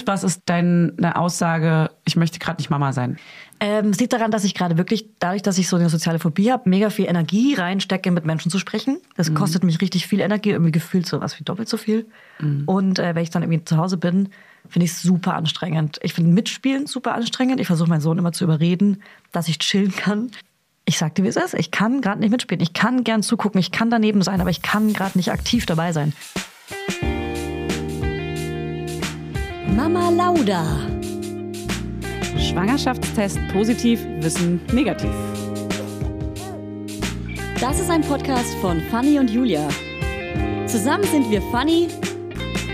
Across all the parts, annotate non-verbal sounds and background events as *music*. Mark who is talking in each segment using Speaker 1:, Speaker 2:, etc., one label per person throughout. Speaker 1: und was ist deine Aussage, ich möchte gerade nicht Mama sein?
Speaker 2: Ähm, es liegt daran, dass ich gerade wirklich, dadurch, dass ich so eine soziale Phobie habe, mega viel Energie reinstecke, mit Menschen zu sprechen. Das
Speaker 1: Mhm.
Speaker 2: kostet mich richtig viel Energie, irgendwie gefühlt so was wie doppelt so viel.
Speaker 1: Mhm.
Speaker 2: Und äh, wenn ich dann irgendwie zu Hause bin, finde ich es super anstrengend. Ich finde Mitspielen super anstrengend. Ich versuche meinen Sohn immer zu überreden, dass ich chillen kann. Ich sagte, wie es ist. Ich kann gerade nicht mitspielen. Ich kann gern zugucken. Ich kann daneben sein, aber ich kann gerade nicht aktiv dabei sein.
Speaker 3: Mama Lauda.
Speaker 1: Schwangerschaftstest positiv, Wissen negativ.
Speaker 3: Das ist ein Podcast von Fanny und Julia. Zusammen sind wir Fanny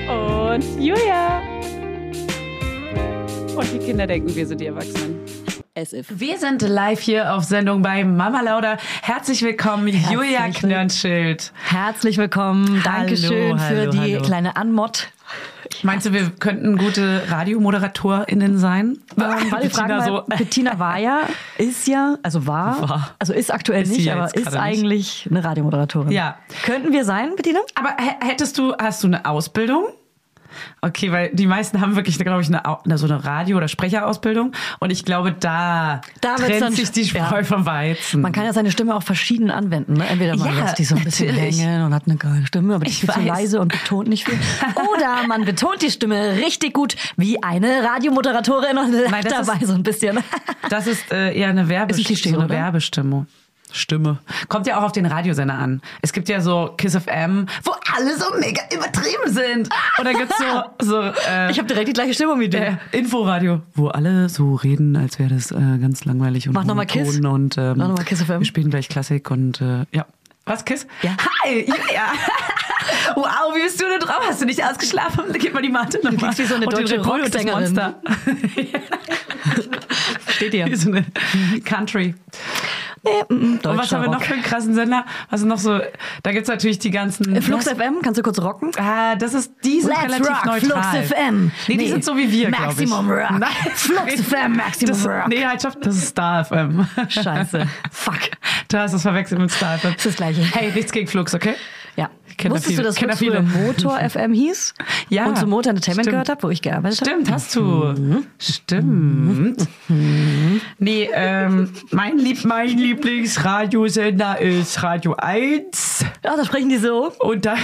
Speaker 1: Und Julia. Und die Kinder denken, wir sind die Erwachsenen.
Speaker 3: as if.
Speaker 1: Wir sind live hier auf Sendung bei Mama Lauda. Herzlich willkommen, Julia
Speaker 2: willkommen.
Speaker 1: Knirnschild.
Speaker 2: Herzlich willkommen. Dankeschön
Speaker 1: hallo,
Speaker 2: für die
Speaker 1: hallo.
Speaker 2: kleine Anmod.
Speaker 1: Meinst du, wir könnten gute RadiomoderatorInnen sein? *laughs*
Speaker 2: Ähm, weil die Frage
Speaker 1: Bettina
Speaker 2: war,
Speaker 1: so,
Speaker 2: *laughs* Bettina war ja, ist ja, also war,
Speaker 1: War.
Speaker 2: also ist aktuell
Speaker 1: Ist sie
Speaker 2: nicht,
Speaker 1: ja
Speaker 2: aber
Speaker 1: jetzt
Speaker 2: ist
Speaker 1: gerade nicht.
Speaker 2: eigentlich eine Radiomoderatorin.
Speaker 1: Ja.
Speaker 2: Könnten wir sein, Bettina?
Speaker 1: Aber hä- hättest du, hast du eine Ausbildung? Okay, weil die meisten haben wirklich, glaube ich, eine, Au- na, so eine Radio- oder Sprecherausbildung. Und ich glaube, da,
Speaker 2: Da wird's
Speaker 1: trennt
Speaker 2: dann-
Speaker 1: sich die Spreu
Speaker 2: ja.
Speaker 1: vom Weizen.
Speaker 2: Man kann ja seine Stimme auch verschieden anwenden. Ne? Entweder man
Speaker 1: Ja,
Speaker 2: lässt die so ein bisschen
Speaker 1: natürlich.
Speaker 2: hängen und hat eine geile Stimme, aber die
Speaker 1: Ich
Speaker 2: ist viel zu
Speaker 1: weiß.
Speaker 2: leise und betont nicht viel. Oder man betont die Stimme richtig gut, wie eine Radiomoderatorin und
Speaker 1: Nein,
Speaker 2: lacht
Speaker 1: das
Speaker 2: dabei so ein bisschen.
Speaker 1: *laughs* das ist äh, eher eine, Werbe
Speaker 2: Ist ein Klischee,
Speaker 1: so eine
Speaker 2: oder?
Speaker 1: Werbestimme. Stimme. Kommt ja auch auf den Radiosender an. Es gibt ja so Kiss FM, wo alle so mega übertrieben sind. Und dann gibt's so, so äh,
Speaker 2: Ich habe direkt die gleiche Stimme wie du.
Speaker 1: äh, Inforadio, wo alle so reden, als wäre das äh, ganz langweilig und
Speaker 2: Mach noch mal
Speaker 1: monoton
Speaker 2: Kiss.
Speaker 1: und ähm,
Speaker 2: Mach noch mal Kiss FM.
Speaker 1: wir spielen gleich Klassik und äh, ja. Was, Kiss?
Speaker 2: Ja.
Speaker 1: Hi, Julia. *laughs* wow, wie bist du denn drauf? Hast du nicht ausgeschlafen? Gib mal die Mate nochmal.
Speaker 2: klingst wie so eine
Speaker 1: und den
Speaker 2: deutsche
Speaker 1: Red Bull und das
Speaker 2: Rocksängerin.
Speaker 1: Monster.
Speaker 2: *laughs* Steht dir.
Speaker 1: Wie so eine Country.
Speaker 2: Äh, mm,
Speaker 1: Und was
Speaker 2: deutscher
Speaker 1: haben wir noch
Speaker 2: Rock.
Speaker 1: für einen krassen Sender? Was ist noch so? Da gibt's natürlich die ganzen...
Speaker 2: Äh, Flux FM, kannst du kurz rocken?
Speaker 1: Ah, das ist, die sind
Speaker 2: Let's
Speaker 1: relativ
Speaker 2: Rock,
Speaker 1: neutral.
Speaker 2: Flux FM.
Speaker 1: Nee,
Speaker 2: Nee,
Speaker 1: die sind so wie wir, glaube ich.
Speaker 2: Maximum Rock.
Speaker 1: Nein.
Speaker 2: *laughs* Flux FM, Maximum
Speaker 1: das,
Speaker 2: Rock.
Speaker 1: Nee, halt, stopp, das ist Star FM. *laughs*
Speaker 2: Scheiße. Fuck.
Speaker 1: Da ist das verwechselt mit Star FM.
Speaker 2: Ist das Gleiche.
Speaker 1: Hey, nichts gegen Flux, okay?
Speaker 2: Ja.
Speaker 1: Kennt
Speaker 2: Wusstest
Speaker 1: viele-
Speaker 2: du, dass
Speaker 1: kennt
Speaker 2: Flux
Speaker 1: viele.
Speaker 2: früher
Speaker 1: *laughs*
Speaker 2: Motor FM hieß?
Speaker 1: Ja.
Speaker 2: Und zu Motor Entertainment
Speaker 1: Stimmt.
Speaker 2: gehört habe, wo ich gearbeitet habe?
Speaker 1: Stimmt, hast du.
Speaker 2: Mhm.
Speaker 1: Stimmt. Nee, ähm, mein, Lieb mein Lieblingsradiosender ist Radio 1.
Speaker 2: Ah, da sprechen die so.
Speaker 1: Und da.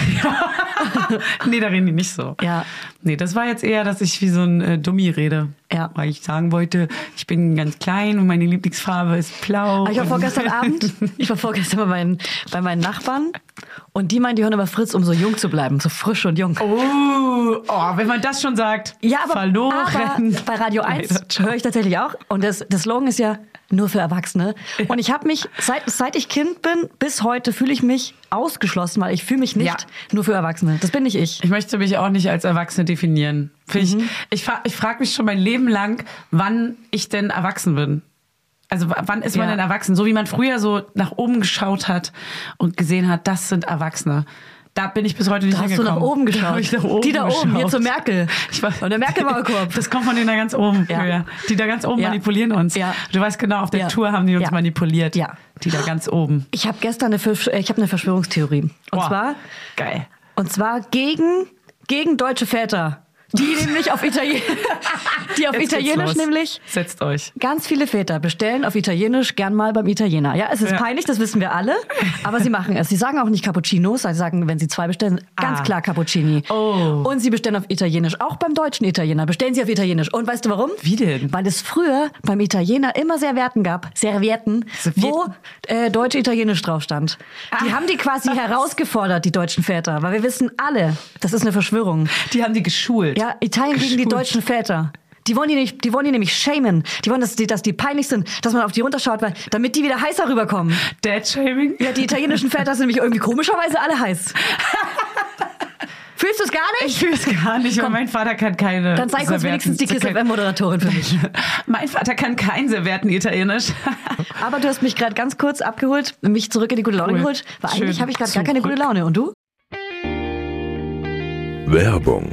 Speaker 1: *laughs* nee, da reden die nicht so.
Speaker 2: Ja.
Speaker 1: Nee, das war jetzt eher, dass ich wie so ein äh, Dummy rede.
Speaker 2: Ja.
Speaker 1: Weil ich sagen wollte, ich bin ganz klein und meine Lieblingsfarbe ist blau.
Speaker 2: Aber Ah, ich war
Speaker 1: und- *laughs*
Speaker 2: vorgestern Abend, ich war vorgestern bei meinen, bei meinen Nachbarn und die meinen, die hören immer Fritz, um so jung zu bleiben, so frisch und jung.
Speaker 1: Oh, oh, wenn man das schon sagt.
Speaker 2: Ja, aber,
Speaker 1: verloren.
Speaker 2: aber bei Radio 1 höre ich tatsächlich auch. Und das, das Slogan ist ja nur für Erwachsene. Und ich habe mich, seit, seit ich Kind bin, bis heute fühle ich mich ausgeschlossen, weil ich fühle mich nicht
Speaker 1: Ja.
Speaker 2: nur für Erwachsene. Das bin nicht ich.
Speaker 1: Ich möchte mich auch nicht als Erwachsene definieren. Find Ich,
Speaker 2: Mhm.
Speaker 1: ich, fra- ich frage mich schon mein Leben lang, wann ich denn erwachsen bin. Also w- wann ist man
Speaker 2: Ja.
Speaker 1: denn erwachsen? So wie man früher so nach oben geschaut hat und gesehen hat, das sind Erwachsene. Da bin ich bis heute nicht
Speaker 2: Da hast du
Speaker 1: hingekommen.
Speaker 2: nach oben
Speaker 1: Da hab
Speaker 2: geschaut.
Speaker 1: ich nach oben
Speaker 2: die da
Speaker 1: geschaut.
Speaker 2: oben, hier zur Merkel.
Speaker 1: Ich war,
Speaker 2: Und
Speaker 1: *laughs*
Speaker 2: der Merkel-Maulkorb.
Speaker 1: Das kommt von denen da ganz oben.
Speaker 2: Ja.
Speaker 1: Ja. Die da ganz oben
Speaker 2: Ja.
Speaker 1: manipulieren uns.
Speaker 2: Ja.
Speaker 1: Du weißt genau, auf der
Speaker 2: Ja.
Speaker 1: Tour haben die uns
Speaker 2: Ja.
Speaker 1: manipuliert.
Speaker 2: Ja.
Speaker 1: Die da ganz oben.
Speaker 2: Ich habe gestern eine, Versch äh, ich hab eine Verschwörungstheorie. Und
Speaker 1: Boah.
Speaker 2: zwar
Speaker 1: Geil.
Speaker 2: und zwar gegen gegen deutsche Väter, die
Speaker 1: *laughs*
Speaker 2: nämlich auf Italien *laughs* die auf
Speaker 1: Jetzt geht's
Speaker 2: Italienisch
Speaker 1: los.
Speaker 2: nämlich
Speaker 1: Setzt euch.
Speaker 2: Ganz viele Väter bestellen auf Italienisch gern mal beim Italiener. Ja, es ist
Speaker 1: Ja.
Speaker 2: peinlich, das wissen wir alle, aber sie machen es. Sie sagen auch nicht Cappuccinos, sie sagen, wenn sie zwei bestellen, ganz
Speaker 1: Ah.
Speaker 2: klar Cappuccini.
Speaker 1: Oh.
Speaker 2: Und sie bestellen auf Italienisch, auch beim deutschen Italiener bestellen sie auf Italienisch. Und weißt du warum?
Speaker 1: Wie denn?
Speaker 2: Weil es früher beim Italiener immer Servietten gab, Servietten,
Speaker 1: Servietten?
Speaker 2: wo äh, deutsch Italienisch drauf stand. Die
Speaker 1: Ah.
Speaker 2: haben die quasi herausgefordert, die deutschen Väter, weil wir wissen alle, das ist eine Verschwörung.
Speaker 1: Die haben die geschult.
Speaker 2: Ja, Italien gegen die
Speaker 1: Geschult.
Speaker 2: deutschen Väter. Die wollen die, nicht, die wollen die nämlich shamen. Die wollen, dass die, dass die peinlich sind, dass man auf die runterschaut, weil, damit die wieder heißer rüberkommen.
Speaker 1: Dad-Shaming?
Speaker 2: Ja, die italienischen Väter sind nämlich irgendwie komischerweise alle
Speaker 1: *laughs*
Speaker 2: heiß. Fühlst du es gar
Speaker 1: Ich
Speaker 2: nicht?
Speaker 1: fühle es gar nicht, weil mein Vater kann keine.
Speaker 2: Dann sei kurz
Speaker 1: Servietten.
Speaker 2: wenigstens die Kiss FM-Moderatorin für mich.
Speaker 1: *laughs* Mein Vater kann kein Servietten Italienisch. *laughs*
Speaker 2: Aber du hast mich gerade ganz kurz abgeholt, mich zurück in die gute Laune
Speaker 1: Cool.
Speaker 2: geholt, weil
Speaker 1: Schön.
Speaker 2: eigentlich habe ich gerade gar keine
Speaker 1: Zurück.
Speaker 2: gute Laune. Und du?
Speaker 4: Werbung.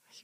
Speaker 4: ich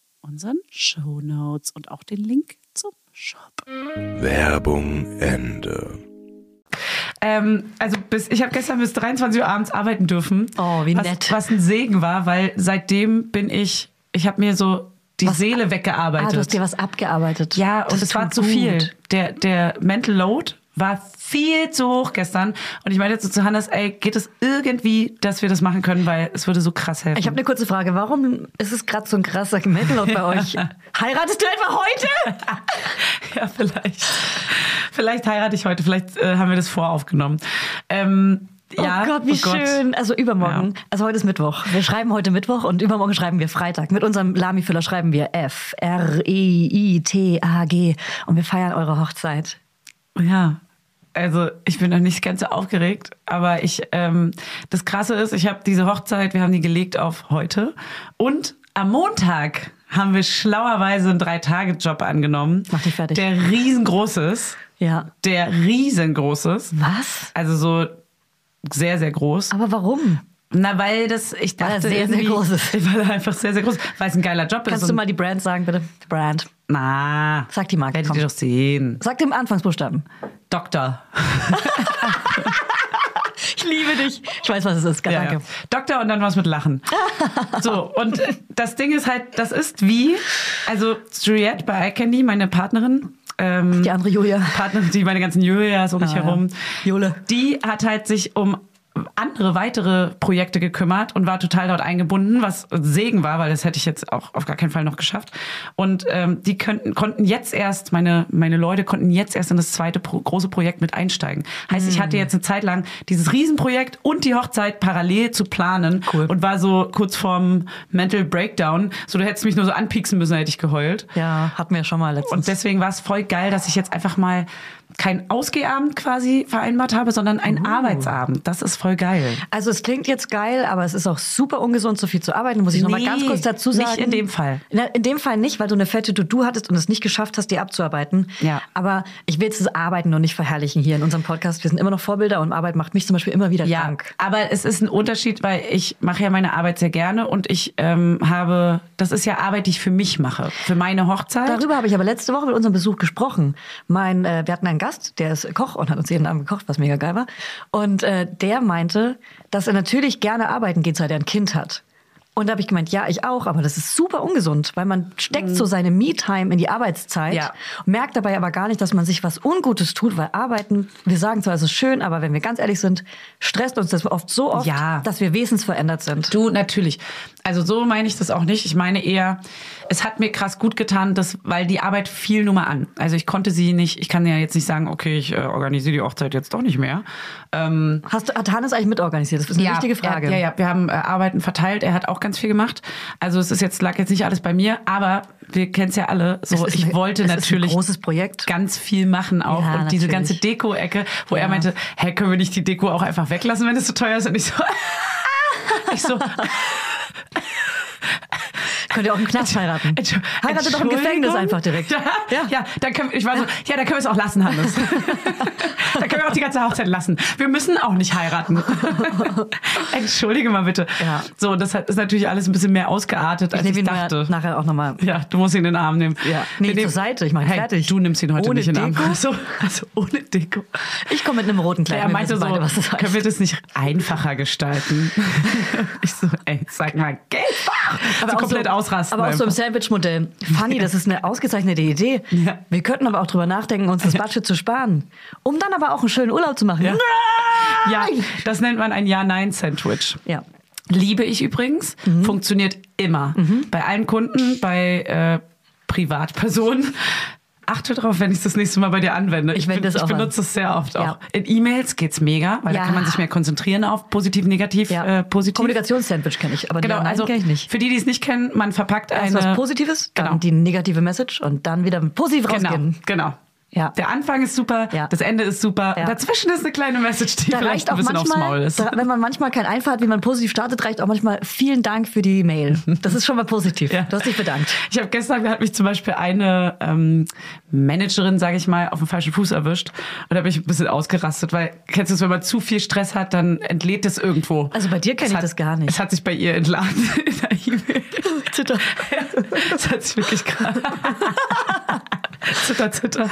Speaker 4: unseren Show Notes und auch den Link zum Shop.
Speaker 5: Werbung Ende.
Speaker 1: Ähm, also bis, ich habe gestern bis 23 Uhr abends arbeiten dürfen.
Speaker 2: Oh, wie
Speaker 1: was,
Speaker 2: nett.
Speaker 1: Was ein Segen war, weil seitdem bin ich, ich habe mir so die
Speaker 2: Was-
Speaker 1: Seele
Speaker 2: Ah,
Speaker 1: weggearbeitet.
Speaker 2: du hast dir was abgearbeitet.
Speaker 1: ja,
Speaker 2: Das
Speaker 1: und es war
Speaker 2: tut
Speaker 1: zu
Speaker 2: gut.
Speaker 1: viel. Der, der Mental Load war viel zu hoch gestern. Und ich meinte so zu Hannes, ey, geht es irgendwie, dass wir das machen können, weil es würde so krass helfen.
Speaker 2: Ich habe eine kurze Frage. Warum ist es gerade so ein krasser Metalload bei *laughs* euch? Heiratest du etwa heute?
Speaker 1: *laughs* ja, vielleicht. Vielleicht heirate ich heute, vielleicht äh, haben wir das voraufgenommen. Ähm, ja,
Speaker 2: oh Gott, wie schön. Also übermorgen. Also heute ist Mittwoch. Wir schreiben heute Mittwoch und übermorgen schreiben wir Freitag. Mit unserem Lami-Füller schreiben wir F, R, E, I, T, A, G. Und wir feiern eure Hochzeit.
Speaker 1: Ja, also ich bin noch nicht ganz so aufgeregt, aber ich, ähm, das Krasse ist, ich habe diese Hochzeit, wir haben die gelegt auf heute und am Montag haben wir schlauerweise einen Drei-Tage-Job angenommen.
Speaker 2: Mach dich fertig.
Speaker 1: Der riesengroß ist,
Speaker 2: Ja.
Speaker 1: der riesengroß ist,
Speaker 2: Was?
Speaker 1: also so sehr, sehr groß.
Speaker 2: Aber warum?
Speaker 1: Na, weil das, ich
Speaker 2: Weil er
Speaker 1: dachte
Speaker 2: sehr, sehr
Speaker 1: irgendwie-
Speaker 2: groß
Speaker 1: *laughs*
Speaker 2: ist.
Speaker 1: Weil er einfach sehr, sehr groß ist, weil es ein geiler Job
Speaker 2: Kannst
Speaker 1: ist.
Speaker 2: du
Speaker 1: und-
Speaker 2: mal die Brand sagen, bitte? Brand.
Speaker 1: Na,
Speaker 2: Sag die Marke,
Speaker 1: Werdet
Speaker 2: komm.
Speaker 1: ihr doch sehen.
Speaker 2: Sag dem Anfangsbuchstaben.
Speaker 1: Doktor.
Speaker 2: *laughs*
Speaker 1: *laughs*
Speaker 2: Ich liebe dich. Ich weiß, was es ist.
Speaker 1: Ja,
Speaker 2: Danke.
Speaker 1: Ja. Doktor und dann was mit Lachen. so, und äh, das Ding ist halt, das ist wie, also Juliette bei iCandy, meine Partnerin, ähm,
Speaker 2: Die andere Julia.
Speaker 1: Partnerin, die meine ganzen Julias um mich
Speaker 2: Ah, ja.
Speaker 1: herum,
Speaker 2: Jule.
Speaker 1: die hat halt sich um andere weitere Projekte gekümmert und war total dort eingebunden, was ein Segen war, weil das hätte ich jetzt auch auf gar keinen Fall noch geschafft. Und ähm, die könnten, konnten jetzt erst, meine, meine Leute konnten jetzt erst in das zweite pro, große Projekt mit einsteigen. Heißt, ich hatte jetzt eine Zeit lang dieses Riesenprojekt und die Hochzeit parallel zu planen
Speaker 2: Cool.
Speaker 1: und war so kurz vorm Mental Breakdown. So, du hättest mich nur so anpieksen müssen, hätte ich geheult.
Speaker 2: Ja, hatten wir schon mal
Speaker 1: Und
Speaker 2: letztens.
Speaker 1: deswegen war es voll geil, dass ich jetzt einfach mal keinen Ausgehabend quasi vereinbart habe, sondern einen Arbeitsabend. Das ist voll geil.
Speaker 2: Also es klingt jetzt geil, aber es ist auch super ungesund, so viel zu arbeiten. Muss ich nochmal
Speaker 1: Nee,
Speaker 2: Also ganz kurz dazu
Speaker 1: nicht
Speaker 2: sagen.
Speaker 1: in dem Fall.
Speaker 2: Na, in dem Fall nicht, weil du eine fette To-Do hattest und es nicht geschafft hast, die abzuarbeiten.
Speaker 1: Ja.
Speaker 2: Aber ich will jetzt das Arbeiten noch nicht verherrlichen hier in unserem Podcast. Wir sind immer noch Vorbilder und Arbeit macht mich zum Beispiel immer wieder
Speaker 1: Ja,
Speaker 2: krank.
Speaker 1: aber es ist ein Unterschied, weil ich mache ja meine Arbeit sehr gerne und ich ähm, habe, das ist ja Arbeit, die ich für mich mache, für meine Hochzeit.
Speaker 2: Darüber habe ich aber letzte Woche mit unserem Besuch gesprochen. Mein, äh, wir hatten einen Gast, der ist Koch und hat uns jeden Abend gekocht, was mega geil war. Und äh, der meinte, dass er natürlich gerne arbeiten geht, seit er ein Kind hat. Und da habe ich gemeint, ja, ich auch, aber das ist super ungesund, weil man steckt so seine Me-Time in die Arbeitszeit,
Speaker 1: Mhm. Ja.
Speaker 2: merkt dabei aber gar nicht, dass man sich was Ungutes tut, weil arbeiten, wir sagen zwar, es ist schön, aber wenn wir ganz ehrlich sind, stresst uns das oft so oft,
Speaker 1: Ja.
Speaker 2: dass wir wesensverändert sind.
Speaker 1: Du, natürlich. Also so meine ich das auch nicht. Ich meine eher, es hat mir krass gut getan, dass, weil die Arbeit fiel nur mal an. Also ich konnte sie nicht, ich kann ja jetzt nicht sagen, okay, ich äh, organisiere die Hochzeit jetzt doch nicht mehr. Ähm,
Speaker 2: Hast, du- hat Hannes eigentlich mitorganisiert? Das ist eine wichtige Frage.
Speaker 1: Ja, ja, ja. wir haben äh, Arbeiten verteilt. Er hat auch ganz viel gemacht. Also es ist jetzt, lag jetzt nicht alles bei mir, aber wir kennen es ja alle. So,
Speaker 2: Es ist
Speaker 1: ich
Speaker 2: eine-
Speaker 1: wollte
Speaker 2: es ist ein
Speaker 1: natürlich
Speaker 2: großes Projekt.
Speaker 1: ganz viel machen auch.
Speaker 2: Ja,
Speaker 1: und diese
Speaker 2: natürlich.
Speaker 1: ganze Deko-Ecke, wo
Speaker 2: Ja.
Speaker 1: er meinte, hä, können wir nicht die Deko auch einfach weglassen, wenn es so teuer ist? Und ich so, *laughs* ich so,
Speaker 2: Könnt ihr auch
Speaker 1: *laughs*
Speaker 2: im Knast heiraten.
Speaker 1: Entschu-
Speaker 2: Heiratet doch im Gefängnis
Speaker 1: Entschuldigung?
Speaker 2: einfach direkt.
Speaker 1: Ja, ja. dann können, wir- ich war so, ja, dann können wir es auch lassen,
Speaker 2: *laughs*
Speaker 1: Hannes. dann können wir auch die ganze Hochzeit lassen. Wir müssen auch nicht
Speaker 2: *laughs*
Speaker 1: heiraten. Entschuldige mal bitte.
Speaker 2: Ja.
Speaker 1: So, das hat- ist natürlich alles ein bisschen mehr ausgeartet, als
Speaker 2: Ich nehme
Speaker 1: ich
Speaker 2: ihn mal
Speaker 1: dachte.
Speaker 2: nachher auch nochmal.
Speaker 1: Ja, du musst ihn in den Arm nehmen.
Speaker 2: Ja. Nee,
Speaker 1: Wir nehmen-
Speaker 2: zur Seite, ich meine,
Speaker 1: hey,
Speaker 2: fertig.
Speaker 1: Du nimmst ihn heute
Speaker 2: Ohne
Speaker 1: nicht in den
Speaker 2: Deko?
Speaker 1: Arm. Also, also ohne Deko.
Speaker 2: Ich komme mit einem roten Kleid.
Speaker 1: Er
Speaker 2: wir
Speaker 1: meinte
Speaker 2: wissen
Speaker 1: so,
Speaker 2: beide, was das
Speaker 1: können wir
Speaker 2: heißt.
Speaker 1: das nicht einfacher
Speaker 2: *laughs*
Speaker 1: gestalten? ich so, ey, sag mal, Geld. Aber so
Speaker 2: auch
Speaker 1: komplett
Speaker 2: so,
Speaker 1: ausrasten.
Speaker 2: Aber auch so im
Speaker 1: einfach.
Speaker 2: Sandwich-Modell. Funny, das ist eine ausgezeichnete Idee.
Speaker 1: Ja.
Speaker 2: Wir könnten aber auch drüber nachdenken, uns das Budget zu sparen. Um dann aber auch einen schönen Urlaub zu machen.
Speaker 1: Ja. ja,
Speaker 2: Nein!
Speaker 1: das nennt man ein Ja-Nein-Sandwich.
Speaker 2: Ja. Mhm.
Speaker 1: Liebe ich übrigens. Funktioniert immer. Bei allen Kunden, bei äh, Privatpersonen. Achte drauf, wenn ich es das nächste Mal bei dir anwende.
Speaker 2: Ich wende
Speaker 1: bin-
Speaker 2: es auch
Speaker 1: ich
Speaker 2: an.
Speaker 1: benutze es sehr oft
Speaker 2: Ja.
Speaker 1: auch. In E-Mails geht's mega, weil
Speaker 2: Ja.
Speaker 1: da kann man sich mehr konzentrieren auf positiv, negativ,
Speaker 2: ja.
Speaker 1: äh, positiv.
Speaker 2: Kommunikations-Sandwich kenne ich, aber
Speaker 1: Genau,
Speaker 2: nein,
Speaker 1: also
Speaker 2: kenne ich nicht.
Speaker 1: für die, die es nicht kennen, man verpackt
Speaker 2: Erst
Speaker 1: eine
Speaker 2: was Positives, dann
Speaker 1: Genau.
Speaker 2: die negative Message und dann wieder positiv
Speaker 1: genau,
Speaker 2: rausgehen.
Speaker 1: genau.
Speaker 2: Ja.
Speaker 1: Der Anfang ist super,
Speaker 2: Ja.
Speaker 1: das Ende ist super.
Speaker 2: Ja.
Speaker 1: Dazwischen ist eine kleine Message, die
Speaker 2: Da
Speaker 1: vielleicht
Speaker 2: reicht
Speaker 1: ein
Speaker 2: auch
Speaker 1: bisschen aufs Maul
Speaker 2: manchmal,
Speaker 1: ist.
Speaker 2: da, wenn man manchmal kein Einfall hat, wie man positiv startet, reicht auch manchmal vielen Dank für
Speaker 1: *laughs*
Speaker 2: die Mail. Das ist schon mal positiv.
Speaker 1: Ja.
Speaker 2: Du hast dich bedankt.
Speaker 1: Ich habe gestern hat mich zum Beispiel eine ähm, Managerin, sage ich mal, auf dem falschen Fuß erwischt und da bin ich ein bisschen ausgerastet, weil kennst du es, wenn man zu viel Stress hat, dann entlädt es irgendwo.
Speaker 2: Also bei dir kenn
Speaker 1: Es
Speaker 2: ich
Speaker 1: hat-
Speaker 2: das gar nicht. *laughs*
Speaker 1: Es hat sich bei ihr entladen *laughs* in der E-Mail.
Speaker 2: Zitter.
Speaker 1: Es hat sich wirklich gerade. *laughs* zitter, zitter.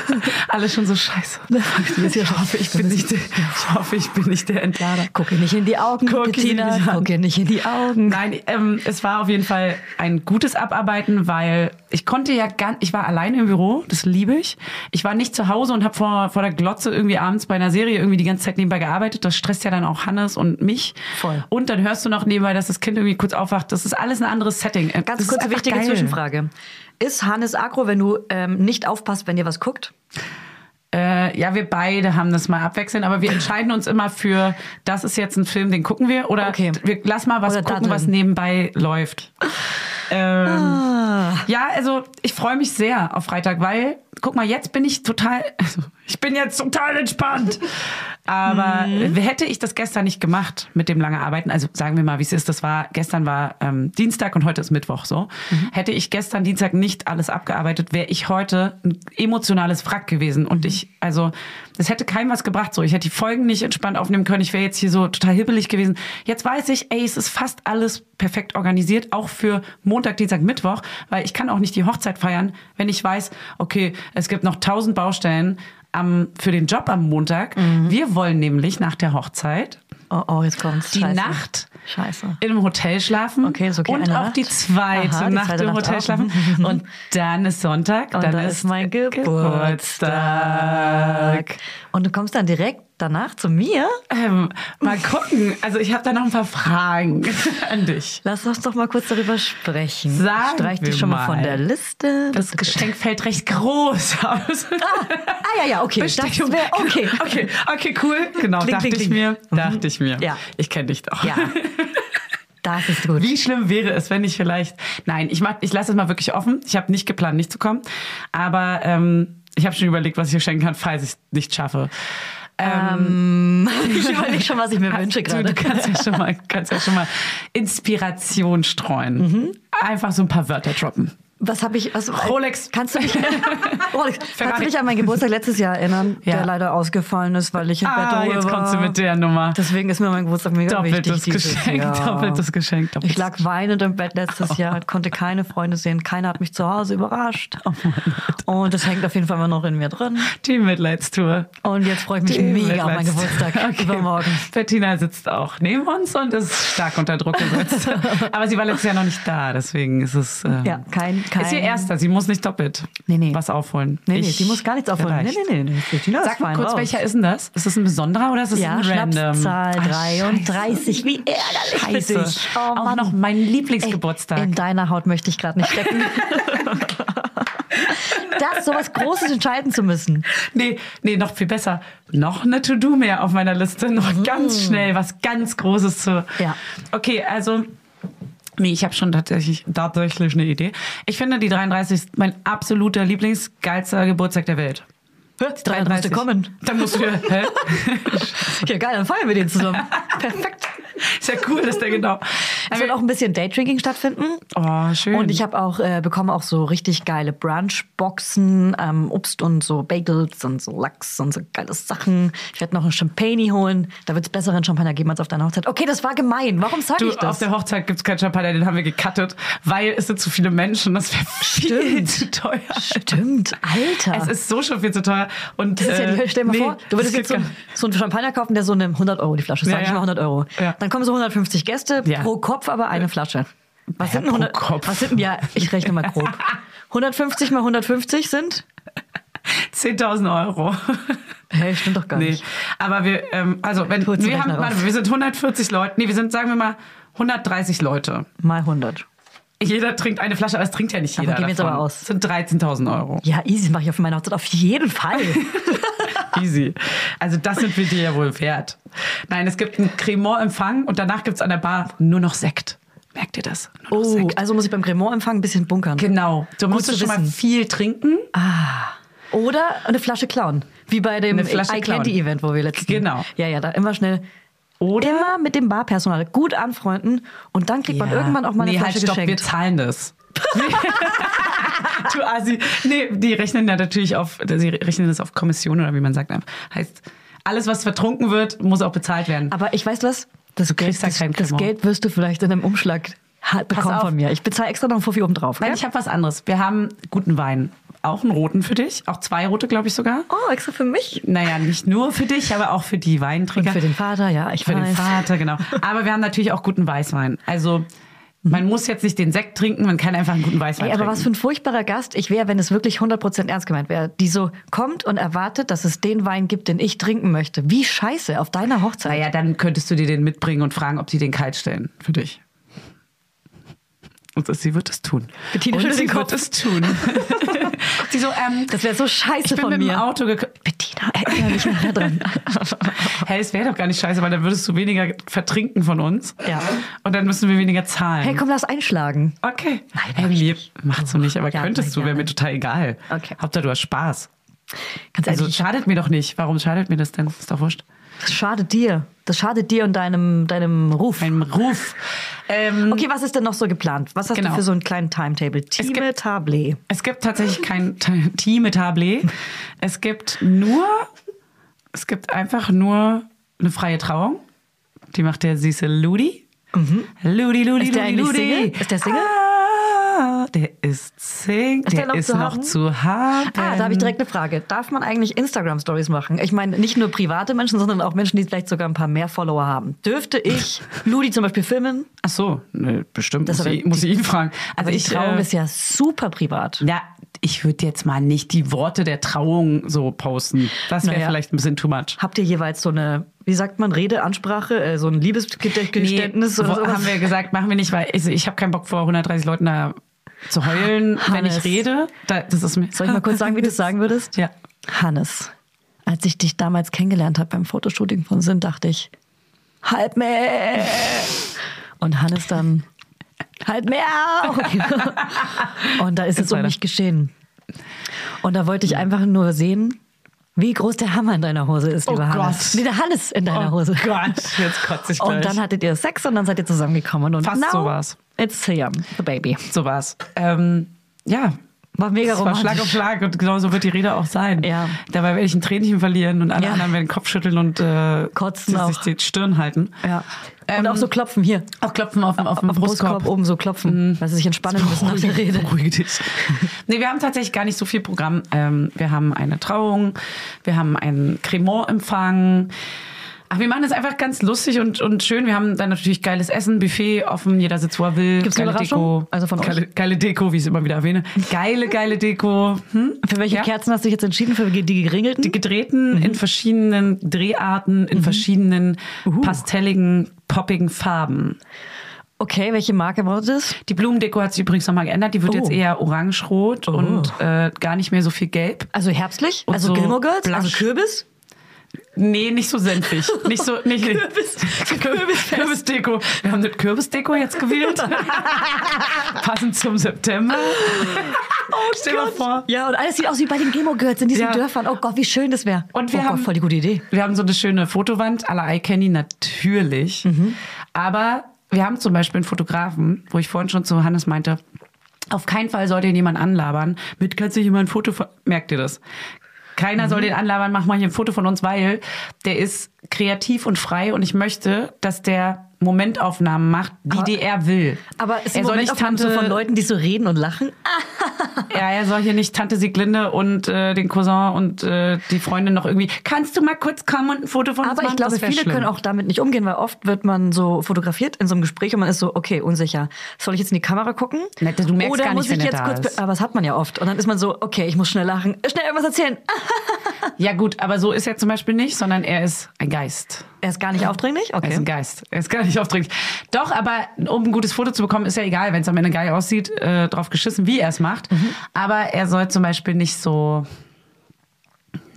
Speaker 1: Alle schon so scheiße. Ich hoffe, ich bin nicht, der- ich hoffe, ich bin nicht der Entlader.
Speaker 2: Guck ihr nicht in die Augen,
Speaker 1: Guck ihr sie
Speaker 2: Bettina.
Speaker 1: nicht an.
Speaker 2: Guck ihr nicht in die Augen.
Speaker 1: Nein, ähm, es war auf jeden Fall ein gutes Abarbeiten, weil ich konnte ja ganz, ich war alleine im Büro, das liebe ich. Ich war nicht zu Hause und habe vor, vor der Glotze irgendwie abends bei einer Serie irgendwie die ganze Zeit nebenbei gearbeitet. Das stresst ja dann auch Hannes und mich.
Speaker 2: Voll.
Speaker 1: Und dann hörst du noch nebenbei, dass das Kind irgendwie kurz aufwacht. Das ist alles ein anderes Setting. Äh, das
Speaker 2: Ganz
Speaker 1: ist
Speaker 2: kurze
Speaker 1: einfach
Speaker 2: wichtige
Speaker 1: geil.
Speaker 2: Zwischenfrage. Ist Hannes Agro, wenn du ähm, nicht aufpasst, wenn ihr was guckt?
Speaker 1: Äh, ja, wir beide haben das mal abwechselnd, aber wir entscheiden uns immer für, das ist jetzt ein Film, den gucken wir oder
Speaker 2: Okay.
Speaker 1: wir lass mal was
Speaker 2: Oder
Speaker 1: gucken,
Speaker 2: daddeln.
Speaker 1: was nebenbei läuft. Ähm, Ja, also ich freue mich sehr auf Freitag, weil guck mal, jetzt bin ich total, also, ich bin jetzt total entspannt. Aber äh, hätte ich das gestern nicht gemacht mit dem lange Arbeiten, also sagen wir mal, wie es ist, das war gestern war ähm, Dienstag und heute ist Mittwoch, so hätte ich gestern Dienstag nicht alles abgearbeitet, wäre ich heute ein emotionales Wrack gewesen und ich, also das hätte keinem was gebracht, so ich hätte die Folgen nicht entspannt aufnehmen können, ich wäre jetzt hier so total hibbelig gewesen. Jetzt weiß ich, ey, es ist fast alles perfekt organisiert, auch für Montag, Dienstag, Mittwoch, weil ich kann auch nicht die Hochzeit feiern, wenn ich weiß, okay, es gibt noch tausend Baustellen am, für den Job am Montag.
Speaker 2: Mhm.
Speaker 1: Wir wollen nämlich nach der Hochzeit
Speaker 2: Oh, oh, jetzt kommt's.
Speaker 1: die
Speaker 2: Scheiße.
Speaker 1: Nacht
Speaker 2: Scheiße.
Speaker 1: im Hotel schlafen
Speaker 2: Oh. Okay, ist okay,
Speaker 1: und
Speaker 2: eine
Speaker 1: auch
Speaker 2: Nacht.
Speaker 1: die zweite
Speaker 2: Aha, die
Speaker 1: Nacht
Speaker 2: zweite
Speaker 1: im
Speaker 2: Nacht
Speaker 1: Hotel
Speaker 2: auch.
Speaker 1: schlafen und dann ist Sonntag,
Speaker 2: *laughs* Und
Speaker 1: dann
Speaker 2: da ist mein Geburtstag. Und du kommst dann direkt danach zu mir?
Speaker 1: Ähm, mal gucken, also ich habe da noch ein paar Fragen *laughs* an dich.
Speaker 2: Lass uns doch mal kurz darüber sprechen.
Speaker 1: Sagen
Speaker 2: Streich dich
Speaker 1: wir
Speaker 2: schon mal,
Speaker 1: mal.
Speaker 2: von der Liste.
Speaker 1: Das Geschenk fällt recht groß aus.
Speaker 2: Ah ja, ja, okay. Das
Speaker 1: Bestechung.
Speaker 2: wär- okay.
Speaker 1: *laughs* okay, okay, cool. Genau,
Speaker 2: Kling,
Speaker 1: dachte
Speaker 2: kling,
Speaker 1: ich
Speaker 2: kling. Mhm.
Speaker 1: mir. Dachte ich mir.
Speaker 2: Ja.
Speaker 1: Ich kenne dich doch.
Speaker 2: Ja. Das ist gut.
Speaker 1: Wie schlimm wäre es, wenn ich vielleicht. Nein, ich, mach, ich lasse es mal wirklich offen. Ich habe nicht geplant, nicht zu kommen. Aber ähm, ich habe schon überlegt, was ich dir schenken kann, falls ich es nicht schaffe. Ähm,
Speaker 2: Ähm, Ich überlege schon, was ich mir
Speaker 1: Hast
Speaker 2: wünsche
Speaker 1: du- Du
Speaker 2: gerade.
Speaker 1: kannst ja schon mal, kannst ja schon mal Inspiration streuen.
Speaker 2: Mhm.
Speaker 1: Einfach so ein paar Wörter droppen.
Speaker 2: *laughs* Was habe ich? Was,
Speaker 1: Rolex. *laughs*
Speaker 2: Kannst du mich, Rolex, kannst
Speaker 1: Ferrari.
Speaker 2: du mich an meinen Geburtstag letztes Jahr erinnern,
Speaker 1: Ja.
Speaker 2: der leider ausgefallen ist, weil ich im
Speaker 1: Ah,
Speaker 2: Bett
Speaker 1: jetzt
Speaker 2: war.
Speaker 1: kommst du mit der Nummer.
Speaker 2: Deswegen ist mir mein Geburtstag mega
Speaker 1: Doppeltes
Speaker 2: wichtig. dieses
Speaker 1: Geschenk,
Speaker 2: Jahr.
Speaker 1: doppeltes Geschenk, doppeltes Oh.
Speaker 2: Ich lag weinend im Bett letztes Jahr, konnte keine Freunde sehen, keiner hat mich zu Hause überrascht.
Speaker 1: Oh
Speaker 2: Und das hängt auf jeden Fall immer noch in mir drin.
Speaker 1: Die Mitleidstour.
Speaker 2: Und jetzt freue ich mich
Speaker 1: Die
Speaker 2: mega auf meinen
Speaker 1: Mitleidstour. *laughs*
Speaker 2: Geburtstag
Speaker 1: Okay.
Speaker 2: übermorgen.
Speaker 1: Bettina sitzt auch neben uns und ist stark unter Druck gesetzt.
Speaker 2: *laughs*
Speaker 1: Aber sie war letztes Jahr noch nicht da, deswegen ist es. ähm,
Speaker 2: Ja, kein- kein-
Speaker 1: Ist ihr erster, sie muss nicht doppelt
Speaker 2: Nee, nee.
Speaker 1: was aufholen.
Speaker 2: Nee, nee,
Speaker 1: Ich
Speaker 2: sie muss gar nichts aufholen.
Speaker 1: vielleicht.
Speaker 2: Nee, nee, nee, nee. Bettina ist
Speaker 1: Sag mal
Speaker 2: fein
Speaker 1: kurz,
Speaker 2: raus.
Speaker 1: welcher ist denn das? Ist das ein besonderer oder ist das
Speaker 2: Ja,
Speaker 1: ein random?
Speaker 2: Schnapszahl
Speaker 1: Ah,
Speaker 2: 33. Wie ärgerlich für
Speaker 1: Scheiße.
Speaker 2: dich. Oh,
Speaker 1: auch
Speaker 2: Mann.
Speaker 1: noch mein
Speaker 2: Ey,
Speaker 1: Lieblingsgeburtstag.
Speaker 2: In deiner Haut möchte ich gerade nicht
Speaker 1: *laughs*
Speaker 2: stecken. das, sowas Großes entscheiden zu müssen.
Speaker 1: Nee, nee, noch viel besser. Noch eine To-Do mehr auf
Speaker 2: Mhm.
Speaker 1: meiner Liste. Noch ganz schnell was ganz Großes zu.
Speaker 2: Ja.
Speaker 1: Okay, also Nee, ich habe schon tatsächlich, tatsächlich eine Idee. Ich finde, die 33 ist mein absoluter Lieblingsgeilster Geburtstag der Welt. Die
Speaker 2: Dann musst du kommen.
Speaker 1: Dann
Speaker 2: *laughs*
Speaker 1: musst du, hä?
Speaker 2: Ja, geil, dann feiern wir
Speaker 1: *laughs*
Speaker 2: den zusammen. Perfekt.
Speaker 1: Ist ja cool, dass der genau.
Speaker 2: Es wird auch ein bisschen Daydrinking stattfinden.
Speaker 1: Oh, schön.
Speaker 2: Also, Und ich habe auch äh, bekomme auch so richtig geile Brunchboxen, ähm, Obst und so Bagels und so Lachs und so geile Sachen. Ich werde noch ein Champagner holen. Da wird es besseren Champagner geben als auf deiner Hochzeit. Okay, das war gemein. Warum sage
Speaker 1: Du,
Speaker 2: ich das?
Speaker 1: auf der Hochzeit gibt's keinen Champagner, den haben wir gecuttet, weil es sind zu viele Menschen, das wäre viel
Speaker 2: Stimmt.
Speaker 1: zu teuer.
Speaker 2: Stimmt, Alter.
Speaker 1: Es ist so schon viel zu teuer. Und,
Speaker 2: das ist ja
Speaker 1: äh,
Speaker 2: die, stell dir mal
Speaker 1: nee,
Speaker 2: vor, du würdest
Speaker 1: das
Speaker 2: jetzt so,
Speaker 1: geht
Speaker 2: ein- so einen Champagner kaufen, der so eine 100 Euro die Flasche, ist.
Speaker 1: Ja,
Speaker 2: sag ich
Speaker 1: ja.
Speaker 2: mal 100 Euro.
Speaker 1: Ja.
Speaker 2: Dann kommen so 150 Gäste
Speaker 1: Ja.
Speaker 2: pro Kopf, aber eine Flasche. Was
Speaker 1: Ja,
Speaker 2: sind denn 100,
Speaker 1: pro Kopf.
Speaker 2: Was sind denn, ja, ich rechne mal
Speaker 1: *laughs*
Speaker 2: grob. 150 mal 150 sind?
Speaker 1: gar- 10.000 Euro.
Speaker 2: Hey, stimmt doch gar
Speaker 1: nee.
Speaker 2: nicht.
Speaker 1: Aber wir, ähm, also, wenn,
Speaker 2: Kurz
Speaker 1: wir, haben,
Speaker 2: Rechner raus.
Speaker 1: warte, wir sind 140 Leute, nee, wir sind, sagen wir mal, 130 Leute.
Speaker 2: Mal 100.
Speaker 1: Jeder trinkt eine Flasche, aber es trinkt ja nicht
Speaker 2: Davon
Speaker 1: jeder.
Speaker 2: gehen wir jetzt
Speaker 1: davon.
Speaker 2: aber aus.
Speaker 1: Das sind 13.000
Speaker 2: *laughs*
Speaker 1: Euro.
Speaker 2: Ja, easy mache ich auf meiner Hochzeit auf jeden Fall.
Speaker 1: *laughs* Easy. Also das sind wir dir ja wohl wert. Nein, es gibt einen Cremant-Empfang und danach gibt's an der Bar nur noch Sekt. Merkt ihr das? Nur noch
Speaker 2: oh,
Speaker 1: Sekt.
Speaker 2: also muss ich beim Cremant-Empfang ein bisschen bunkern.
Speaker 1: Genau. Du musst
Speaker 2: zu
Speaker 1: schon mal
Speaker 2: wissen.
Speaker 1: viel trinken.
Speaker 2: Oder eine Flasche klauen, wie bei dem
Speaker 1: Eine Flasche
Speaker 2: I
Speaker 1: klauen.
Speaker 2: Candy Event, wo wir letztens.
Speaker 1: Genau.
Speaker 2: Ja, ja, da immer schnell.
Speaker 1: Oder-
Speaker 2: immer mit dem Barpersonal gut anfreunden und dann kriegt man irgendwann auch mal eine
Speaker 1: nee,
Speaker 2: Flasche
Speaker 1: halt, stopp, wir
Speaker 2: geschenkt.
Speaker 1: zahlen
Speaker 2: *laughs*
Speaker 1: das. du Asi. Nee, die rechnen da natürlich auf, sie rechnen das auf Kommission oder wie man sagt. Heißt, alles, was vertrunken wird, muss auch bezahlt werden.
Speaker 2: Aber ich weiß was, das,
Speaker 1: Du
Speaker 2: Geld,
Speaker 1: kriegst da
Speaker 2: das,
Speaker 1: kein
Speaker 2: das
Speaker 1: Cremant.
Speaker 2: Geld wirst du vielleicht in einem Umschlag ha- bekommen
Speaker 1: auf.
Speaker 2: von mir. Ich bezahle extra noch einen Fuffi oben drauf.
Speaker 1: Nein, ich habe was anderes. Wir haben guten Wein. Auch einen roten für dich. Auch zwei rote, glaube ich sogar.
Speaker 2: Oh, extra für mich?
Speaker 1: Naja, nicht nur für dich, aber auch für die
Speaker 2: Und
Speaker 1: Weintrinker.
Speaker 2: für den Vater, ja, ich
Speaker 1: Für
Speaker 2: weiß.
Speaker 1: den Vater, genau. Aber wir haben natürlich auch guten Weißwein. Also man muss jetzt nicht den Sekt trinken, man kann einfach einen guten Weißwein
Speaker 2: Mhm. Ey, aber was für
Speaker 1: trinken.
Speaker 2: ein furchtbarer Gast ich wäre, wenn es wirklich 100% ernst gemeint wäre, die so kommt und erwartet, dass es den Wein gibt, den ich trinken möchte. Wie scheiße, auf deiner Hochzeit.
Speaker 1: naja, dann könntest du dir den mitbringen und fragen, ob sie den kalt stellen für dich. Und das, sie wird es tun.
Speaker 2: Bettina
Speaker 1: und
Speaker 2: schüttelt
Speaker 1: sie
Speaker 2: den
Speaker 1: wird
Speaker 2: Kopf.
Speaker 1: es
Speaker 2: *laughs*
Speaker 1: tun. sie so, ähm,
Speaker 2: Das wäre so
Speaker 1: ich
Speaker 2: scheiße
Speaker 1: bin
Speaker 2: von
Speaker 1: mit dem
Speaker 2: mir.
Speaker 1: Auto gekommen.
Speaker 2: *laughs* Bettina, erinnere mich
Speaker 1: *laughs*
Speaker 2: nachher dran.
Speaker 1: Hey, es wäre doch gar nicht scheiße, weil dann würdest du weniger vertrinken von uns.
Speaker 2: Ja.
Speaker 1: Und dann müssen wir weniger zahlen.
Speaker 2: Hey, komm, lass einschlagen.
Speaker 1: Okay. Nein,
Speaker 2: mach ich
Speaker 1: lieb. Macht's du nicht, aber
Speaker 2: Ja,
Speaker 1: könntest
Speaker 2: nein,
Speaker 1: du, wäre
Speaker 2: ja,
Speaker 1: mir
Speaker 2: nein.
Speaker 1: total egal.
Speaker 2: Okay.
Speaker 1: Hauptsache du hast Spaß.
Speaker 2: Ganz ehrlich,
Speaker 1: Also
Speaker 2: ich-
Speaker 1: schadet mir doch nicht. Warum schadet mir das denn? Ist doch wurscht.
Speaker 2: das schadet dir. Das schadet dir und deinem, deinem Ruf.
Speaker 1: Mein Ruf. Ähm,
Speaker 2: Okay, was ist denn noch so geplant? Was hast
Speaker 1: Genau.
Speaker 2: du für so einen kleinen Timetable? Time
Speaker 1: gibt-
Speaker 2: Table.
Speaker 1: Es gibt tatsächlich kein *laughs* Ta- Team-Tablé. Es gibt nur, es gibt einfach nur eine freie Trauung. Die macht der süße Ludi. Ludi, Ludi,
Speaker 2: Mhm. Ist
Speaker 1: Ludi,
Speaker 2: der eigentlich
Speaker 1: Ludi.
Speaker 2: Single? Ist der Single?
Speaker 1: Ah, der ist Single.
Speaker 2: Ist der noch
Speaker 1: ist
Speaker 2: zu
Speaker 1: noch
Speaker 2: haben?
Speaker 1: zu haben.
Speaker 2: Ah, da habe ich direkt eine Frage. Darf man eigentlich Instagram-Stories machen? Ich meine, nicht nur private Menschen, sondern auch Menschen, die vielleicht sogar ein paar mehr Follower haben. Dürfte
Speaker 1: *laughs*
Speaker 2: ich Ludi zum Beispiel filmen?
Speaker 1: Ach so, ne, bestimmt.
Speaker 2: Das
Speaker 1: muss,
Speaker 2: aber
Speaker 1: ich, muss ich ihn fragen.
Speaker 2: Also
Speaker 1: Also
Speaker 2: die
Speaker 1: ich,
Speaker 2: Trauung
Speaker 1: äh,
Speaker 2: ist ja super privat.
Speaker 1: Ja, ich würde jetzt mal nicht die Worte der Trauung so posten. Das wäre
Speaker 2: Naja.
Speaker 1: vielleicht ein bisschen too much.
Speaker 2: Habt ihr jeweils so eine, wie sagt man, Rede, Ansprache, äh, so ein Liebesgeständnis
Speaker 1: wo-
Speaker 2: oder sowas?
Speaker 1: haben wir gesagt, machen wir nicht, weil also ich, ich habe keinen Bock vor 130 Leuten da zu heulen, wenn
Speaker 2: Ah, Hannes.
Speaker 1: ich rede. Da, das ist mir.
Speaker 2: Soll ich mal kurz sagen, wie du es sagen
Speaker 1: *laughs*
Speaker 2: würdest?
Speaker 1: Ja.
Speaker 2: Hannes, als ich dich damals kennengelernt habe beim Fotoshooting von Sinn, dachte ich, halt mehr. Und Hannes dann, halt mehr auch. Und da ist es um
Speaker 1: weiter.
Speaker 2: mich geschehen. Und da wollte ich einfach nur sehen, wie groß der Hammer in deiner Hose ist, lieber Hannes.
Speaker 1: Oh Gott.
Speaker 2: Nee, der Hannes in deiner Hose.
Speaker 1: Oh Gott, jetzt kotze ich gleich.
Speaker 2: *laughs* Und dann hattet ihr Sex und dann seid ihr zusammengekommen. Und
Speaker 1: Fast
Speaker 2: now,
Speaker 1: so war's.
Speaker 2: It's here, the baby.
Speaker 1: so war's. Ähm, ja.
Speaker 2: War mega
Speaker 1: Das war
Speaker 2: romantisch.
Speaker 1: Schlag auf Schlag und genau so wird die Rede auch sein.
Speaker 2: Ja.
Speaker 1: Dabei werde ich ein Tränchen verlieren und alle
Speaker 2: Ja.
Speaker 1: anderen werden den Kopf schütteln und äh,
Speaker 2: Kotzen
Speaker 1: sich
Speaker 2: auch.
Speaker 1: die Stirn halten.
Speaker 2: Ja.
Speaker 1: Ähm,
Speaker 2: und auch so klopfen hier.
Speaker 1: Auch klopfen auf, dem- Mhm. auf dem
Speaker 2: auf dem Brustkorb oben so klopfen, dass sie sich entspannen müssen
Speaker 1: *laughs*
Speaker 2: nach der *laughs* Rede.
Speaker 1: Beruhige dich. nee, wir haben tatsächlich gar nicht so viel Programm. Ähm, wir haben eine Trauung, wir haben einen Cremant-Empfang. Ach, wir machen das einfach ganz lustig und, und schön. Wir haben dann natürlich geiles Essen, Buffet offen, jeder sitzt, wo er will.
Speaker 2: Gibt's eine Überraschung?
Speaker 1: Deko.
Speaker 2: Also von euch?
Speaker 1: geile, geile Deko, wie ich es immer wieder erwähne. Geile, geile Deko. Hm?
Speaker 2: Für welche
Speaker 1: Ja.
Speaker 2: Kerzen hast du dich jetzt entschieden? Für die geringelten?
Speaker 1: Die gedrehten
Speaker 2: Mhm.
Speaker 1: in verschiedenen Dreharten, in verschiedenen pastelligen, poppigen Farben.
Speaker 2: okay, welche Marke braucht es?
Speaker 1: Die Blumendeko hat sich übrigens nochmal geändert. Die wird
Speaker 2: Oh.
Speaker 1: jetzt eher orange-rot und äh, gar nicht mehr so viel gelb.
Speaker 2: Also herbstlich?
Speaker 1: Und
Speaker 2: also
Speaker 1: so
Speaker 2: Gilmore Girls?
Speaker 1: Blush.
Speaker 2: Also Kürbis?
Speaker 1: Nee, nicht so senfig. Nicht so, nicht, *laughs* Kürbis, Kürbisdeko. Wir haben eine Kürbisdeko jetzt gewählt. Passend zum September. Stell dir mal vor.
Speaker 2: Ja, und alles sieht aus wie bei den Gemo Girls in diesen
Speaker 1: Ja.
Speaker 2: Dörfern. Oh Gott, wie schön das wäre.
Speaker 1: Und wir
Speaker 2: oh
Speaker 1: haben-
Speaker 2: Gott, voll die gute Idee.
Speaker 1: Wir haben so eine schöne Fotowand, à la Eye Candy natürlich.
Speaker 2: Mhm.
Speaker 1: Aber wir haben zum Beispiel einen Fotografen, wo ich vorhin schon zu Hannes meinte, auf keinen Fall sollte ihn jemand anlabern. Mit kannst du hier mal ein Foto von. Merkt ihr das? Keiner
Speaker 2: Mhm.
Speaker 1: soll den anlabern, mach mal hier ein Foto von uns, weil der ist kreativ und frei und ich möchte, dass der Momentaufnahmen macht, die, die er will.
Speaker 2: Aber es
Speaker 1: er
Speaker 2: sind
Speaker 1: soll nicht
Speaker 2: Momentaufnahmen so
Speaker 1: Tante
Speaker 2: von Leuten, die so reden und lachen.
Speaker 1: ja, er soll hier nicht Tante Sieglinde und äh, den Cousin und äh, die Freundin noch irgendwie. Kannst du mal kurz kommen und ein Foto von uns
Speaker 2: Aber
Speaker 1: machen?
Speaker 2: ich glaube,
Speaker 1: Das wär
Speaker 2: viele
Speaker 1: schlimm.
Speaker 2: können auch damit nicht umgehen, weil oft wird man so fotografiert in so einem Gespräch und man ist so, okay, unsicher. Soll ich jetzt in die Kamera gucken?
Speaker 1: Na, du merkst
Speaker 2: Oder
Speaker 1: gar nicht,
Speaker 2: muss ich
Speaker 1: wenn er
Speaker 2: jetzt
Speaker 1: da
Speaker 2: kurz.
Speaker 1: ist.
Speaker 2: Aber das hat man ja oft. Und dann ist man so, okay, ich muss schnell lachen, schnell irgendwas erzählen. Ah,
Speaker 1: Ja gut, aber so ist er zum Beispiel nicht, sondern er ist ein Geist.
Speaker 2: er ist gar nicht aufdringlich?
Speaker 1: Er ist ein
Speaker 2: Okay.
Speaker 1: Geist. Er ist gar nicht aufdringlich. Doch, aber um ein gutes Foto zu bekommen, ist ja egal, wenn es am Ende geil aussieht, äh, drauf geschissen, wie er es macht.
Speaker 2: Mhm.
Speaker 1: Aber er soll zum Beispiel nicht so,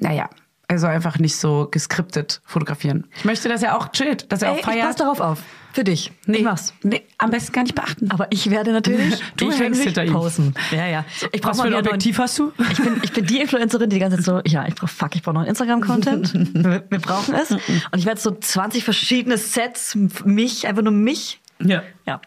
Speaker 1: naja, er soll einfach nicht so geskriptet fotografieren. Ich möchte, dass er auch chillt, dass er
Speaker 2: Ey,
Speaker 1: auch
Speaker 2: ich
Speaker 1: feiert.
Speaker 2: pass darauf auf. Für dich.
Speaker 1: nee,
Speaker 2: Ich mach's.
Speaker 1: Nee, am besten gar nicht beachten.
Speaker 2: Aber ich werde natürlich.
Speaker 1: *laughs* Du
Speaker 2: ich
Speaker 1: hängst hinter ihm.
Speaker 2: posen. Ja, ja. Ich brauch
Speaker 1: Was
Speaker 2: mal
Speaker 1: für ein
Speaker 2: wieder neuen-
Speaker 1: Objektiv hast du?
Speaker 2: Ich bin, ich bin die Influencerin, die die ganze Zeit so, ja, ich brauche fuck, ich brauche neuen
Speaker 1: *laughs*
Speaker 2: Instagram-Content. Wir, wir brauchen es. Und ich werde so 20 verschiedene Sets, f- mich, einfach nur mich.
Speaker 1: *laughs* Ja.
Speaker 2: Ja.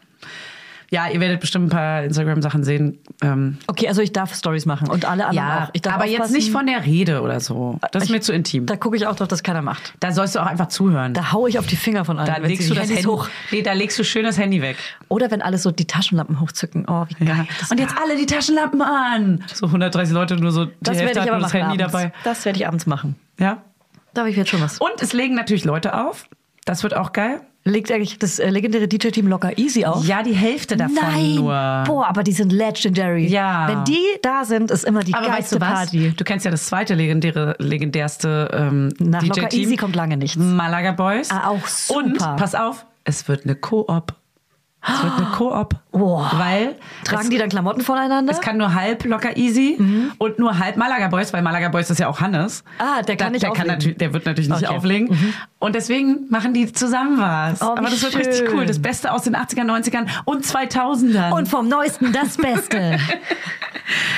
Speaker 1: Ja, ihr werdet bestimmt ein paar Instagram-Sachen sehen. Ähm,
Speaker 2: Okay, also ich darf Stories machen und alle anderen auch. Ich darf
Speaker 1: aber jetzt
Speaker 2: aufpassen.
Speaker 1: nicht von der Rede oder so. Das ist
Speaker 2: Ich-
Speaker 1: mir zu intim.
Speaker 2: Da gucke ich auch drauf, dass keiner macht.
Speaker 1: Da sollst du auch einfach zuhören.
Speaker 2: Da hau ich auf die Finger von allen.
Speaker 1: Da
Speaker 2: wenn sie
Speaker 1: legst du
Speaker 2: die
Speaker 1: das
Speaker 2: Handys
Speaker 1: Handy hoch. Nee, da legst du schön das Handy weg.
Speaker 2: Oder wenn alle so die Taschenlampen hochzücken. Oh, wie geil. das
Speaker 1: Und
Speaker 2: wär.
Speaker 1: jetzt alle die Taschenlampen an. So 130 Leute nur so die
Speaker 2: das
Speaker 1: Hälfte
Speaker 2: werde
Speaker 1: hat
Speaker 2: ich aber
Speaker 1: nur das
Speaker 2: machen.
Speaker 1: Handy
Speaker 2: abends.
Speaker 1: dabei.
Speaker 2: Das werde ich abends machen.
Speaker 1: Ja.
Speaker 2: Da habe ich jetzt schon was.
Speaker 1: Und es legen natürlich Leute auf. Das wird auch geil.
Speaker 2: Legt eigentlich das äh, legendäre DJ-Team locker easy auf?
Speaker 1: Ja, die Hälfte davon
Speaker 2: Nein.
Speaker 1: nur.
Speaker 2: Boah, aber die sind legendary.
Speaker 1: Ja.
Speaker 2: Wenn die da sind, ist immer die
Speaker 1: Aber weißt
Speaker 2: geilste
Speaker 1: du was?
Speaker 2: Party.
Speaker 1: Du kennst ja das zweite legendäre, legendärste ähm,
Speaker 2: Nach
Speaker 1: DJ-Team.
Speaker 2: Locker Easy kommt lange nichts.
Speaker 1: Malaga Boys.
Speaker 2: Ah, auch super.
Speaker 1: Und pass auf, es wird eine Koop. Es wird eine Koop.
Speaker 2: Boah.
Speaker 1: Weil
Speaker 2: Tragen
Speaker 1: es,
Speaker 2: die dann Klamotten voneinander?
Speaker 1: es kann nur halb Locker Easy und nur halb Malaga Boys, weil Malaga Boys ist ja auch Hannes.
Speaker 2: Ah, der kann
Speaker 1: Da-
Speaker 2: nicht
Speaker 1: der
Speaker 2: auflegen.
Speaker 1: natürlich, Der wird natürlich nicht
Speaker 2: Okay. Mhm.
Speaker 1: auflegen. Und deswegen machen die zusammen was.
Speaker 2: Oh, wie
Speaker 1: Aber das wird richtig
Speaker 2: schön.
Speaker 1: cool. Das Beste aus den 80ern, 90ern und 2000ern.
Speaker 2: Und vom Neuesten
Speaker 1: *laughs*
Speaker 2: das Beste.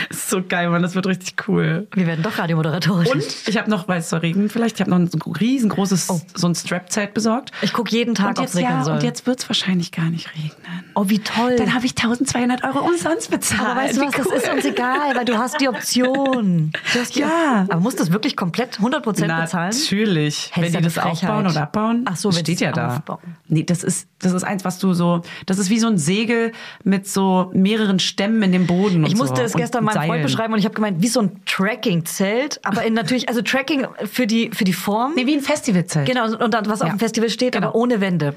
Speaker 1: ist so geil, Mann. Das wird richtig cool.
Speaker 2: Wir werden doch Radiomoderatorisch.
Speaker 1: Und *laughs* ich habe noch, weil es so regnet vielleicht, ich habe noch ein riesengroßes, so ein Strap-Zelt besorgt.
Speaker 2: Oh. Ich gucke jeden Tag,
Speaker 1: und
Speaker 2: ob
Speaker 1: jetzt,
Speaker 2: es regnen
Speaker 1: ja,
Speaker 2: soll.
Speaker 1: Und jetzt wird es wahrscheinlich gar nicht regnen.
Speaker 2: oh, wie toll. Ah,
Speaker 1: Dann habe ich 1200 Euro umsonst bezahlt.
Speaker 2: aber weißt du
Speaker 1: Wie
Speaker 2: was, das
Speaker 1: cool.
Speaker 2: ist uns egal, weil du hast die Option. Du hast die
Speaker 1: Ja.
Speaker 2: Option. Aber musst du das wirklich komplett 100% bezahlen?
Speaker 1: Natürlich. Wenn
Speaker 2: Hey, ist
Speaker 1: die
Speaker 2: ja eine
Speaker 1: das
Speaker 2: Frechheit.
Speaker 1: aufbauen oder abbauen,
Speaker 2: Ach so,
Speaker 1: das
Speaker 2: wenn
Speaker 1: steht
Speaker 2: sie
Speaker 1: ja
Speaker 2: es
Speaker 1: da.
Speaker 2: aufbauen.
Speaker 1: Nee, das ist, das ist eins, was du so, das ist wie so ein Segel mit so mehreren Stämmen in dem Boden.
Speaker 2: Ich
Speaker 1: und
Speaker 2: musste
Speaker 1: so.
Speaker 2: es
Speaker 1: Und
Speaker 2: gestern
Speaker 1: mit
Speaker 2: meinem Freund
Speaker 1: Seilen.
Speaker 2: beschreiben und ich habe gemeint, wie so ein Tracking-Zelt. Aber in natürlich, also Tracking für die, für die Form.
Speaker 1: Nee, wie ein Festivalzelt.
Speaker 2: Genau, und dann, was auf
Speaker 1: Ja.
Speaker 2: dem Festival steht,
Speaker 1: Genau.
Speaker 2: aber ohne Wände.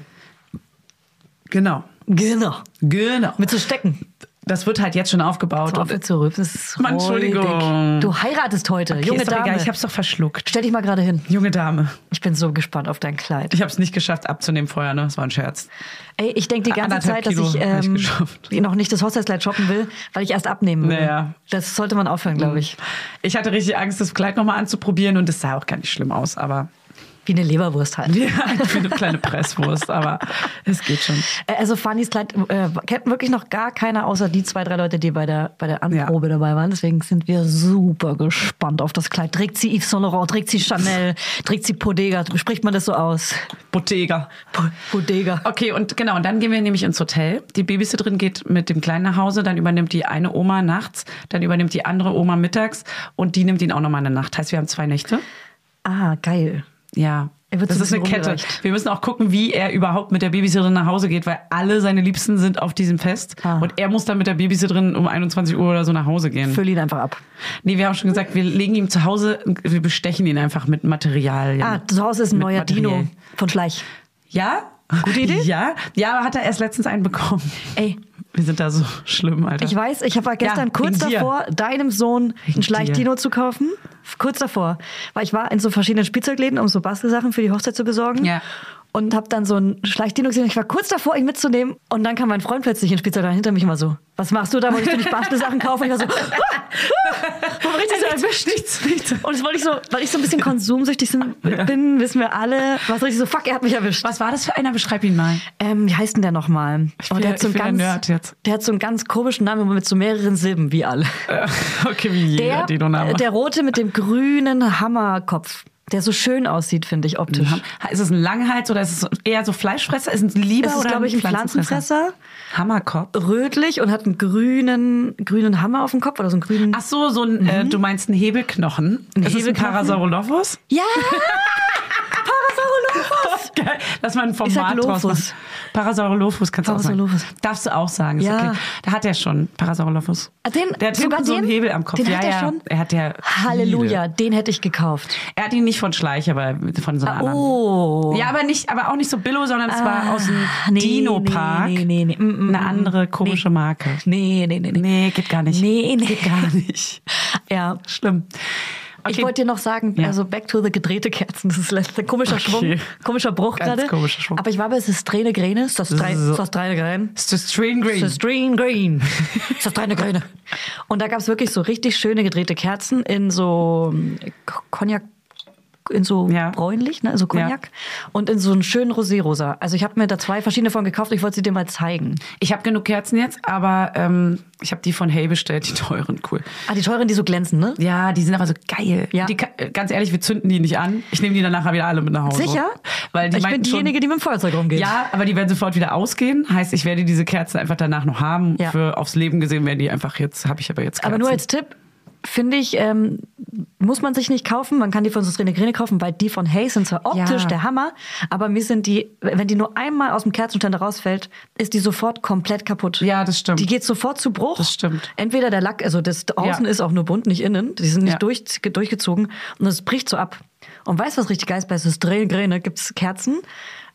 Speaker 1: Genau.
Speaker 2: Genau.
Speaker 1: Genau.
Speaker 2: Mit so Stecken.
Speaker 1: Das wird halt jetzt schon aufgebaut.
Speaker 2: Auf
Speaker 1: und,
Speaker 2: zu rüpfen. Das ist
Speaker 1: Mann, Entschuldigung.
Speaker 2: räudig. Du heiratest heute,
Speaker 1: okay,
Speaker 2: junge
Speaker 1: ist doch
Speaker 2: Dame.
Speaker 1: egal, ich hab's doch verschluckt.
Speaker 2: Stell dich mal gerade hin.
Speaker 1: Junge Dame.
Speaker 2: Ich bin so gespannt auf dein Kleid.
Speaker 1: Ich habe es nicht geschafft abzunehmen vorher, ne? Das war ein Scherz.
Speaker 2: Ey, ich denke die ganze
Speaker 1: Anderthalb
Speaker 2: Zeit, dass ich,
Speaker 1: Kilo hab ich
Speaker 2: ähm,
Speaker 1: geschafft.
Speaker 2: noch nicht das Hochzeitskleid shoppen will, weil ich erst abnehmen will.
Speaker 1: Naja. Mhm.
Speaker 2: Das sollte man aufhören, glaube ich.
Speaker 1: Ich hatte richtig Angst, das Kleid nochmal anzuprobieren und es sah auch gar nicht schlimm aus, aber *laughs*
Speaker 2: Wie eine Leberwurst halt.
Speaker 1: ja, wie eine kleine Presswurst, aber es geht schon.
Speaker 2: Äh, Also Fannys Kleid äh, kennt wirklich noch gar keiner, außer die zwei, drei Leute, die bei der, bei der Anprobe dabei waren. Deswegen sind wir super gespannt auf das Kleid. Trägt sie Yves Saint Laurent, trägt sie Chanel, trägt sie Bodega. Spricht man das so aus?
Speaker 1: Bottega.
Speaker 2: Bo- Bodega.
Speaker 1: Okay, und genau, und dann gehen wir nämlich ins Hotel. Die Babysitterin geht mit dem Kleinen nach Hause, dann übernimmt die eine Oma nachts, dann übernimmt die andere Oma mittags und die nimmt ihn auch nochmal eine Nacht. Heißt, wir haben zwei Nächte.
Speaker 2: Ah, geil.
Speaker 1: Ja.
Speaker 2: Er wird
Speaker 1: das
Speaker 2: so ein
Speaker 1: ist eine
Speaker 2: bisschen
Speaker 1: Kette.
Speaker 2: rumgereicht.
Speaker 1: Wir müssen auch gucken, wie er überhaupt mit der Babysitterin nach Hause geht, weil alle seine Liebsten sind auf diesem Fest.
Speaker 2: Ah.
Speaker 1: Und er muss dann mit der Babysitterin um 21 Uhr oder so nach Hause gehen.
Speaker 2: Füll ihn einfach ab.
Speaker 1: Nee, wir haben schon gesagt, wir legen ihm zu Hause, wir bestechen ihn einfach mit Materialien.
Speaker 2: Ah, zu Hause ist ein
Speaker 1: Mit
Speaker 2: neuer Dino
Speaker 1: Material.
Speaker 2: von Schleich.
Speaker 1: Ja? Gute
Speaker 2: Idee.
Speaker 1: Ja, ja, aber hat er erst letztens einen bekommen.
Speaker 2: Ey.
Speaker 1: Wir sind da so schlimm, Alter.
Speaker 2: Ich weiß, ich war gestern
Speaker 1: Ja,
Speaker 2: kurz
Speaker 1: wegen dir.
Speaker 2: davor, deinem Sohn einen
Speaker 1: Wegen
Speaker 2: Schleichdino zu kaufen. Kurz davor. Weil ich war in so verschiedenen Spielzeugläden, um so Bastelsachen für die Hochzeit zu besorgen.
Speaker 1: Ja.
Speaker 2: und habe dann so einen Schleichdino gesehen. Ich war kurz davor, ihn mitzunehmen. Und dann kam mein Freund plötzlich in Spielzeug dann hinter mich immer so: Was machst du da? Wolltest du nicht bastel Sachen kaufen? Und ich war so: *laughs* Warum richtig so erwischt?
Speaker 1: Nichts, nichts.
Speaker 2: Und das wollte ich so, weil ich so ein bisschen konsumsüchtig sind, bin, wissen wir alle. War so richtig so: Fuck, er hat mich erwischt.
Speaker 1: Was war das für einer? Beschreib ihn mal.
Speaker 2: Ähm, wie heißt denn der nochmal? Oh,
Speaker 1: bin-
Speaker 2: der, hat so
Speaker 1: ich bin
Speaker 2: einen
Speaker 1: der
Speaker 2: ganz-
Speaker 1: Nerd jetzt.
Speaker 2: der hat so einen ganz komischen Namen mit so mehreren Silben, wie alle.
Speaker 1: Äh, Okay, wie
Speaker 2: Äh, Der,
Speaker 1: jeder Dino-Name.
Speaker 2: der rote mit dem grünen Hammerkopf, der so schön aussieht, finde ich optisch.
Speaker 1: Ist es ein Langhals oder ist es eher so Fleischfresser? Ist es ein Lieber
Speaker 2: Es ist,
Speaker 1: oder
Speaker 2: glaube ich, ein Pflanzenfresser,
Speaker 1: Hammerkopf.
Speaker 2: rötlich und hat einen grünen, grünen Hammer auf dem Kopf oder so einen grünen.
Speaker 1: Ach so, so ein, äh, du meinst einen Hebelknochen.
Speaker 2: Mhm. Ein
Speaker 1: ist es ein
Speaker 2: Hebelknochen?
Speaker 1: Parasaurolophus?
Speaker 2: Ja! Parasaurolophus!
Speaker 1: *laughs* Geil. Lass mal ein Format
Speaker 2: sag
Speaker 1: draus machen.
Speaker 2: Lophus.
Speaker 1: Parasaurolophus kannst du auch sagen.
Speaker 2: Parasaurolophus.
Speaker 1: Darfst du auch sagen. Ist
Speaker 2: Ja.
Speaker 1: okay. Da hat er schon Parasaurolophus.
Speaker 2: Ah, Den,
Speaker 1: der hat hinten so einen
Speaker 2: den?
Speaker 1: Hebel am Kopf.
Speaker 2: Den
Speaker 1: ja,
Speaker 2: hat er
Speaker 1: ja.
Speaker 2: schon.
Speaker 1: Er hat ja
Speaker 2: Halleluja,
Speaker 1: viele.
Speaker 2: den hätte ich gekauft.
Speaker 1: Er hat ihn nicht von Schleich, aber von so einer anderen.
Speaker 2: Ah, Oh. Ah,
Speaker 1: Ja, aber nicht, aber auch nicht so Billo, sondern es war aus dem
Speaker 2: nee,
Speaker 1: Dino-Park.
Speaker 2: nee, nee, nee, mm, mm,
Speaker 1: Eine andere komische Marke.
Speaker 2: Nee, nee, nee, nee.
Speaker 1: Nee, geht gar nicht.
Speaker 2: Nee, nee.
Speaker 1: Geht gar nicht.
Speaker 2: *laughs* Ja.
Speaker 1: Schlimm.
Speaker 2: Ich wollte dir noch sagen,
Speaker 1: Ja.
Speaker 2: also back to the gedrehte Kerzen, das ist letzte komischer
Speaker 1: Okay.
Speaker 2: Schwung, komischer Bruch
Speaker 1: Ganz
Speaker 2: gerade.
Speaker 1: komischer Schwung.
Speaker 2: Aber ich war bei Sestrene Grene, ist das drei,
Speaker 1: So.
Speaker 2: ist das drei Grene?
Speaker 1: Stream Green.
Speaker 2: Sestrene
Speaker 1: *laughs*
Speaker 2: Green, ist das drei Grene? Und da gab es wirklich so richtig schöne gedrehte Kerzen in so ähm, K- Cognac in so
Speaker 1: Ja.
Speaker 2: bräunlich, ne, so Cognac und in so einen schönen Rosé-Rosa. Also ich habe mir da zwei verschiedene von gekauft, ich wollte sie dir mal zeigen.
Speaker 1: Ich habe genug Kerzen jetzt, aber ähm, ich habe die von Hey bestellt, die teuren, cool.
Speaker 2: Ah, die teuren, die so glänzen, ne?
Speaker 1: Ja, die sind aber so geil.
Speaker 2: Ja.
Speaker 1: Die, ka- äh, ganz ehrlich, wir zünden die nicht an. Ich nehme die dann nachher wieder alle mit nach Hause.
Speaker 2: Sicher?
Speaker 1: Weil die
Speaker 2: Also ich bin
Speaker 1: meinten schon-
Speaker 2: diejenige, die mit dem Feuerzeug rumgeht.
Speaker 1: Ja, aber die werden sofort wieder ausgehen. Heißt, ich werde diese Kerzen einfach danach noch haben.
Speaker 2: Ja.
Speaker 1: Für aufs Leben gesehen werden die einfach jetzt, habe ich aber jetzt Kerzen.
Speaker 2: Aber nur als Tipp, finde ich, ähm, muss man sich nicht kaufen. Man kann die von Sustrene Grene kaufen, weil die von Hayes sind zwar optisch
Speaker 1: Ja.
Speaker 2: der Hammer, aber mir sind die, wenn die nur einmal aus dem Kerzenständer rausfällt, ist die sofort komplett kaputt.
Speaker 1: Ja, das stimmt.
Speaker 2: Die geht sofort zu Bruch.
Speaker 1: Das stimmt.
Speaker 2: Entweder der Lack, also das außen
Speaker 1: Ja.
Speaker 2: ist auch nur bunt, nicht innen. Die sind nicht
Speaker 1: Ja.
Speaker 2: durch, durchgezogen und es bricht so ab. Und weißt du, was richtig geil ist? Bei Sustrene Grene gibt es ne, Kerzen.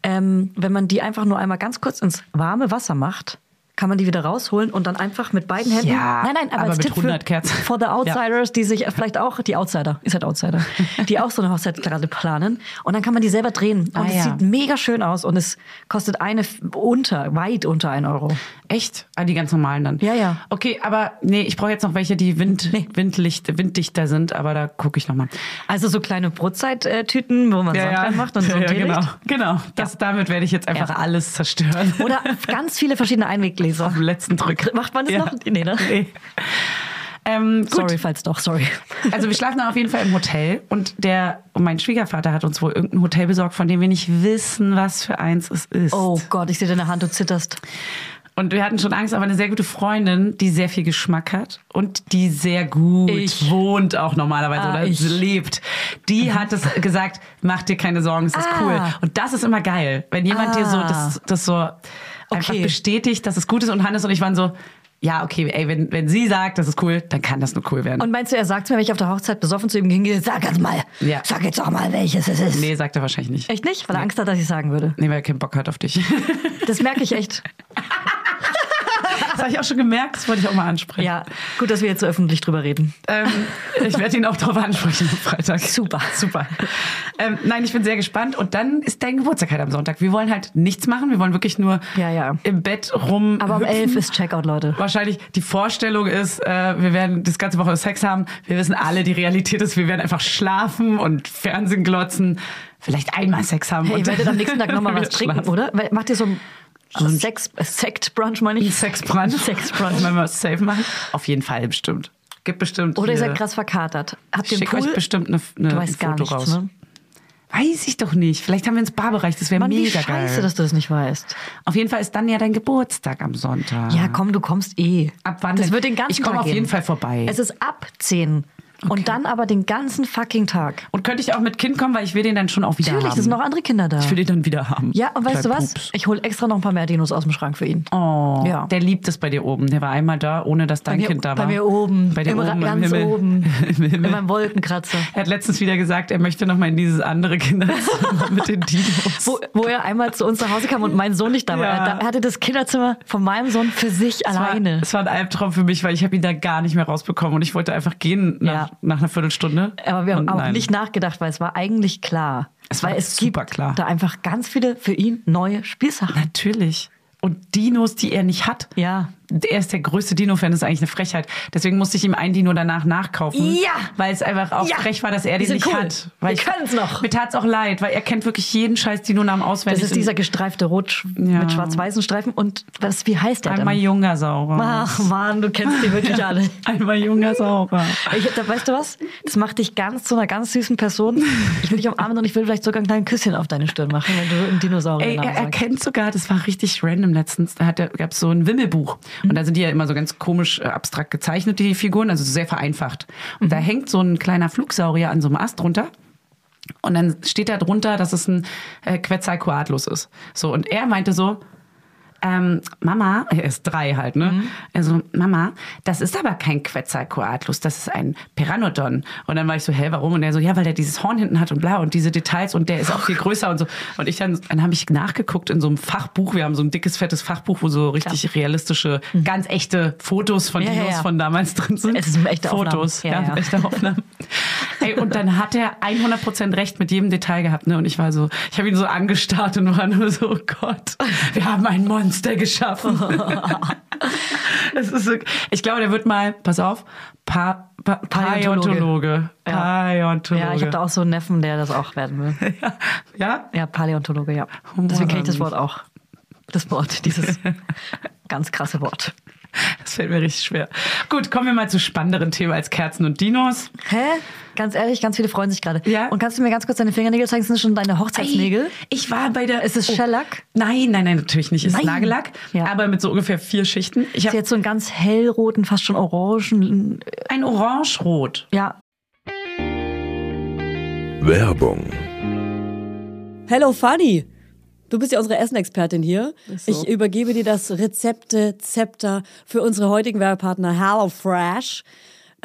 Speaker 2: Ähm, wenn man die einfach nur einmal ganz kurz ins warme Wasser macht, kann man die wieder rausholen und dann einfach mit beiden Händen.
Speaker 1: Ja,
Speaker 2: nein, nein, aber,
Speaker 1: aber
Speaker 2: als
Speaker 1: mit
Speaker 2: Tipp
Speaker 1: 100
Speaker 2: für,
Speaker 1: Kerzen.
Speaker 2: for the
Speaker 1: Ja.
Speaker 2: Outsiders, die sich vielleicht auch, die Outsider, ist halt Outsider, die auch so eine Hochzeit gerade planen. Und dann kann man die selber drehen. Und
Speaker 1: Ah,
Speaker 2: es
Speaker 1: ja.
Speaker 2: sieht mega schön aus und es kostet eine f- unter, weit unter 1 Euro.
Speaker 1: Echt? Ah, die ganz normalen dann.
Speaker 2: Ja, ja.
Speaker 1: Okay, aber nee, ich brauche jetzt noch welche, die Wind,
Speaker 2: Nee.
Speaker 1: Windlicht, winddichter sind, aber da gucke ich nochmal.
Speaker 2: Also so kleine Brotzeit-Tüten, wo man Sand reinmacht und so ein Teelicht.
Speaker 1: genau. Genau. Das, Damit werde ich jetzt einfach
Speaker 2: Ja.
Speaker 1: alles zerstören.
Speaker 2: Oder ganz viele verschiedene Einweggläser.
Speaker 1: *laughs* Am letzten Drück.
Speaker 2: Macht man das
Speaker 1: Ja.
Speaker 2: noch? Nee, ne?
Speaker 1: Nee. Ähm, gut.
Speaker 2: Sorry, falls doch, sorry.
Speaker 1: Also wir schlafen dann auf jeden Fall im Hotel und der und mein Schwiegervater hat uns wohl irgendein Hotel besorgt, von dem wir nicht wissen, was für eins es ist.
Speaker 2: Oh Gott, ich sehe deine Hand, du zitterst.
Speaker 1: Und wir hatten schon Angst, aber eine sehr gute Freundin, die sehr viel Geschmack hat und die sehr gut
Speaker 2: Ich.
Speaker 1: wohnt auch normalerweise
Speaker 2: Ah,
Speaker 1: oder
Speaker 2: ich. Mhm.
Speaker 1: lebt, die hat es gesagt, mach dir keine Sorgen, es ist
Speaker 2: Ah.
Speaker 1: cool. Und das ist immer geil, wenn jemand dir so
Speaker 2: Ah.
Speaker 1: das, das so einfach
Speaker 2: Okay.
Speaker 1: bestätigt, dass es gut ist. Und Hannes und ich waren so, ja, okay, ey, wenn, wenn sie sagt, das ist cool, dann kann das nur cool werden.
Speaker 2: Und meinst du, er sagt mir, wenn ich auf der Hochzeit besoffen zu ihm ginge, sag jetzt mal,
Speaker 1: Ja.
Speaker 2: sag jetzt auch mal, welches es ist.
Speaker 1: nee, sagt er wahrscheinlich nicht.
Speaker 2: Echt nicht? Weil er Angst hat, dass ich sagen würde.
Speaker 1: Nee, weil er keinen Bock hat auf dich.
Speaker 2: Das merke ich echt.
Speaker 1: *laughs* Das habe ich auch schon gemerkt, das wollte ich auch mal ansprechen.
Speaker 2: Ja, gut, dass wir jetzt so öffentlich drüber reden.
Speaker 1: Ähm, ich werde ihn auch darauf ansprechen am Freitag.
Speaker 2: Super.
Speaker 1: Super. Ähm, nein, ich bin sehr gespannt. Und dann ist dein Geburtstag halt am Sonntag. Wir wollen halt nichts machen. Wir wollen wirklich nur
Speaker 2: Ja, ja.
Speaker 1: im Bett rum.
Speaker 2: Aber um
Speaker 1: hüpfen.
Speaker 2: elf ist Checkout, Leute.
Speaker 1: Wahrscheinlich die Vorstellung ist, äh, wir werden das ganze Woche Sex haben. Wir wissen alle, die Realität ist, wir werden einfach schlafen und Fernsehen glotzen. Vielleicht einmal Sex haben.
Speaker 2: Hey, ihr
Speaker 1: und
Speaker 2: werdet am nächsten
Speaker 1: *laughs*
Speaker 2: Tag nochmal was
Speaker 1: wieder
Speaker 2: trinken,
Speaker 1: schlafen.
Speaker 2: oder? Weil- Macht ihr so ein Sex, Sekt-Brunch, meine ich?
Speaker 1: Sexbrunch.
Speaker 2: Sexbrunch.
Speaker 1: Wenn wir es safe machen. Auf jeden Fall, bestimmt. Gibt bestimmt.
Speaker 2: Oder ihr
Speaker 1: hier-
Speaker 2: seid krass verkatert. Habt
Speaker 1: Ich
Speaker 2: ihr einen
Speaker 1: schicke euch
Speaker 2: Pool?
Speaker 1: bestimmt eine, eine
Speaker 2: du
Speaker 1: ein
Speaker 2: weißt
Speaker 1: Foto
Speaker 2: gar nichts,
Speaker 1: raus.
Speaker 2: ne?
Speaker 1: Weiß ich doch nicht. Vielleicht haben wir ins Barbereich. Das wäre
Speaker 2: Mann, wie
Speaker 1: mega
Speaker 2: scheiße,
Speaker 1: geil.
Speaker 2: dass du das nicht weißt.
Speaker 1: auf jeden Fall ist dann ja dein Geburtstag am Sonntag.
Speaker 2: Ja, komm, du kommst eh.
Speaker 1: Ab wann
Speaker 2: Das
Speaker 1: denn?
Speaker 2: wird den ganzen
Speaker 1: Ich
Speaker 2: Tag
Speaker 1: komm auf
Speaker 2: gehen. Also-
Speaker 1: jeden Fall vorbei.
Speaker 2: Es ist ab 10. Und dann aber den ganzen fucking Tag.
Speaker 1: Und könnte ich auch mit Kind kommen, weil ich will den dann schon auch wieder
Speaker 2: Natürlich,
Speaker 1: haben.
Speaker 2: es sind noch andere Kinder da.
Speaker 1: ich will den dann wieder haben.
Speaker 2: Ja, und weißt du
Speaker 1: Kleinen
Speaker 2: was?
Speaker 1: Pups.
Speaker 2: Ich hole extra noch ein paar mehr Dinos aus dem Schrank für ihn.
Speaker 1: Oh,
Speaker 2: Ja.
Speaker 1: der liebt es bei dir oben. Der war einmal da, ohne dass dein
Speaker 2: mir-
Speaker 1: Kind da
Speaker 2: bei
Speaker 1: war.
Speaker 2: mir oben.
Speaker 1: Bei dir
Speaker 2: Im Ra-
Speaker 1: oben,
Speaker 2: ganz
Speaker 1: im Himmel.
Speaker 2: oben.
Speaker 1: *laughs* Im Himmel.
Speaker 2: In meinem Wolkenkratzer.
Speaker 1: Er hat letztens wieder gesagt, er möchte noch mal in dieses andere
Speaker 2: *laughs*
Speaker 1: Kinderzimmer mit den Dinos.
Speaker 2: Wo, wo er einmal zu uns nach Hause kam und mein Sohn nicht da war.
Speaker 1: Ja.
Speaker 2: Er- Er hatte das Kinderzimmer von meinem Sohn für sich
Speaker 1: Es war-
Speaker 2: alleine.
Speaker 1: Es war ein Albtraum für mich, weil ich habe ihn da gar nicht mehr rausbekommen und ich wollte einfach gehen nach,
Speaker 2: Ja.
Speaker 1: nach einer Viertelstunde.
Speaker 2: Aber wir haben
Speaker 1: Und
Speaker 2: auch
Speaker 1: nein.
Speaker 2: nicht nachgedacht, weil es war eigentlich klar.
Speaker 1: Es war
Speaker 2: Weil es
Speaker 1: super
Speaker 2: gibt
Speaker 1: klar.
Speaker 2: da einfach ganz viele für ihn neue Spielsachen.
Speaker 1: Natürlich. Und Dinos, die er nicht hat.
Speaker 2: Ja.
Speaker 1: Er ist der größte Dino-Fan, das ist eigentlich eine Frechheit. Deswegen musste ich ihm einen Dino danach nachkaufen.
Speaker 2: Ja!
Speaker 1: Weil es einfach auch
Speaker 2: Ja!
Speaker 1: frech war, dass er
Speaker 2: Die
Speaker 1: den nicht
Speaker 2: sind cool.
Speaker 1: hat.
Speaker 2: Wir
Speaker 1: Weil ich-
Speaker 2: können's noch.
Speaker 1: Mir tat's auch leid, weil er kennt wirklich jeden scheiß Dino-Namen auswendig.
Speaker 2: Das ist dieser gestreifte Rot
Speaker 1: Ja.
Speaker 2: mit schwarz-weißen Streifen. Und was, wie heißt der
Speaker 1: Einmal
Speaker 2: denn?
Speaker 1: junger Saurer.
Speaker 2: Ach Mann, du kennst die wirklich alle. *laughs*
Speaker 1: Einmal junger Saurer.
Speaker 2: Ich, da, weißt du was? Das macht dich ganz zu einer ganz süßen Person. Ich will dich umarmen und ich will vielleicht sogar ein kleines Küsschen auf deine Stirn machen, wenn du einen Dinosaurier
Speaker 1: Ey, er
Speaker 2: sagst.
Speaker 1: erkennt sogar, das war richtig random letztens, da gab es so ein Wimmelbuch. Und da sind die ja immer so ganz komisch äh, abstrakt gezeichnet, die Figuren, also sehr vereinfacht. Und da hängt so ein kleiner Flugsaurier an so einem Ast runter. Und dann steht da drunter, dass es ein äh, Quetzalcoatlus ist. So, und er meinte so, ähm, Mama, er ist drei halt,
Speaker 2: Mhm.
Speaker 1: ne? Also, Mama, das ist aber kein Quetzalcoatlus, das ist ein Pteranodon. Und dann war ich so, hä, warum? Und er so, ja, weil der dieses Horn hinten hat und bla und diese Details und der ist auch viel größer und so. Und ich dann, dann habe ich nachgeguckt in so einem Fachbuch, wir haben so ein dickes, fettes Fachbuch, wo so richtig realistische, ganz echte Fotos von
Speaker 2: Mhm. Ja, ja,
Speaker 1: Dinos
Speaker 2: ja.
Speaker 1: von damals drin sind.
Speaker 2: Es sind echte Aufnahmen.
Speaker 1: Fotos,
Speaker 2: Ja, ja.
Speaker 1: echte Aufnahmen. ne? Ey, und dann hat er 100% recht mit jedem Detail gehabt, ne? Und ich war so, ich habe ihn so angestarrt und war nur so, oh Gott, wir haben ein Monster
Speaker 2: *laughs*
Speaker 1: geschaffen. das ist so, ich glaube, der wird mal, pass auf, pa, pa, Paläontologe.
Speaker 2: Paläontologe.
Speaker 1: Paläontologe.
Speaker 2: Ja, ich habe da auch so einen Neffen, der das auch werden will.
Speaker 1: *laughs* Ja, ja?
Speaker 2: Ja, Paläontologe, ja.
Speaker 1: Oh,
Speaker 2: Deswegen kenne ich das Wort auch. Das
Speaker 1: *laughs*
Speaker 2: Wort, dieses ganz krasse Wort.
Speaker 1: das fällt mir richtig schwer. Gut, kommen wir mal zu spannenderen Themen als Kerzen und Dinos.
Speaker 2: Hä? Ganz ehrlich, ganz viele freuen sich gerade.
Speaker 1: Ja.
Speaker 2: Und kannst du mir ganz kurz deine Fingernägel zeigen? Sind das schon deine Hochzeitsnägel?
Speaker 1: Ey, Ich war bei der. Oh.
Speaker 2: Ist es Shellac?
Speaker 1: Nein, nein, nein, natürlich nicht. Es ist
Speaker 2: Nein.
Speaker 1: Nagellack,
Speaker 2: Ja.
Speaker 1: aber mit so ungefähr vier Schichten. Ich
Speaker 2: Ich habe
Speaker 1: habe
Speaker 2: jetzt so einen ganz hellroten, fast schon orangen.
Speaker 1: ein Orangerot.
Speaker 2: Ja,
Speaker 5: Werbung,
Speaker 3: Hello Fanny, du bist ja unsere Essenexpertin hier. Ich übergebe dir das Rezepte-Zepter für unsere heutigen Werbepartner HelloFresh.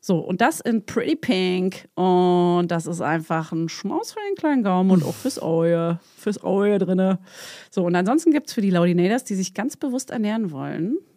Speaker 4: So, und das in Pretty Pink. Und das ist einfach ein Schmaus für den kleinen Gaumen und auch fürs Auge. Fürs Auge drinne. So, und ansonsten gibt es für die Laudinators, die sich ganz bewusst ernähren wollen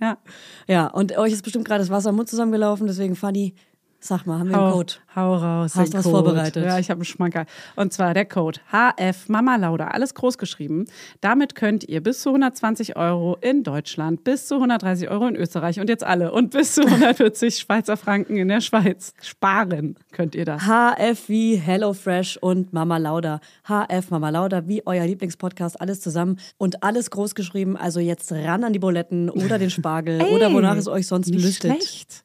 Speaker 4: Ja.
Speaker 3: Ja, und euch ist bestimmt gerade das Wasser im Mund zusammengelaufen. Deswegen, Fanny, sag mal, haben wir einen
Speaker 4: Hau,
Speaker 3: Code?
Speaker 4: hau raus.
Speaker 3: Hast
Speaker 4: den
Speaker 3: was
Speaker 4: Code.
Speaker 3: vorbereitet?
Speaker 4: Ja, ich habe einen Schmanker. Und zwar der Code HF Mama Lauda, alles groß geschrieben. Damit könnt ihr bis zu 120 Euro in Deutschland, bis zu 130 Euro in Österreich und jetzt alle und bis zu 140 Schweizer Franken in der Schweiz sparen könnt ihr
Speaker 3: Ah,
Speaker 4: das.
Speaker 3: HF wie HelloFresh und Mama Lauda. HF Mama Lauda wie euer Lieblingspodcast, alles zusammen und alles groß geschrieben. Also jetzt ran an die Buletten oder den
Speaker 4: *laughs*
Speaker 3: Spargel oder wonach es euch sonst
Speaker 4: Nicht
Speaker 3: lüstet.
Speaker 4: schlecht.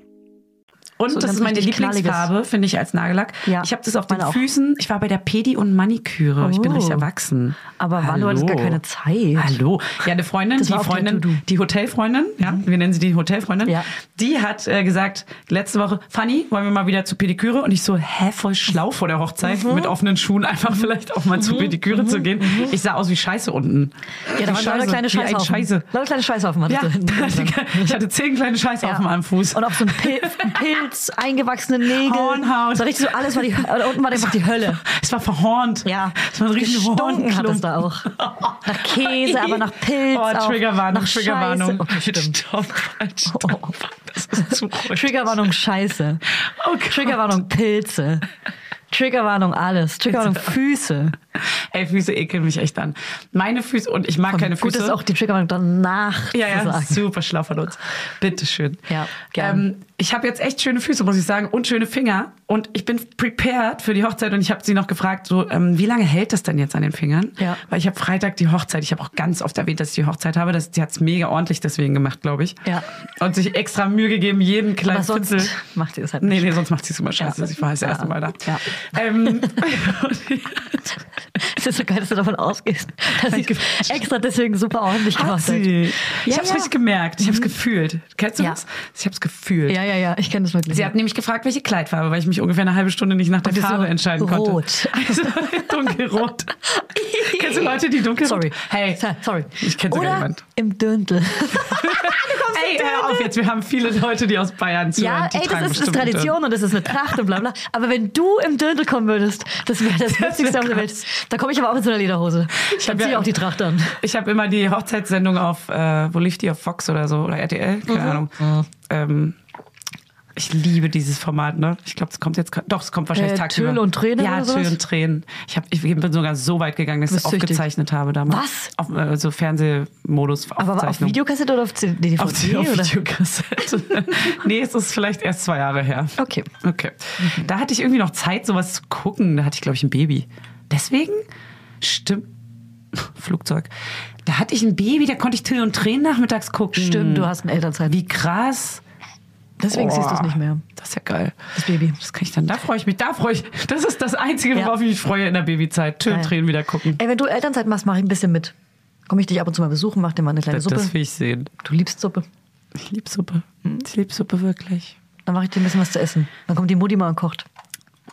Speaker 1: Und
Speaker 2: So
Speaker 1: das
Speaker 2: ganz
Speaker 1: ist meine
Speaker 2: richtig
Speaker 1: Lieblingsfarbe, finde ich, als Nagellack.
Speaker 2: Ja,
Speaker 1: ich habe das auf den
Speaker 2: meine auch.
Speaker 1: Füßen. Ich war bei der Pedi- und Maniküre. Ich bin
Speaker 2: Oh.
Speaker 1: richtig erwachsen.
Speaker 2: Aber Walu hat
Speaker 1: Hallo.
Speaker 2: jetzt gar keine Zeit.
Speaker 1: Hallo. Ja, eine Freundin,
Speaker 2: Das
Speaker 1: die
Speaker 2: war auf der
Speaker 1: Freundin,
Speaker 2: To-Do. Mhm.
Speaker 1: die Hotelfreundin, ja, wir nennen sie die Hotelfreundin,
Speaker 2: Ja.
Speaker 1: die hat äh, gesagt, letzte Woche, Fanny, wollen wir mal wieder zur Pediküre? Und ich so, hä, voll schlau vor der Hochzeit,
Speaker 2: Mhm.
Speaker 1: mit offenen Schuhen einfach vielleicht auch mal zur Pediküre zu gehen. Ich sah aus wie Scheiße unten.
Speaker 2: Ja, da
Speaker 1: Wie
Speaker 2: war lauter kleine
Speaker 1: wie ein
Speaker 2: Scheißhaufen.
Speaker 1: Scheiße.
Speaker 2: Lauter kleine Scheißhaufen hatte
Speaker 1: *laughs* Ja, ich hatte zehn kleine Scheißhaufen am Fuß.
Speaker 2: Und auch so ein
Speaker 1: *laughs*
Speaker 2: Pil ein Pilz, eingewachsene Nägel.
Speaker 1: Hornhaut.
Speaker 2: So richtig so alles war die Hölle. Unten war einfach die Hölle.
Speaker 1: Es war verhornt.
Speaker 2: Ja.
Speaker 1: Es war ein riesen
Speaker 2: Gestunken hat
Speaker 1: Hornklumpen.
Speaker 2: es da auch.
Speaker 1: *laughs*
Speaker 2: Nach Käse, aber nach Pilz.
Speaker 1: Oh,
Speaker 2: auch.
Speaker 1: Triggerwarnung,
Speaker 2: Nach Scheiße.
Speaker 1: Triggerwarnung.
Speaker 2: Okay, stimmt.
Speaker 1: Stopp, stopp.
Speaker 2: Oh.
Speaker 1: Das ist
Speaker 2: *laughs*
Speaker 1: zu ruhig.
Speaker 2: Triggerwarnung Scheiße.
Speaker 1: Oh Gott.
Speaker 2: Triggerwarnung Pilze. Triggerwarnung alles. Triggerwarnung Füße.
Speaker 1: Ey, Füße ekeln mich echt an. Meine Füße, und ich mag keine
Speaker 2: Gut,
Speaker 1: Füße.
Speaker 2: dass auch die Triggerwarnung danach
Speaker 1: ja,
Speaker 2: zu
Speaker 1: ja,
Speaker 2: sagen.
Speaker 1: super schlau von uns. Bitteschön.
Speaker 2: Ja, gern.
Speaker 1: ähm, ich habe jetzt echt schöne Füße, muss ich sagen, und schöne Finger. Und ich bin prepared für die Hochzeit. Und ich habe sie noch gefragt, so, ähm, wie lange hält das denn jetzt an den Fingern?
Speaker 2: Ja.
Speaker 1: Weil ich habe Freitag die Hochzeit. Ich habe auch ganz oft erwähnt, dass ich die Hochzeit habe. Das, die hat's mega ordentlich deswegen gemacht, glaube ich.
Speaker 2: Ja.
Speaker 1: Und sich extra Mühe gegeben, jeden kleinen
Speaker 2: Aber sonst *laughs*
Speaker 1: Pinsel.
Speaker 2: macht ihr es halt
Speaker 1: Nee,
Speaker 2: nicht.
Speaker 1: nee, sonst macht sie es immer scheiße.
Speaker 2: Ja.
Speaker 1: Ich war das
Speaker 2: Ja.
Speaker 1: erste Mal da.
Speaker 2: Ja. *laughs*
Speaker 1: Ähm,
Speaker 2: Es ist so geil, dass du davon ausgehst, dass sie extra deswegen super ordentlich
Speaker 1: Hat
Speaker 2: gemacht hat.
Speaker 1: sie. ich
Speaker 2: Ja,
Speaker 1: habe es
Speaker 2: ja. Mhm.
Speaker 1: richtig gemerkt. Ich habe es gefühlt. Kennst du
Speaker 2: Ja.
Speaker 1: das? Ich habe es gefühlt.
Speaker 2: Ja, ja, ja, ich kenne das wirklich.
Speaker 1: Sie hat nämlich gefragt, welche Kleidfarbe, weil ich mich ungefähr eine halbe Stunde nicht nach der
Speaker 2: Und die so,
Speaker 1: Farbe entscheiden konnte.
Speaker 2: rot.
Speaker 1: Also, *laughs*
Speaker 2: *laughs*
Speaker 1: dunkelrot. *laughs* Kennst du Leute, die dunkelrot?
Speaker 2: Sorry.
Speaker 1: Hey,
Speaker 2: So- Sorry.
Speaker 1: Ich kenn sogar
Speaker 2: Oder
Speaker 1: jemand.
Speaker 2: Im Dürndl.
Speaker 1: Ey, hör auf jetzt. Wir haben viele Leute, die aus Bayern zuhören.
Speaker 2: Ja,
Speaker 1: die
Speaker 2: ey,
Speaker 1: tragen
Speaker 2: das ist, ist
Speaker 1: bestimmt äh,
Speaker 2: Tradition und das ist eine Tracht und bla bla. Aber wenn du im Dürndl kommen würdest, das wäre
Speaker 1: *laughs*
Speaker 2: das, Witzigste auf der Welt. Da komme ich aber auch in so einer Lederhose. Ich
Speaker 1: hab
Speaker 2: dann ziehe
Speaker 1: ja-
Speaker 2: auch die Tracht an.
Speaker 1: Ich habe immer die Hochzeitssendung auf, äh, wo lief die? Auf Fox oder so oder RTL? Keine
Speaker 2: Mhm.
Speaker 1: Ahnung. Ähm, ich liebe dieses Format, ne? Ich glaube, es kommt jetzt, doch, es kommt wahrscheinlich
Speaker 2: Äh,
Speaker 1: tagsüber.
Speaker 2: Tüll und Tränen
Speaker 1: Ja,
Speaker 2: oder sowas?
Speaker 1: Tüll und Tränen. Ich, hab, ich bin sogar so weit gegangen, dass ich es
Speaker 2: Bist süchtig.
Speaker 1: aufgezeichnet habe damals.
Speaker 2: Was?
Speaker 1: Auf äh, so Fernsehmodus
Speaker 2: Aber auf
Speaker 1: Aufzeichnung.
Speaker 2: Videokassette oder auf CD?
Speaker 1: Auf, die- auf
Speaker 2: oder?
Speaker 1: Videokassette.
Speaker 2: *laughs*
Speaker 1: nee, es ist vielleicht erst zwei Jahre her.
Speaker 2: Okay. Mhm.
Speaker 1: Okay. Da hatte ich irgendwie noch Zeit, sowas zu gucken. Da hatte ich, glaube ich, ein Baby. Deswegen? Stimmt. Flugzeug. Da hatte ich ein Baby, da konnte ich Till und Tränen nachmittags gucken.
Speaker 2: Stimmt, du hast eine Elternzeit.
Speaker 1: Wie krass.
Speaker 2: Deswegen siehst du es
Speaker 1: Boah,
Speaker 2: nicht mehr.
Speaker 1: Das ist ja geil.
Speaker 2: Das Baby.
Speaker 1: Das kann ich dann, da freue ich mich, da freue ich. Das ist das Einzige,
Speaker 2: Ja.
Speaker 1: worauf ich mich freue in der Babyzeit. Till und
Speaker 2: Geil. Äh,
Speaker 1: Tränen wieder gucken.
Speaker 2: Ey, wenn du Elternzeit machst, mache ich ein bisschen mit. Komme ich dich ab und zu mal besuchen, mach dir mal eine kleine
Speaker 1: Das,
Speaker 2: Suppe.
Speaker 1: das will ich sehen.
Speaker 2: Du liebst Suppe.
Speaker 1: Ich liebe Suppe. Ich liebe Suppe wirklich.
Speaker 2: Dann mache ich dir ein bisschen was zu essen. Dann kommt die Mutti mal und kocht.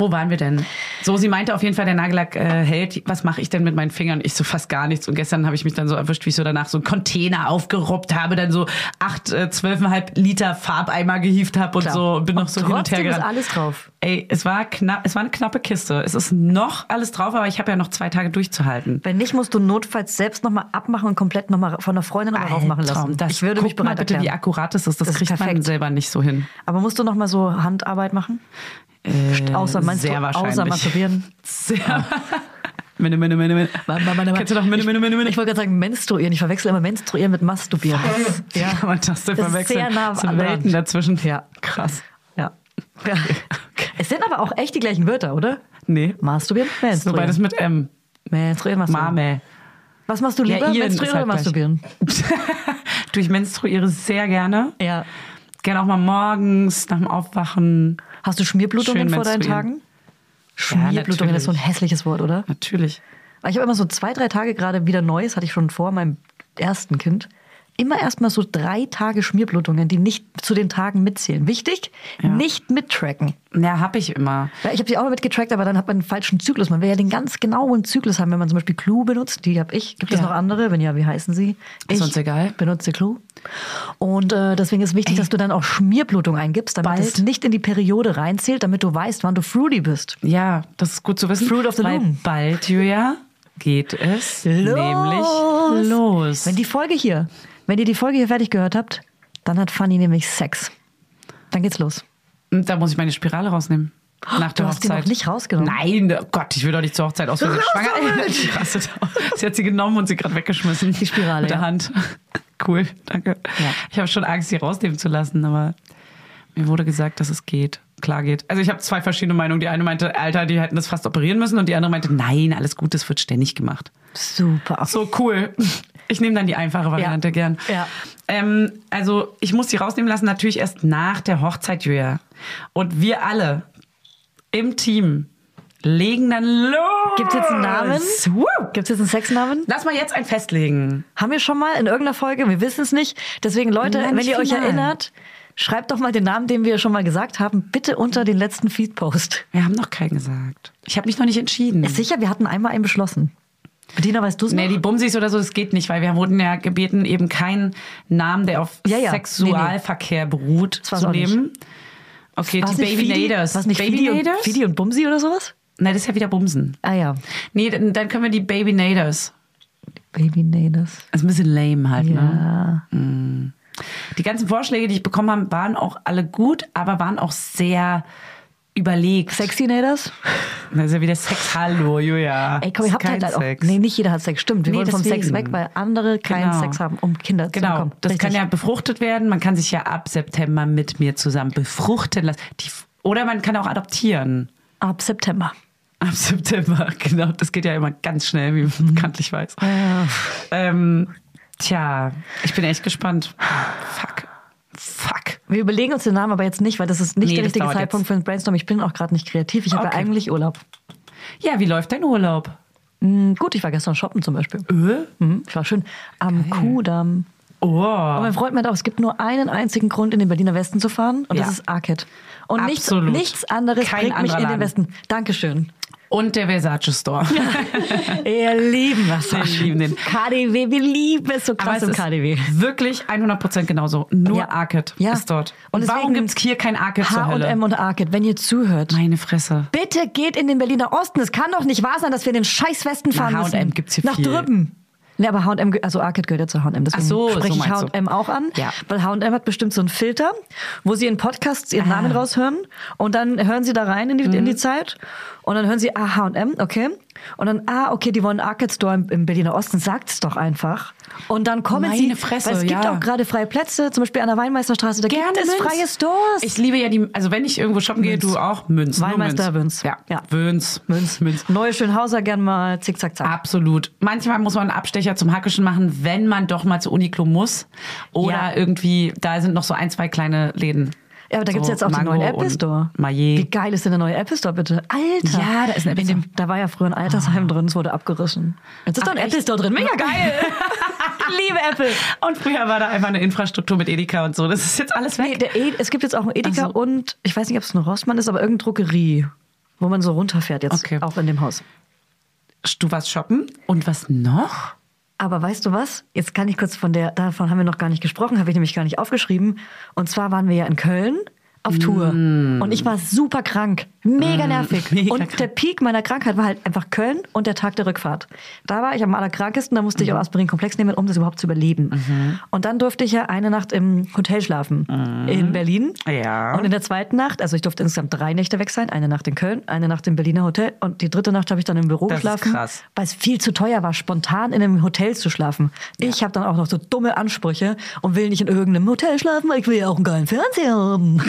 Speaker 1: Wo waren wir denn? So, sie meinte auf jeden Fall, der Nagellack äh, hält. Was mache ich denn mit meinen Fingern? Ich so fast gar nichts. Und gestern habe ich mich dann so erwischt, wie ich so danach so einen Container aufgeruppt habe, dann so acht, äh, zwölfeinhalb Liter Farbeimer gehievt habe und
Speaker 2: Klar.
Speaker 1: so und bin noch
Speaker 2: Und
Speaker 1: so hin und her
Speaker 2: trotzdem ist
Speaker 1: gerannt.
Speaker 2: alles drauf.
Speaker 1: Ey, es war knapp, es war eine knappe Kiste. Es ist noch alles drauf, aber ich habe ja noch zwei Tage durchzuhalten.
Speaker 2: Wenn nicht, musst du notfalls selbst nochmal abmachen und komplett nochmal von einer Freundin nochmal raufmachen lassen.
Speaker 1: Das,
Speaker 2: ich würde mich
Speaker 1: guck mal
Speaker 2: bereit
Speaker 1: bitte, wie
Speaker 2: erklären.
Speaker 1: akkurat das ist. Das,
Speaker 2: Das ist
Speaker 1: kriegt man
Speaker 2: perfekt.
Speaker 1: selber nicht so
Speaker 2: *laughs*
Speaker 1: hin.
Speaker 2: Aber musst du nochmal so Handarbeit machen? Äh, außer, meinst
Speaker 1: sehr
Speaker 2: du,
Speaker 1: wahrscheinlich.
Speaker 2: außer masturbieren. Ah.
Speaker 1: Sehr. *laughs* Minne, minne, minne, minne. Kennst du doch Minne, minne, minne, minne?
Speaker 2: *laughs* Ich wollte gerade sagen, menstruieren. Ich verwechsel immer menstruieren mit masturbieren.
Speaker 1: Ja, kann *laughs* man das denn
Speaker 2: Das ist
Speaker 1: verwechseln?
Speaker 2: sehr nah
Speaker 1: Das sind
Speaker 2: am Rand.
Speaker 1: Welten dazwischen.
Speaker 2: Ja.
Speaker 1: Krass.
Speaker 2: Ja. ja. Es sind aber auch echt die gleichen Wörter, oder?
Speaker 1: Nee.
Speaker 2: Masturbieren,
Speaker 1: Ist nur beides
Speaker 2: menstruieren.
Speaker 1: mit M.
Speaker 2: Menstruieren, masturbieren.
Speaker 1: Mame.
Speaker 2: Was machst du lieber?
Speaker 1: Ian
Speaker 2: menstruieren
Speaker 1: ist
Speaker 2: oder
Speaker 1: halt gleich.
Speaker 2: masturbieren?
Speaker 1: *laughs* du, ich menstruiere sehr gerne.
Speaker 2: Ja.
Speaker 1: Gerne auch mal morgens, nach dem Aufwachen.
Speaker 2: Hast du Schmierblutungen
Speaker 1: Schön
Speaker 2: vor deinen
Speaker 1: menstruieren.
Speaker 2: Tagen? Schmierblutungen ist so ein
Speaker 1: natürlich.
Speaker 2: hässliches Wort, oder?
Speaker 1: Natürlich.
Speaker 2: Weil ich habe immer so zwei, drei Tage gerade wieder Neues, hatte ich schon vor meinem ersten Kind. Immer erstmal so drei Tage Schmierblutungen, die nicht zu den Tagen mitzählen. Wichtig, nicht mittracken.
Speaker 1: Ja, hab ich immer.
Speaker 2: Weil ich habe sie auch mal mitgetrackt, aber dann hat man einen falschen Zyklus. Man will ja den ganz genauen Zyklus haben, wenn man zum Beispiel Clou benutzt. Die habe ich. Gibt es
Speaker 1: Ja.
Speaker 2: noch andere? Wenn ja, wie heißen sie?
Speaker 1: Ist
Speaker 2: ich
Speaker 1: uns egal.
Speaker 2: benutze Clou. Und äh, deswegen ist wichtig, dass du dann auch Schmierblutung eingibst, damit
Speaker 1: Bald.
Speaker 2: es nicht in die Periode reinzählt, damit du weißt, wann du fruity bist.
Speaker 1: Ja, das ist gut zu wissen.
Speaker 2: Fruit of the
Speaker 1: Weil
Speaker 2: Loom.
Speaker 1: bald, Julia, geht es nämlich los.
Speaker 2: Los! Wenn die Folge hier, wenn ihr die Folge hier fertig gehört habt, dann hat Fanny nämlich Sex. Dann geht's los.
Speaker 1: Und da muss ich meine Spirale rausnehmen. Nach der
Speaker 2: Oh, du hast die
Speaker 1: Hochzeit.
Speaker 2: noch nicht rausgenommen?
Speaker 1: Nein, oh Gott, ich will doch nicht zur Hochzeit aus Versehen
Speaker 2: Raus
Speaker 1: schwanger. *laughs*
Speaker 2: damit!
Speaker 1: Krass, sie hat sie genommen und sie gerade weggeschmissen.
Speaker 2: Die Spirale,
Speaker 1: Mit der
Speaker 2: ja.
Speaker 1: Hand. Cool, danke. Ich habe schon Angst, sie rausnehmen zu lassen, aber Mir wurde gesagt, dass es geht. Klar geht. Also ich habe zwei verschiedene Meinungen. Die eine meinte, Alter, die hätten das fast operieren müssen. Und die andere meinte, nein, alles gut, das wird ständig gemacht.
Speaker 2: Super.
Speaker 1: So cool. Ich nehme dann die einfache Variante gern.
Speaker 2: Ja.
Speaker 1: Ähm, also ich muss die rausnehmen lassen, natürlich erst nach der Hochzeit, Julia. Und wir alle im Team legen dann los.
Speaker 2: Gibt's jetzt einen Namen?
Speaker 1: Woo!
Speaker 2: Gibt es jetzt einen Sexnamen?
Speaker 1: Lass mal jetzt einen festlegen.
Speaker 2: Haben wir schon mal in irgendeiner Folge? Wir wissen es nicht. Deswegen, Leute,
Speaker 1: Nein,
Speaker 2: wenn ihr euch
Speaker 1: final.
Speaker 2: erinnert, schreibt doch mal den Namen, den wir schon mal gesagt haben, bitte unter den letzten Feed-Post.
Speaker 1: Wir haben noch keinen gesagt. Ich habe mich noch nicht entschieden.
Speaker 2: Ist sicher, wir hatten einmal einen beschlossen. Bettina, weißt du es
Speaker 1: Nee,
Speaker 2: noch?
Speaker 1: die Bumsis oder so, das geht nicht, weil wir wurden ja gebeten, eben keinen Namen, der auf
Speaker 2: Ja, ja.
Speaker 1: Sexualverkehr beruht,
Speaker 2: war's
Speaker 1: zu
Speaker 2: auch nicht.
Speaker 1: nehmen. Okay,
Speaker 2: War's
Speaker 1: die
Speaker 2: nicht Fidi?
Speaker 1: Babynaders.
Speaker 2: War's nicht Fidi und,
Speaker 1: Babynaders?
Speaker 2: Fidi und Bumsi oder sowas?
Speaker 1: Nein, das ist ja wieder Bumsen.
Speaker 2: Ah ja,
Speaker 1: Nee, dann dann können wir die Babynaders.
Speaker 2: Baby Naders.
Speaker 1: Das ist ein bisschen lame halt, ne? Mm.
Speaker 2: Ja.
Speaker 1: Die ganzen Vorschläge, die ich bekommen habe, waren auch alle gut, aber waren auch sehr überlegt.
Speaker 2: Sexy Naders?
Speaker 1: Das ist ja wieder Sex. Hallo, Julia.
Speaker 2: Ey, komm, ihr
Speaker 1: Das ist
Speaker 2: habt halt
Speaker 1: kein
Speaker 2: auch. Nee, nicht jeder hat Sex, stimmt. Wir
Speaker 1: Nee,
Speaker 2: wollen vom Sex
Speaker 1: deswegen.
Speaker 2: weg, weil andere keinen
Speaker 1: Genau.
Speaker 2: Sex haben, um Kinder zu
Speaker 1: Genau,
Speaker 2: bekommen.
Speaker 1: das
Speaker 2: Richtig.
Speaker 1: kann ja befruchtet werden. Man kann sich ja ab September mit mir zusammen befruchten lassen. Die, oder man kann auch adoptieren.
Speaker 2: ab September.
Speaker 1: Ab September, *laughs* genau. Das geht ja immer ganz schnell, wie
Speaker 2: Mhm.
Speaker 1: man bekanntlich weiß.
Speaker 2: Ah,
Speaker 1: Ähm, tja, ich bin echt gespannt. Fuck. Fuck.
Speaker 2: Wir überlegen uns den Namen aber jetzt nicht, weil das ist nicht
Speaker 1: Nee,
Speaker 2: der
Speaker 1: das
Speaker 2: richtige
Speaker 1: dauert
Speaker 2: Zeitpunkt für ein Brainstorm. Ich bin auch gerade nicht kreativ. Ich habe ja
Speaker 1: Okay.
Speaker 2: eigentlich Urlaub.
Speaker 1: Ja, wie läuft dein Urlaub?
Speaker 2: Hm, gut, ich war gestern shoppen zum Beispiel.
Speaker 1: Äh?
Speaker 2: Hm, ich war schön am Kudamm.
Speaker 1: Oh.
Speaker 2: Aber mein Freund meint auch, es gibt nur einen einzigen Grund, in den Berliner Westen zu fahren und
Speaker 1: Ja.
Speaker 2: das ist Arcade. Und nichts,
Speaker 1: Absolut.
Speaker 2: nichts anderes
Speaker 1: Kein
Speaker 2: bringt mich
Speaker 1: anderer
Speaker 2: in den
Speaker 1: Laden.
Speaker 2: Westen. Dankeschön. *laughs*
Speaker 1: Und der Versace Store.
Speaker 2: Ihr lieben was.
Speaker 1: Wir lieben den.
Speaker 2: KDW, wir lieben es so
Speaker 1: Aber
Speaker 2: krass
Speaker 1: es
Speaker 2: im
Speaker 1: ist
Speaker 2: KDW.
Speaker 1: wirklich 100% genauso. Nur
Speaker 2: Ja.
Speaker 1: Arcade
Speaker 2: Ja.
Speaker 1: ist dort. Und,
Speaker 2: Und
Speaker 1: warum
Speaker 2: deswegen
Speaker 1: gibt es hier kein Arcade zur Hölle?
Speaker 2: H&M und Arcade, wenn ihr zuhört.
Speaker 1: Meine Fresse.
Speaker 2: Bitte geht in den Berliner Osten. Es kann doch nicht wahr sein, dass wir in den scheiß Westen fahren
Speaker 1: Na,
Speaker 2: müssen.
Speaker 1: H&M gibt's hier
Speaker 2: Nach
Speaker 1: viel.
Speaker 2: drüben. Nee, aber H&M, ge- also Arcade gehört ja zu H&M, deswegen
Speaker 1: Ach so,
Speaker 2: spreche
Speaker 1: so
Speaker 2: ich
Speaker 1: meinst du.
Speaker 2: H&M auch an,
Speaker 1: Ja.
Speaker 2: weil H&M hat bestimmt so einen Filter, wo sie in Podcasts
Speaker 1: Ah.
Speaker 2: ihren Namen raushören und dann hören sie da rein in die,
Speaker 1: Mhm.
Speaker 2: in die Zeit und dann hören sie, ah, H&M, okay. Und dann, ah, okay, die wollen einen Arcade Store im, im Berliner Osten, sagt's doch einfach. Und dann kommen
Speaker 1: Meine
Speaker 2: sie,
Speaker 1: Fresse,
Speaker 2: weil es gibt
Speaker 1: ja.
Speaker 2: auch gerade freie Plätze, zum Beispiel an der Weinmeisterstraße, da gibt es
Speaker 1: Münz.
Speaker 2: freie Stores.
Speaker 1: Ich liebe ja die, also wenn ich irgendwo shoppen gehe,
Speaker 2: Münz.
Speaker 1: du auch Münz. nur
Speaker 2: Weinmeister Münz.
Speaker 1: Ja.
Speaker 2: Ja.
Speaker 1: Münz.
Speaker 2: Münz,
Speaker 1: Münz.
Speaker 2: Neue Schönhauser gern mal, zick, zack, zack.
Speaker 1: Absolut. Manchmal muss man einen Abstecher zum Hackischen machen, wenn man doch mal zu Uniqlo muss. Oder
Speaker 2: Ja.
Speaker 1: irgendwie, da sind noch so ein, zwei kleine Läden.
Speaker 2: Ja, aber da
Speaker 1: So
Speaker 2: gibt's jetzt auch
Speaker 1: Mango
Speaker 2: den neuen Apple
Speaker 1: und
Speaker 2: Store.
Speaker 1: Maillet.
Speaker 2: Wie geil ist denn der neue Apple Store, bitte? Alter.
Speaker 1: Ja, da ist ein Apple
Speaker 2: In dem- Da war ja früher ein Altersheim drin, es wurde abgerissen. Jetzt ist
Speaker 1: Ah. Ach,
Speaker 2: da ein
Speaker 1: echt?
Speaker 2: Apple Store drin, mega geil.
Speaker 1: *laughs*
Speaker 2: *laughs* ich liebe Apple.
Speaker 1: Und früher war da einfach eine Infrastruktur mit Edeka und so. Das ist jetzt alles
Speaker 2: Nee,
Speaker 1: weg.
Speaker 2: der e es gibt jetzt auch einen Edeka
Speaker 1: Ach so.
Speaker 2: und ich weiß nicht, ob es eine Rossmann ist, aber irgendeine Druckerie, wo man so runterfährt jetzt,
Speaker 1: Okay.
Speaker 2: auch in dem Haus.
Speaker 1: Du warst shoppen und was
Speaker 2: *laughs*
Speaker 1: noch?
Speaker 2: Aber weißt du was? Jetzt kann ich kurz von der, davon haben wir noch gar nicht gesprochen, habe ich nämlich gar nicht aufgeschrieben. Und zwar waren wir ja in Köln auf Tour. Und ich war super krank. Mega nervig.
Speaker 1: Mm. *laughs* mega
Speaker 2: und
Speaker 1: krank.
Speaker 2: der Peak meiner Krankheit war halt einfach Köln und der Tag der Rückfahrt. Da war ich am allerkrankesten, da
Speaker 1: Mhm.
Speaker 2: musste ich auch Aspirin-Komplex nehmen, um das überhaupt zu überleben. Und dann durfte ich ja eine Nacht im Hotel schlafen in Berlin.
Speaker 1: Mhm. Ja.
Speaker 2: Und in der zweiten Nacht, also ich durfte insgesamt drei Nächte weg sein, eine Nacht in Köln, eine Nacht im Berliner Hotel und die dritte Nacht habe ich dann im Büro
Speaker 1: Das ist
Speaker 2: geschlafen,
Speaker 1: krass.
Speaker 2: weil es viel zu teuer war, spontan in einem Hotel zu schlafen. Ich habe dann auch noch so dumme Ansprüche und will nicht in irgendeinem Hotel schlafen, weil ich will ja auch einen geilen
Speaker 1: *laughs*
Speaker 2: Fernseher haben.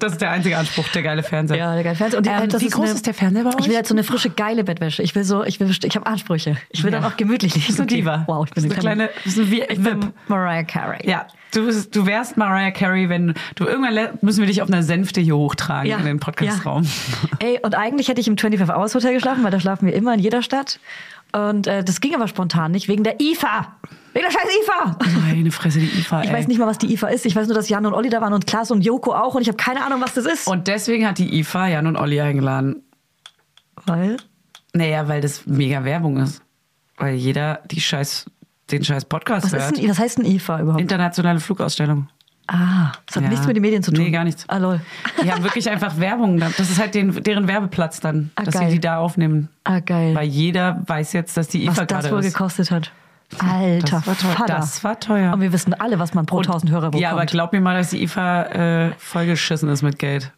Speaker 1: Das ist der einzige Anspruch, der geile Fernseher.
Speaker 2: ja, der geile Fernseher. Und die-
Speaker 1: Ähm,
Speaker 2: das
Speaker 1: wie groß
Speaker 2: eine-
Speaker 1: ist der Fernseher bei euch?
Speaker 2: Ich will halt so eine frische geile Bettwäsche. Ich will so, ich will, ich habe Ansprüche. Ich will
Speaker 1: Ja.
Speaker 2: dann auch gemütlich liegen.
Speaker 1: Bist du Diva?
Speaker 2: Wow, ich bin
Speaker 1: Bist du kleine- bist du wie-
Speaker 2: ich bin
Speaker 1: Whip?
Speaker 2: Mariah Carey.
Speaker 1: Ja, du, bist, du wärst Mariah Carey, wenn du irgendwann lä- müssen wir dich auf einer Sänfte hier hochtragen in den Podcastraum.
Speaker 2: ja. Ey, und eigentlich hätte ich im 25-Hours-Hotel geschlafen, weil da schlafen wir immer in jeder Stadt. Und äh, das ging aber spontan nicht, wegen der IFA. Wegen der scheiß IFA.
Speaker 1: *laughs* Meine Fresse, die IFA.
Speaker 2: Ich
Speaker 1: ey.
Speaker 2: weiß nicht mal, was die IFA ist. Ich weiß nur, dass Jan und Olli da waren und Klaas und Joko auch. Und ich habe keine Ahnung, was das ist.
Speaker 1: Und deswegen hat die IFA Jan und Olli eingeladen.
Speaker 2: weil?
Speaker 1: Naja, weil das mega Werbung ist. Weil jeder die scheiß, den scheiß Podcast
Speaker 2: Was,
Speaker 1: hört.
Speaker 2: ist denn, was heißt denn IFA überhaupt?
Speaker 1: Internationale Flugausstellung.
Speaker 2: ah, das hat
Speaker 1: Ja.
Speaker 2: nichts mit den Medien zu tun.
Speaker 1: Nee, gar nichts.
Speaker 2: Ah, lol.
Speaker 1: Die haben wirklich einfach Werbung. Das ist halt den, deren Werbeplatz dann,
Speaker 2: Ah,
Speaker 1: dass
Speaker 2: geil.
Speaker 1: sie die da aufnehmen.
Speaker 2: *laughs* Ah, geil.
Speaker 1: Weil jeder weiß jetzt, dass die
Speaker 2: was
Speaker 1: IFA
Speaker 2: das
Speaker 1: gerade
Speaker 2: wohl
Speaker 1: ist.
Speaker 2: gekostet hat. Alter,
Speaker 1: Das war teuer.
Speaker 2: Vater.
Speaker 1: Das war teuer.
Speaker 2: Und wir wissen alle, was man pro 1000 Hörer bekommt.
Speaker 1: Ja, aber glaub mir mal, dass die IFA äh, vollgeschissen ist mit
Speaker 2: *laughs*
Speaker 1: Geld.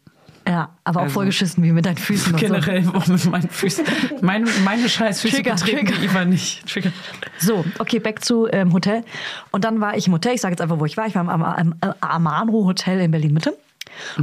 Speaker 2: ja, aber auch
Speaker 1: Also-
Speaker 2: vollgeschissen wie mit deinen Füßen und so.
Speaker 1: Generell auch mit meinen Füßen. Meine, meine scheiß Füße
Speaker 2: Trigger,
Speaker 1: betreten
Speaker 2: Trigger.
Speaker 1: die IFA nicht. Trigger.
Speaker 2: So, okay, back zu ähm, Hotel. Und dann war ich im Hotel. Ich sage jetzt einfach, wo ich war. Ich war am, am, am Amano Hotel in Berlin Mitte.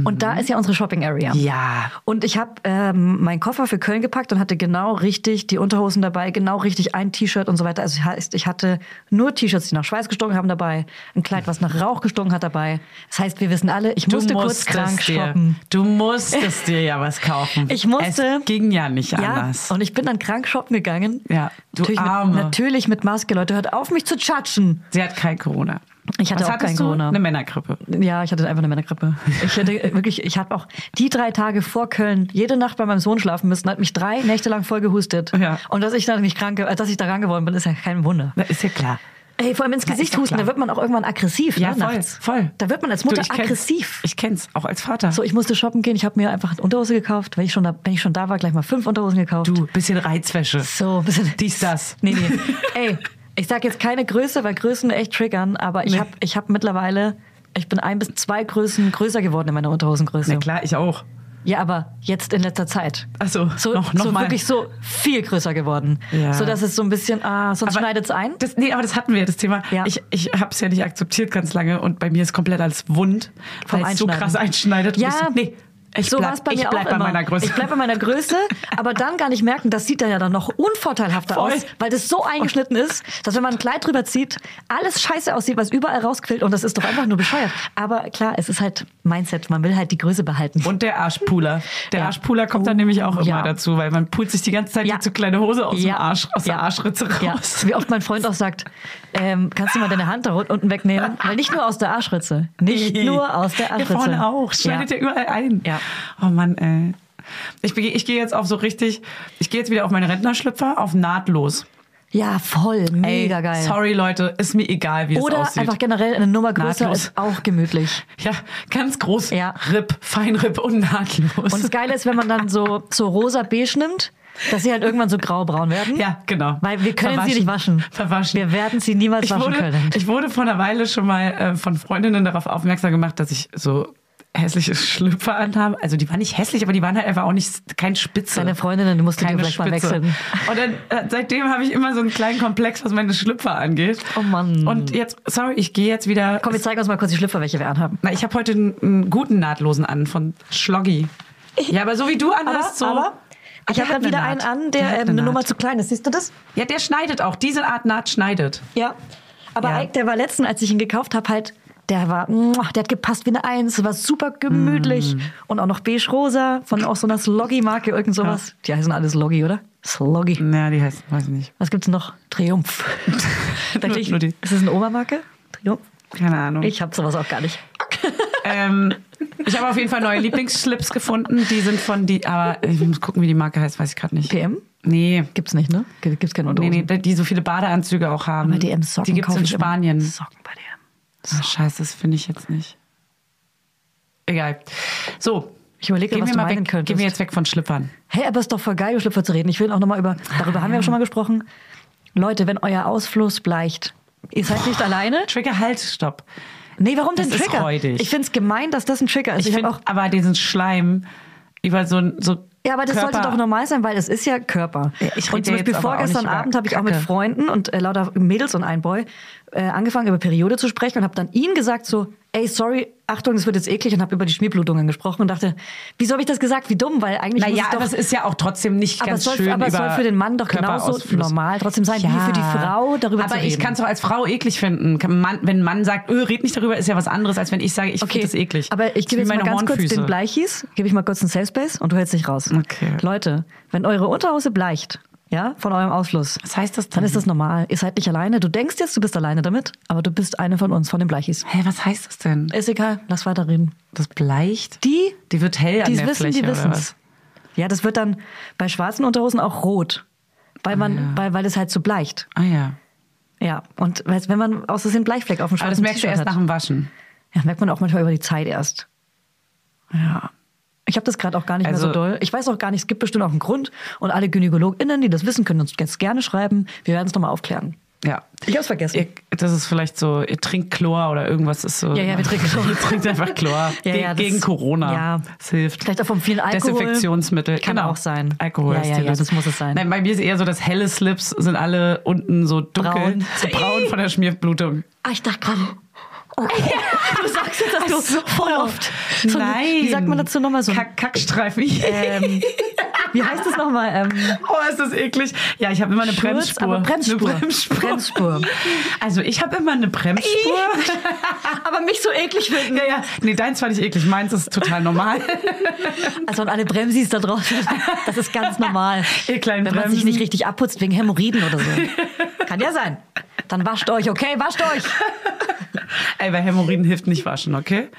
Speaker 2: Und da ist ja unsere Shopping Area.
Speaker 1: Mhm. Ja.
Speaker 2: Und ich habe ähm, meinen Koffer für Köln gepackt und hatte genau richtig die Unterhosen dabei, genau richtig ein T-Shirt und so weiter. Also heißt, ich hatte nur T-Shirts, die nach Schweiß gestunken haben dabei, ein Kleid, was nach Rauch gestunken hat dabei. Das heißt, wir wissen alle, ich musste kurz
Speaker 1: musstest
Speaker 2: krank
Speaker 1: dir,
Speaker 2: shoppen.
Speaker 1: Du musstest dir ja was kaufen.
Speaker 2: Ich musste.
Speaker 1: Es ging ja nicht
Speaker 2: Ja,
Speaker 1: anders.
Speaker 2: und ich bin dann krank shoppen gegangen.
Speaker 1: Ja, du
Speaker 2: natürlich,
Speaker 1: Arme.
Speaker 2: Mit, natürlich mit Maske, Leute, hört auf mich zu tschatschen.
Speaker 1: Sie hat kein Corona.
Speaker 2: Ich hatte
Speaker 1: was
Speaker 2: auch
Speaker 1: hattest
Speaker 2: kein
Speaker 1: du?
Speaker 2: Corona.
Speaker 1: Eine Männergrippe.
Speaker 2: Ja, ich hatte einfach eine Männergrippe. Ich hätte äh, wirklich, ich habe auch die drei Tage vor Köln jede Nacht bei meinem Sohn schlafen müssen, hat mich drei Nächte lang voll gehustet.
Speaker 1: Ja.
Speaker 2: Und dass ich dann nicht krank, äh, dass ich daran geworden bin, ist ja kein Wunder.
Speaker 1: Na, ist ja klar.
Speaker 2: Ey, vor allem ins
Speaker 1: Na, ist
Speaker 2: Gesicht
Speaker 1: doch
Speaker 2: husten,
Speaker 1: klar.
Speaker 2: da wird man auch irgendwann aggressiv.
Speaker 1: Ja,
Speaker 2: ne,
Speaker 1: voll,
Speaker 2: nachts.
Speaker 1: voll.
Speaker 2: Da wird man als Mutter
Speaker 1: ich kenn's.
Speaker 2: aggressiv.
Speaker 1: Ich kenn's, auch als Vater.
Speaker 2: so, ich musste shoppen gehen, ich habe mir einfach eine Unterhose gekauft, weil ich schon da, wenn ich schon da war, gleich mal fünf Unterhosen gekauft.
Speaker 1: du, bisschen Reizwäsche.
Speaker 2: So, *laughs* ein bisschen.
Speaker 1: Dies, das.
Speaker 2: Nee, nee. Ey, ich sag jetzt keine Größe, weil Größen echt triggern, aber ich hab, ich hab mittlerweile, ich bin ein bis zwei Größen größer geworden in meiner Unterhosengröße.
Speaker 1: Na klar, ich auch.
Speaker 2: Ja, aber jetzt in letzter Zeit.
Speaker 1: Ach so,
Speaker 2: So,
Speaker 1: noch, noch
Speaker 2: so
Speaker 1: mal.
Speaker 2: wirklich so viel größer geworden.
Speaker 1: Ja.
Speaker 2: So dass es so ein bisschen, ah, sonst
Speaker 1: Aber
Speaker 2: schneidet es ein.
Speaker 1: Das, nee, aber das hatten wir, das Thema.
Speaker 2: Ja.
Speaker 1: Ich, ich habe es ja nicht akzeptiert ganz lange und bei mir ist komplett alles wund,
Speaker 2: Vom
Speaker 1: weil es so
Speaker 2: Einschneiden.
Speaker 1: krass einschneidet. Und
Speaker 2: Ja,
Speaker 1: ich so, nee, ich
Speaker 2: so
Speaker 1: bleib,
Speaker 2: war es bei mir
Speaker 1: ich bleib
Speaker 2: auch
Speaker 1: bei
Speaker 2: immer.
Speaker 1: meiner Größe.
Speaker 2: Ich bleib bei meiner Größe, aber dann gar nicht merken, das sieht dann ja dann noch unvorteilhafter
Speaker 1: Voll.
Speaker 2: aus, weil das so eingeschnitten ist, dass wenn man ein Kleid drüber zieht, alles scheiße aussieht, was überall rausquillt und das ist doch einfach nur bescheuert. Aber klar, es ist halt Mindset, man will halt die Größe behalten.
Speaker 1: und der Arschpuler. Der
Speaker 2: Ja.
Speaker 1: Arschpuler kommt dann
Speaker 2: Oh,
Speaker 1: nämlich auch immer
Speaker 2: ja.
Speaker 1: dazu, weil man pult sich die ganze Zeit
Speaker 2: Ja.
Speaker 1: die zu kleine Hose aus
Speaker 2: Ja.
Speaker 1: dem Arsch, aus
Speaker 2: Ja.
Speaker 1: der Arschritze
Speaker 2: ja,
Speaker 1: raus.
Speaker 2: wie oft mein Freund auch sagt, ähm, kannst du mal deine Hand da unten wegnehmen? Weil nicht nur aus der Arschritze.
Speaker 1: *laughs*
Speaker 2: Nicht
Speaker 1: Ih.
Speaker 2: nur aus der
Speaker 1: Hier
Speaker 2: Arschritze.
Speaker 1: vorne auch.
Speaker 2: Ja.
Speaker 1: Schneidet ihr überall ein.
Speaker 2: Ja.
Speaker 1: Oh Mann, ey. Ich, bege- ich gehe jetzt auf so richtig, ich gehe jetzt wieder auf meine Rentnerschlüpfer, auf nahtlos.
Speaker 2: ja, voll.
Speaker 1: Ey,
Speaker 2: Mega geil.
Speaker 1: Sorry, Leute, ist mir egal, wie es
Speaker 2: Oder
Speaker 1: aussieht.
Speaker 2: einfach generell eine Nummer größer
Speaker 1: Nahtlos.
Speaker 2: ist auch gemütlich.
Speaker 1: Ja, ganz groß.
Speaker 2: Ja.
Speaker 1: Ripp, Feinripp und nahtlos.
Speaker 2: Und das Geile ist, wenn man dann so, so rosa-beige nimmt, dass sie halt irgendwann so graubraun
Speaker 1: *laughs*
Speaker 2: werden.
Speaker 1: ja, genau.
Speaker 2: Weil wir können sie nicht waschen.
Speaker 1: Verwaschen.
Speaker 2: Wir werden sie niemals
Speaker 1: ich
Speaker 2: waschen
Speaker 1: wurde,
Speaker 2: können.
Speaker 1: Ich wurde vor einer Weile schon mal äh, von Freundinnen darauf aufmerksam gemacht, dass ich so hässliche Schlüpfer anhabe. Also die waren nicht hässlich, aber die waren halt einfach auch nicht kein Spitze.
Speaker 2: Deine Freundinnen, die musst du dir
Speaker 1: Keine
Speaker 2: vielleicht mal
Speaker 1: Spitze.
Speaker 2: wechseln.
Speaker 1: Und dann, äh, seitdem habe ich immer so einen kleinen Komplex, was meine Schlüpfer angeht.
Speaker 2: Oh Mann.
Speaker 1: Und jetzt, sorry, ich gehe jetzt wieder.
Speaker 2: Komm, wir zeigen uns mal kurz die Schlüpfer, welche wir anhaben.
Speaker 1: Na, ich habe heute einen, einen guten nahtlosen an von Schloggi. Ja, aber so wie du
Speaker 2: Aber,
Speaker 1: anhast, so. Ah,
Speaker 2: aber ich
Speaker 1: der
Speaker 2: habe
Speaker 1: hat
Speaker 2: gerade wieder
Speaker 1: eine
Speaker 2: einen
Speaker 1: Naht.
Speaker 2: an,
Speaker 1: hat
Speaker 2: der ähm, eine
Speaker 1: Naht.
Speaker 2: Nummer zu klein ist. Siehst du das?
Speaker 1: Ja, der schneidet auch. Diese Art Naht schneidet.
Speaker 2: Ja. Aber
Speaker 1: Ja.
Speaker 2: eig- der war letzten, als ich ihn gekauft habe, halt, der war, muah, der hat gepasst wie eine Eins, war super
Speaker 1: Mm.
Speaker 2: gemütlich und auch noch beige-rosa von auch so einer Sloggy-Marke, irgend sowas. Die heißen alle Sloggy, oder? Sloggy.
Speaker 1: Na, die heißt, weiß ich nicht.
Speaker 2: Was gibt's noch?
Speaker 1: *laughs*
Speaker 2: Triumph. da
Speaker 1: Nur-
Speaker 2: krieg ich,
Speaker 1: nur die.
Speaker 2: Ist das eine Obermarke? Triumph?
Speaker 1: Keine Ahnung. Ich,
Speaker 2: Ich habe sowas auch gar nicht.
Speaker 1: ähm, ich habe auf jeden Fall
Speaker 2: *laughs*
Speaker 1: neue Lieblingsslips gefunden. Die sind von die, aber ich muss gucken, wie die Marke heißt, weiß ich gerade nicht.
Speaker 2: PM?
Speaker 1: Nee.
Speaker 2: Gibt's nicht, ne? G- Gibt's keine
Speaker 1: Nee,
Speaker 2: Unterhosen.
Speaker 1: nee, die so viele Badeanzüge auch haben.
Speaker 2: Bei DM Socken
Speaker 1: die gibt es
Speaker 2: kaufe
Speaker 1: in
Speaker 2: ich immer.
Speaker 1: Spanien.
Speaker 2: Socken bei DM.
Speaker 1: Ah, scheiße, das finde ich jetzt nicht. Egal. So.
Speaker 2: Ich überlege,
Speaker 1: gehen
Speaker 2: was
Speaker 1: wir
Speaker 2: du
Speaker 1: mal
Speaker 2: meinen
Speaker 1: weg.
Speaker 2: könntest.
Speaker 1: Gehen wir jetzt weg von Schlüppern.
Speaker 2: Hey, aber ist doch voll geil, über Schlüpfer zu reden. Ich will auch nochmal über, darüber haben wir auch schon mal gesprochen. Leute, wenn euer Ausfluss bleicht, ihr seid nicht alleine.
Speaker 1: Trigger, halt, stopp.
Speaker 2: Nee, warum denn
Speaker 1: Das ist
Speaker 2: Trigger?
Speaker 1: räudig.
Speaker 2: Ich find's gemein, dass das ein Trigger ist.
Speaker 1: ich
Speaker 2: hab
Speaker 1: finde aber diesen Schleim über so ein so
Speaker 2: Ja, aber das
Speaker 1: Körper,
Speaker 2: sollte doch normal sein, weil es ist ja Körper.
Speaker 1: ich rede
Speaker 2: und zum
Speaker 1: ja
Speaker 2: Beispiel
Speaker 1: jetzt aber auch
Speaker 2: vorgestern
Speaker 1: nicht über
Speaker 2: Abend habe ich auch mit
Speaker 1: Kacke.
Speaker 2: Freunden und äh, lauter Mädels und ein Boy äh, angefangen, über Periode zu sprechen und habe dann ihnen gesagt so, ey, sorry, Achtung, es wird jetzt eklig und habe über die Schmierblutungen gesprochen und dachte, wieso habe ich das gesagt? Wie dumm, weil eigentlich muss
Speaker 1: Naja,
Speaker 2: es doch...
Speaker 1: aber es ist ja auch trotzdem nicht
Speaker 2: Aber
Speaker 1: ganz
Speaker 2: es soll-
Speaker 1: schön.
Speaker 2: aber es
Speaker 1: über
Speaker 2: soll für den Mann doch
Speaker 1: Körperausfluss.
Speaker 2: genauso normal trotzdem sein, wie für die Frau, darüber
Speaker 1: aber
Speaker 2: zu
Speaker 1: ich
Speaker 2: reden.
Speaker 1: kann es auch als Frau eklig finden. Kann man, wenn ein Mann sagt, öh, red nicht darüber, ist ja was anderes, als wenn ich sage, ich
Speaker 2: Okay,
Speaker 1: finde das eklig.
Speaker 2: aber ich
Speaker 1: Das
Speaker 2: gebe
Speaker 1: ist wie
Speaker 2: jetzt
Speaker 1: meine
Speaker 2: mal ganz kurz
Speaker 1: Hornfüße.
Speaker 2: den Bleichis, gebe ich mal kurz einen Safe Space und du hältst dich raus.
Speaker 1: Okay.
Speaker 2: Leute, wenn eure Unterhose bleicht, ja, von eurem Ausfluss,
Speaker 1: Was heißt das denn?
Speaker 2: dann ist das normal. Ihr seid nicht alleine. Du denkst jetzt, du bist alleine damit, aber du bist eine von uns, von den Bleichis.
Speaker 1: Hä, was heißt das denn?
Speaker 2: Ist egal, lass weiterreden.
Speaker 1: Das bleicht?
Speaker 2: Die,
Speaker 1: Die wird hell an
Speaker 2: die
Speaker 1: der
Speaker 2: wissen,
Speaker 1: Fläche
Speaker 2: die
Speaker 1: oder
Speaker 2: wissen
Speaker 1: was?
Speaker 2: es. Ja, das wird dann bei schwarzen Unterhosen auch rot. Weil man, weil, weil es halt so bleicht.
Speaker 1: Ah ja.
Speaker 2: Ja. Und weißt, wenn man aus Versehen Bleichfleck auf dem
Speaker 1: Aber
Speaker 2: schwarzen
Speaker 1: das merkst du
Speaker 2: T-Shirt
Speaker 1: erst
Speaker 2: hat.
Speaker 1: nach dem Waschen.
Speaker 2: Ja, merkt man auch manchmal über die Zeit erst. Ja. Ich habe das gerade auch gar nicht
Speaker 1: Also-
Speaker 2: mehr so doll. Ich weiß auch gar nicht, es gibt bestimmt auch einen Grund. Und alle GynäkologInnen, die das wissen, können uns jetzt gerne schreiben. Wir werden es nochmal aufklären.
Speaker 1: Ja.
Speaker 2: Ich hab's vergessen.
Speaker 1: Ihr, das ist vielleicht so, ihr trinkt Chlor oder irgendwas ist so. *laughs*
Speaker 2: Ja, ja, wir trinken Chlor.
Speaker 1: ihr trinkt einfach Chlor.
Speaker 2: *laughs* Ja,
Speaker 1: Ge-
Speaker 2: ja, das-
Speaker 1: gegen Corona.
Speaker 2: ja.
Speaker 1: Das hilft.
Speaker 2: Vielleicht auch vom vielen Alkohol.
Speaker 1: Desinfektionsmittel.
Speaker 2: Kann
Speaker 1: genau.
Speaker 2: auch sein.
Speaker 1: Alkohol
Speaker 2: Ja,
Speaker 1: ist
Speaker 2: ja,
Speaker 1: die
Speaker 2: ja,
Speaker 1: Lösung.
Speaker 2: das muss es sein.
Speaker 1: Nein, bei mir ist eher so, dass helle Slips sind alle unten so dunkel.
Speaker 2: Braun.
Speaker 1: So braun von der Schmierblutung.
Speaker 2: Ah, ich dachte gerade, Du sagst jetzt das so voll oft. So,
Speaker 1: Nein.
Speaker 2: Wie sagt man dazu nochmal so? ein-
Speaker 1: Kack, Kackstreifen.
Speaker 2: ähm, wie heißt das nochmal? Ähm,
Speaker 1: *laughs* Oh, ist das eklig. Ja, ich habe immer eine
Speaker 2: Schurz,
Speaker 1: Bremsspur.
Speaker 2: aber Bremsspur.
Speaker 1: Eine Bremsspur.
Speaker 2: Bremsspur.
Speaker 1: Also ich habe immer eine Bremsspur.
Speaker 2: *laughs* aber mich so eklig finden.
Speaker 1: ja, ja. Nee, deins fand ich eklig. Meins ist total
Speaker 2: *laughs*
Speaker 1: normal.
Speaker 2: Also und alle Bremsis da draußen. Das ist ganz normal.
Speaker 1: Ihr kleinen
Speaker 2: Wenn man sich
Speaker 1: Bremsen.
Speaker 2: nicht richtig abputzt wegen Hämorrhoiden oder so. Kann ja sein. Dann wascht euch, okay? Wascht euch.
Speaker 1: Ey, bei Hämorrhoiden hilft nicht waschen, okay?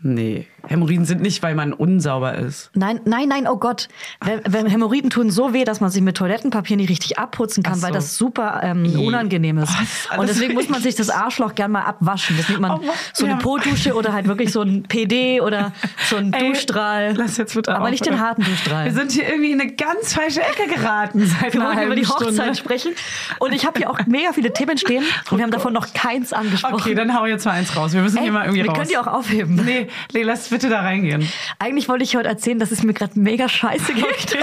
Speaker 1: Nee. Hämorrhoiden sind nicht, weil man unsauber ist.
Speaker 2: Nein, nein, nein, oh Gott. Wenn, wenn Hämorrhoiden tun so weh, dass man sich mit Toilettenpapier nicht richtig abputzen kann,
Speaker 1: Ach so.
Speaker 2: weil das super ähm, unangenehm ist.
Speaker 1: Oh, das ist alles
Speaker 2: Und deswegen muss man sich
Speaker 1: richtig.
Speaker 2: das Arschloch gern mal abwaschen. Das nimmt man
Speaker 1: Oh, wa-
Speaker 2: so eine
Speaker 1: ja.
Speaker 2: Po-Dusche oder halt wirklich so ein PD oder so ein
Speaker 1: Ey,
Speaker 2: Duschstrahl.
Speaker 1: Lass jetzt bitte
Speaker 2: Aber
Speaker 1: auf,
Speaker 2: nicht den
Speaker 1: oder?
Speaker 2: harten Duschstrahl.
Speaker 1: Wir sind hier irgendwie in eine ganz falsche Ecke
Speaker 2: *laughs*
Speaker 1: geraten seit
Speaker 2: Wir
Speaker 1: einer
Speaker 2: wollen
Speaker 1: halben
Speaker 2: über die
Speaker 1: Stunde.
Speaker 2: Hochzeit sprechen. Und ich habe hier auch mega viele Themen
Speaker 1: *laughs*
Speaker 2: stehen. Und wir haben davon noch keins angesprochen.
Speaker 1: Oh Okay, dann hau jetzt mal eins raus. Wir müssen
Speaker 2: Ey,
Speaker 1: hier mal irgendwie
Speaker 2: wir
Speaker 1: raus.
Speaker 2: können die auch aufheben.
Speaker 1: Nee, nee, lass bitte da reingehen.
Speaker 2: Eigentlich wollte ich heute erzählen, dass es mir gerade
Speaker 1: *laughs*
Speaker 2: mega scheiße geht.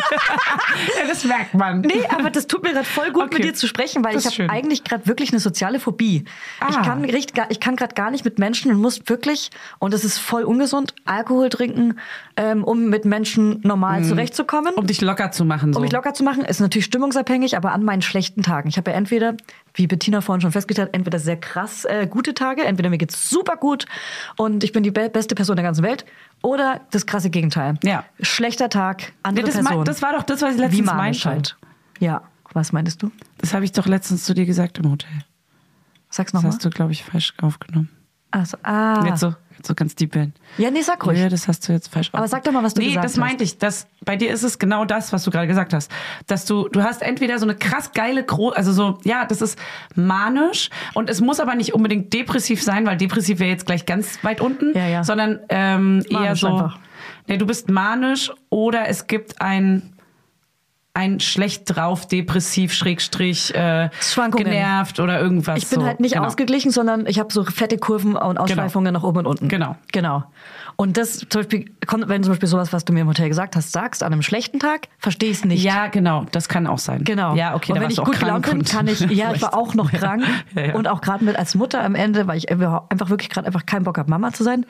Speaker 1: Ja, das merkt man.
Speaker 2: Nee, aber das tut mir gerade voll gut,
Speaker 1: Okay.
Speaker 2: mit dir zu sprechen, weil
Speaker 1: Das ist
Speaker 2: ich
Speaker 1: schön.
Speaker 2: habe eigentlich gerade wirklich eine soziale Phobie. Ich
Speaker 1: Ah.
Speaker 2: kann richtig, gar- ich kann gerade gar nicht mit Menschen und muss wirklich, und das ist voll ungesund, Alkohol trinken, ähm, um mit Menschen normal zurechtzukommen.
Speaker 1: Um dich locker zu machen. So.
Speaker 2: Um mich locker zu machen, ist natürlich stimmungsabhängig, aber an meinen schlechten Tagen. Ich habe ja entweder, wie Bettina vorhin schon festgestellt hat, entweder sehr krass äh, gute Tage, entweder mir geht's super gut und ich bin die be beste Person der ganzen Welt, oder das krasse Gegenteil.
Speaker 1: Ja.
Speaker 2: Schlechter Tag,
Speaker 1: Nee,
Speaker 2: andere
Speaker 1: das, mein-
Speaker 2: Person.
Speaker 1: das war doch das, was ich
Speaker 2: wie
Speaker 1: letztens
Speaker 2: manisch
Speaker 1: meinte.
Speaker 2: halt. Ja, was meinst du?
Speaker 1: Das habe ich doch letztens zu dir gesagt im Hotel.
Speaker 2: Sag's
Speaker 1: Das
Speaker 2: nochmal.
Speaker 1: hast du, glaube ich, falsch aufgenommen.
Speaker 2: Also, ah.
Speaker 1: Jetzt so, jetzt so ganz deep hin.
Speaker 2: Ja, nee, sag ruhig.
Speaker 1: Ja, das hast du jetzt falsch
Speaker 2: Aber
Speaker 1: aufgenommen.
Speaker 2: sag doch mal, was du
Speaker 1: nee,
Speaker 2: gesagt
Speaker 1: das
Speaker 2: hast.
Speaker 1: meinte ich. Das, bei dir ist es genau das, was du gerade gesagt hast. Dass du, du hast entweder so eine krass geile, Gro also so, ja, das ist manisch und es muss aber nicht unbedingt depressiv sein, weil depressiv wäre jetzt gleich ganz weit unten,
Speaker 2: Ja, ja.
Speaker 1: sondern ähm, eher
Speaker 2: Manisch
Speaker 1: so,
Speaker 2: einfach.
Speaker 1: nee, du bist manisch oder es gibt ein ein schlecht drauf, depressiv, schrägstrich, äh,
Speaker 2: Schwankungen.
Speaker 1: genervt oder irgendwas.
Speaker 2: Ich bin
Speaker 1: so.
Speaker 2: halt nicht
Speaker 1: Genau.
Speaker 2: ausgeglichen, sondern ich habe so fette Kurven und Ausschweifungen nach oben und unten.
Speaker 1: Genau.
Speaker 2: Genau. Und das zum Beispiel, kommt, wenn zum Beispiel sowas, was du mir im Hotel gesagt hast, sagst an einem schlechten Tag, verstehe ich es nicht.
Speaker 1: Ja, genau, das kann auch sein.
Speaker 2: Genau.
Speaker 1: Ja, okay,
Speaker 2: und
Speaker 1: da
Speaker 2: wenn
Speaker 1: warst
Speaker 2: ich
Speaker 1: du auch
Speaker 2: gut
Speaker 1: krank
Speaker 2: gelaunt bin,
Speaker 1: und-
Speaker 2: kann
Speaker 1: *laughs*
Speaker 2: ich, ja, ich war auch noch krank
Speaker 1: Ja, ja.
Speaker 2: und auch gerade mit als Mutter am Ende, weil ich einfach wirklich gerade einfach keinen Bock habe, Mama zu sein.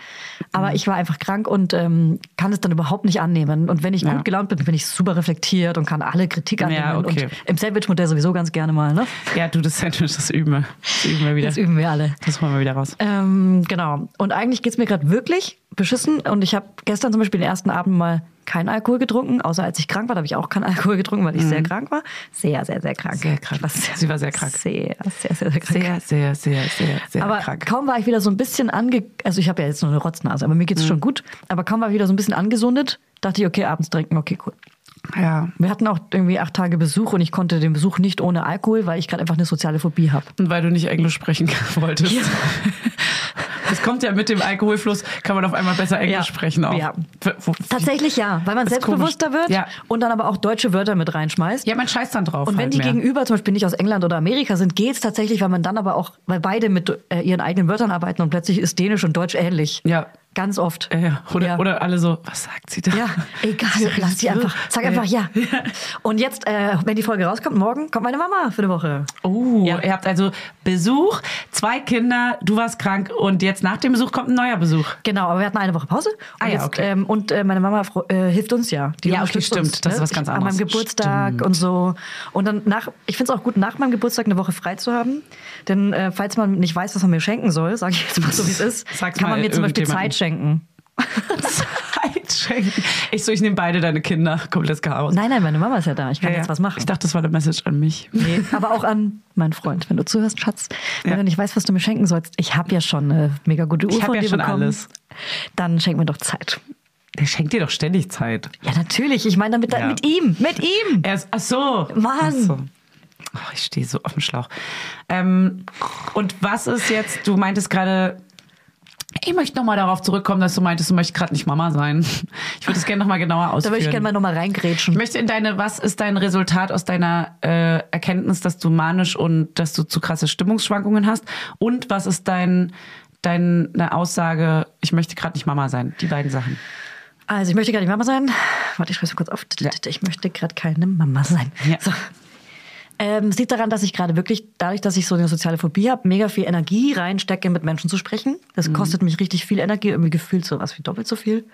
Speaker 2: Aber
Speaker 1: Mhm.
Speaker 2: ich war einfach krank und ähm, kann es dann überhaupt nicht annehmen. Und wenn ich
Speaker 1: Ja.
Speaker 2: gut gelaunt bin, bin ich super reflektiert und kann alle Kritik annehmen.
Speaker 1: okay.
Speaker 2: Und im Sandwich-Modell sowieso ganz gerne mal. Ne?
Speaker 1: Ja, du, das Sandwich, das üben wir. Das üben wir wieder.
Speaker 2: Das
Speaker 1: Das,
Speaker 2: üben wir alle.
Speaker 1: holen wir wieder raus.
Speaker 2: Ähm, genau. Und eigentlich geht's mir gerade wirklich beschissen. Und ich habe gestern zum Beispiel den ersten Abend mal keinen Alkohol getrunken, außer als ich krank war. Da habe ich auch keinen Alkohol getrunken, weil ich sehr krank war. Sehr, sehr, sehr krank.
Speaker 1: Mhm. Sehr krank.
Speaker 2: Ich war sehr-
Speaker 1: Sie war sehr krank.
Speaker 2: Sehr, sehr, sehr, sehr krank.
Speaker 1: Sehr, sehr, sehr, sehr, sehr
Speaker 2: aber
Speaker 1: krank.
Speaker 2: kaum war ich wieder so ein bisschen ange... Also ich habe ja jetzt nur eine Rotznase, aber mir geht's
Speaker 1: Mhm.
Speaker 2: schon gut. Aber kaum war ich wieder so ein bisschen angesundet, dachte ich, okay, abends trinken, okay, cool.
Speaker 1: Ja.
Speaker 2: Wir hatten auch irgendwie acht Tage Besuch und ich konnte den Besuch nicht ohne Alkohol, weil ich gerade einfach eine soziale Phobie habe.
Speaker 1: Und weil du nicht Englisch sprechen *laughs* wolltest.
Speaker 2: Ja.
Speaker 1: Das kommt ja mit dem Alkoholfluss, kann man auf einmal besser Englisch
Speaker 2: Ja.
Speaker 1: sprechen auch.
Speaker 2: Ja.
Speaker 1: Für- wo-
Speaker 2: Tatsächlich ja, weil man
Speaker 1: Ist
Speaker 2: selbstbewusster
Speaker 1: komisch.
Speaker 2: wird
Speaker 1: Ja.
Speaker 2: und dann aber auch deutsche Wörter mit reinschmeißt.
Speaker 1: Ja, man scheißt dann drauf.
Speaker 2: Und wenn
Speaker 1: halt
Speaker 2: die
Speaker 1: mehr.
Speaker 2: gegenüber zum Beispiel nicht aus England oder Amerika sind, geht's tatsächlich, weil man dann aber auch, weil beide mit äh, ihren eigenen Wörtern arbeiten und plötzlich ist Dänisch und Deutsch ähnlich.
Speaker 1: Ja.
Speaker 2: Ganz oft.
Speaker 1: Ja, ja. Oder,
Speaker 2: Ja.
Speaker 1: oder alle so, was sagt sie da?
Speaker 2: Ja,
Speaker 1: *laughs*
Speaker 2: egal, lass die einfach. Sag einfach ja. Und jetzt, äh, wenn die Folge rauskommt, morgen kommt meine Mama für eine Woche.
Speaker 1: Oh,
Speaker 2: Ja.
Speaker 1: ihr habt also Besuch, zwei Kinder, du warst krank und jetzt nach dem Besuch kommt ein neuer
Speaker 2: *laughs*
Speaker 1: Besuch.
Speaker 2: Genau, aber wir hatten eine Woche Pause. Und,
Speaker 1: Ah ja,
Speaker 2: jetzt,
Speaker 1: okay.
Speaker 2: ähm, und äh, meine Mama fro- äh, hilft uns ja. Die
Speaker 1: Ja, okay,
Speaker 2: unterstützt
Speaker 1: stimmt.
Speaker 2: Uns, ne?
Speaker 1: Das ist was ganz
Speaker 2: An meinem
Speaker 1: anderes.
Speaker 2: Geburtstag und so. Und dann nach, ich finde es auch gut, nach meinem Geburtstag eine Woche frei zu haben. Denn äh, falls man nicht weiß, was man mir schenken soll, sage ich jetzt mal so, wie es ist,
Speaker 1: Sag's
Speaker 2: kann
Speaker 1: mal
Speaker 2: man mir zum Beispiel
Speaker 1: irgendjemandem.
Speaker 2: Zeit schenken.
Speaker 1: *laughs*
Speaker 2: *laughs*
Speaker 1: Zeit schenken. Ich so, ich nehme beide deine Kinder. Komplettes Chaos.
Speaker 2: Nein, nein, meine Mama ist ja da. Ich kann jetzt was machen.
Speaker 1: Ich dachte, das war eine Message an mich.
Speaker 2: Nee, aber auch an meinen Freund, wenn du zuhörst, Schatz, wenn du nicht weißt, was du mir schenken sollst, ich habe ja schon eine mega gute Uhr
Speaker 1: Ich hab
Speaker 2: von
Speaker 1: ja
Speaker 2: dir
Speaker 1: schon
Speaker 2: bekommen.
Speaker 1: alles.
Speaker 2: Dann schenk mir doch Zeit.
Speaker 1: Der schenkt dir doch ständig Zeit.
Speaker 2: Ja, natürlich. Ich meine damit
Speaker 1: Ja.
Speaker 2: mit ihm, mit ihm.
Speaker 1: Er ist, ach so.
Speaker 2: Mann.
Speaker 1: Ach so. Ach, ich stehe so auf dem Schlauch. Ähm, und was ist jetzt, du meintest gerade, ich möchte nochmal darauf zurückkommen, dass du meintest, du möchtest gerade nicht Mama sein. Ich würde es gerne nochmal genauer
Speaker 2: Da
Speaker 1: ausführen.
Speaker 2: würde ich gerne mal nochmal
Speaker 1: Ich
Speaker 2: reingrätschen.
Speaker 1: möchte in deine, was ist dein Resultat aus deiner äh, Erkenntnis, dass du manisch und dass du zu krasse Stimmungsschwankungen hast? Und was ist dein, deine Aussage, ich möchte gerade nicht Mama sein? Die beiden Sachen.
Speaker 2: Also ich möchte gar nicht Mama sein. Warte, ich schreibe kurz auf. Ich möchte gerade keine Mama sein.
Speaker 1: Ja.
Speaker 2: So. Ähm, es liegt daran, dass ich gerade wirklich, dadurch, dass ich so eine soziale Phobie habe, mega viel Energie reinstecke, mit Menschen zu sprechen. Das kostet mich richtig viel Energie, irgendwie gefühlt so was wie doppelt so viel.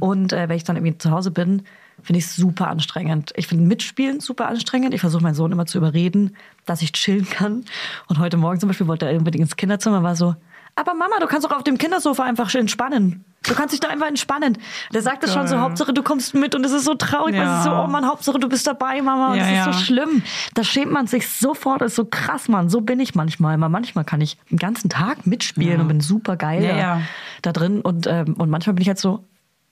Speaker 2: Und äh, wenn ich dann irgendwie zu Hause bin, finde ich es super anstrengend. Ich finde Mitspielen super anstrengend. Ich versuche meinen Sohn immer zu überreden, dass ich chillen kann. Und heute Morgen zum Beispiel wollte er unbedingt ins Kinderzimmer, war so, aber Mama, du kannst doch auf dem Kindersofa einfach entspannen. Du kannst dich da einfach entspannen. Der sagt das schon so, Hauptsache du kommst mit und es ist so traurig, weil es ist so,
Speaker 1: Ja.
Speaker 2: oh Mann, Hauptsache du bist dabei, Mama, und
Speaker 1: Ja,
Speaker 2: es ist so
Speaker 1: ja.
Speaker 2: schlimm schlimm. Da schämt man sich sofort. Das ist so krass, Mann. So bin ich manchmal. Man, manchmal kann ich den ganzen Tag mitspielen und bin super geil
Speaker 1: Ja, ja.
Speaker 2: da drin. Und, ähm, und manchmal bin ich halt so,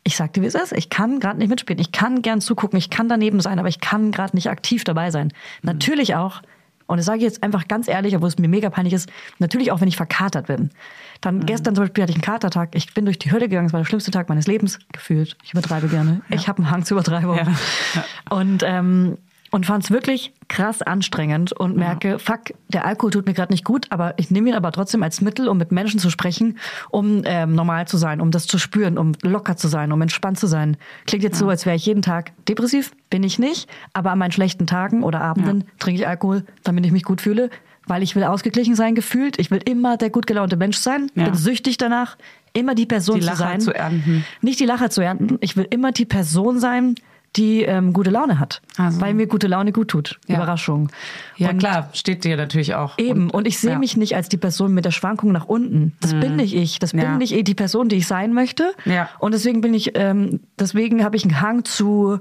Speaker 2: ich sag dir, wie es ist. Ich kann gerade nicht mitspielen. Ich kann gern zugucken. Ich kann daneben sein, aber ich kann gerade nicht aktiv dabei sein.
Speaker 1: Mhm.
Speaker 2: Natürlich auch. Und das sage ich jetzt einfach ganz ehrlich, obwohl es mir mega peinlich ist, natürlich auch, wenn ich verkatert bin.
Speaker 1: Mhm.
Speaker 2: Dann gestern zum Beispiel hatte ich einen Katertag. Ich bin durch die Hölle gegangen. Es war der schlimmste Tag meines Lebens, gefühlt. Ich übertreibe gerne. Ich habe einen Hang zur Übertreibung.
Speaker 1: Ja.
Speaker 2: Und, ähm, und fand es wirklich krass anstrengend und merke, fuck, der Alkohol tut mir gerade nicht gut, aber ich nehme ihn aber trotzdem als Mittel, um mit Menschen zu sprechen, um ähm, normal zu sein, um das zu spüren, um locker zu sein, um entspannt zu sein. Klingt jetzt so, als wäre ich jeden Tag depressiv, bin ich nicht, aber an meinen schlechten Tagen oder Abenden trinke ich Alkohol, damit ich mich gut fühle, weil ich will ausgeglichen sein, gefühlt. Ich will immer der gut gelaunte Mensch sein,
Speaker 1: Ja.
Speaker 2: bin süchtig danach, immer die Person
Speaker 1: Die
Speaker 2: zu
Speaker 1: Lacher
Speaker 2: sein.
Speaker 1: zu ernten.
Speaker 2: Nicht die Lacher zu ernten. Ich will immer die Person sein, die ähm, gute Laune hat.
Speaker 1: Also.
Speaker 2: Weil mir gute Laune gut tut.
Speaker 1: Ja.
Speaker 2: Überraschung.
Speaker 1: Ja,
Speaker 2: und
Speaker 1: klar, steht dir natürlich auch.
Speaker 2: Eben, und ich sehe
Speaker 1: ja. Mhm.
Speaker 2: mich nicht als die Person mit der Schwankung nach unten. Das bin nicht ich. Das bin
Speaker 1: Ja.
Speaker 2: nicht eh die Person, die ich sein möchte.
Speaker 1: Ja.
Speaker 2: Und deswegen bin ich, ähm, deswegen habe ich einen Hang zu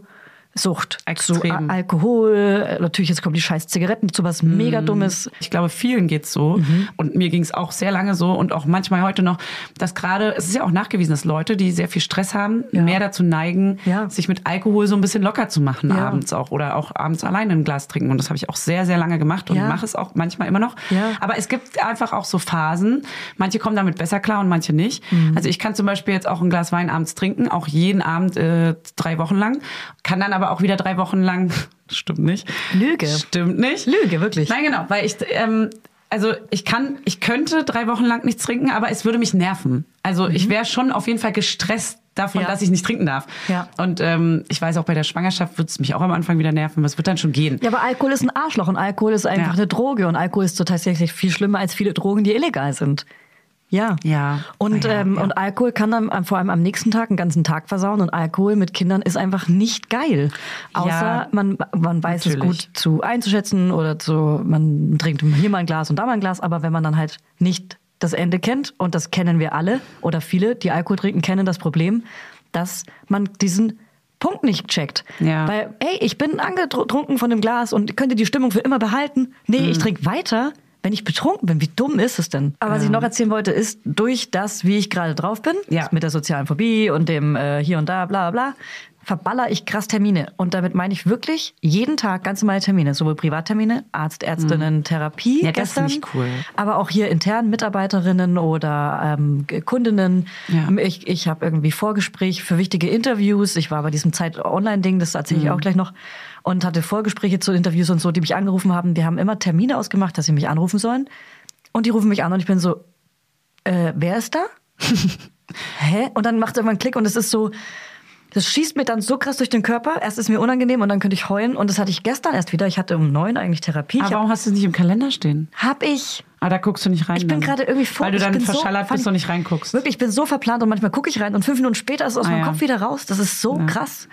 Speaker 2: Sucht, zu
Speaker 1: Extrem.
Speaker 2: A Alkohol. Äh, Natürlich, jetzt kommen die scheiß Zigaretten zu was
Speaker 1: Mhm.
Speaker 2: mega Dummes.
Speaker 1: Ich glaube, vielen geht's so.
Speaker 2: Mhm.
Speaker 1: Und mir ging's auch sehr lange so und auch manchmal heute noch, dass gerade, es ist ja auch nachgewiesen, dass Leute, die sehr viel Stress haben, mehr dazu neigen,
Speaker 2: Ja.
Speaker 1: sich mit Alkohol so ein bisschen locker zu machen
Speaker 2: Ja.
Speaker 1: abends auch oder auch abends alleine ein Glas trinken. Und das habe ich auch sehr, sehr lange gemacht und
Speaker 2: Ja.
Speaker 1: mache es auch manchmal immer noch.
Speaker 2: Ja.
Speaker 1: Aber es gibt einfach auch so Phasen. Manche kommen damit besser klar und manche nicht.
Speaker 2: Mhm.
Speaker 1: Also ich kann zum Beispiel jetzt auch ein Glas Wein abends trinken, auch jeden Abend äh, drei Wochen lang, kann dann aber auch wieder drei Wochen lang, *laughs* stimmt nicht.
Speaker 2: Lüge.
Speaker 1: Stimmt nicht.
Speaker 2: Lüge, wirklich.
Speaker 1: Nein, genau, weil ich, ähm, also ich kann, ich könnte drei Wochen lang nichts trinken, aber es würde mich nerven. Also ich wäre schon auf jeden Fall gestresst davon,
Speaker 2: Mhm. Ja.
Speaker 1: dass ich nicht trinken darf.
Speaker 2: Ja.
Speaker 1: Und ähm, ich weiß auch, bei der Schwangerschaft wird es mich auch am Anfang wieder nerven, aber es wird dann schon gehen.
Speaker 2: Ja, aber Alkohol ist ein Arschloch und Alkohol ist einfach
Speaker 1: Ja.
Speaker 2: eine Droge und Alkohol ist so tatsächlich viel schlimmer als viele Drogen, die illegal sind. Ja.
Speaker 1: Ja.
Speaker 2: Und,
Speaker 1: Ah ja,
Speaker 2: ähm,
Speaker 1: ja.
Speaker 2: und Alkohol kann dann am- vor allem am nächsten Tag einen ganzen Tag versauen und Alkohol mit Kindern ist einfach nicht geil. Außer
Speaker 1: Ja,
Speaker 2: man, man weiß es
Speaker 1: natürlich.
Speaker 2: gut zu einzuschätzen oder zu, man trinkt hier mal ein Glas und da mal ein Glas, aber wenn man dann halt nicht das Ende kennt, und das kennen wir alle oder viele, die Alkohol trinken, kennen das Problem, dass man diesen Punkt nicht checkt.
Speaker 1: Ja.
Speaker 2: Weil, Äh, ey, ich bin angetrunken von dem Glas und könnte die Stimmung für immer behalten. Nee, ich trinke weiter, wenn ich betrunken bin. Wie dumm ist es denn? Ähm. Aber was ich noch erzählen wollte, ist, durch das, wie ich gerade drauf bin,
Speaker 1: Ja.
Speaker 2: mit der sozialen Phobie und dem äh, hier und da, bla bla, verballer ich krass Termine. Und damit meine ich wirklich jeden Tag ganz normale Termine, sowohl Privattermine, Arzt, Ärztinnen, Therapie.
Speaker 1: Ja, das ist
Speaker 2: gestern,
Speaker 1: nicht cool.
Speaker 2: Aber auch hier intern Mitarbeiterinnen oder ähm, G- Kundinnen. Ähm,
Speaker 1: Ja.
Speaker 2: Ich, ich habe irgendwie Vorgespräch für wichtige Interviews. Ich war bei diesem Zeit-Online-Ding, das erzähle ich
Speaker 1: Mhm.
Speaker 2: auch gleich noch. Und hatte Vorgespräche zu Interviews und so, die mich angerufen haben. Wir haben immer Termine ausgemacht, dass sie mich anrufen sollen. Und die rufen mich an und ich bin so, äh, wer ist da? *laughs* Hä? Und dann macht es irgendwann einen Klick und es ist so, das schießt mir dann so krass durch den Körper. Erst ist mir unangenehm und dann könnte ich heulen. Und das hatte ich gestern erst wieder. Ich hatte um neun eigentlich Therapie.
Speaker 1: aber
Speaker 2: Ich hab,
Speaker 1: warum hast du es nicht im Kalender stehen?
Speaker 2: hab ich.
Speaker 1: Ah, da guckst du nicht rein.
Speaker 2: Ich bin
Speaker 1: dann.
Speaker 2: gerade irgendwie vor.
Speaker 1: Weil du
Speaker 2: ich
Speaker 1: dann
Speaker 2: bin
Speaker 1: verschallert
Speaker 2: so,
Speaker 1: bist und nicht reinguckst.
Speaker 2: Wirklich, ich bin so verplant und manchmal gucke ich rein und fünf Minuten später ist es aus
Speaker 1: Ah,
Speaker 2: meinem
Speaker 1: ja.
Speaker 2: Kopf wieder raus. Das ist so krass.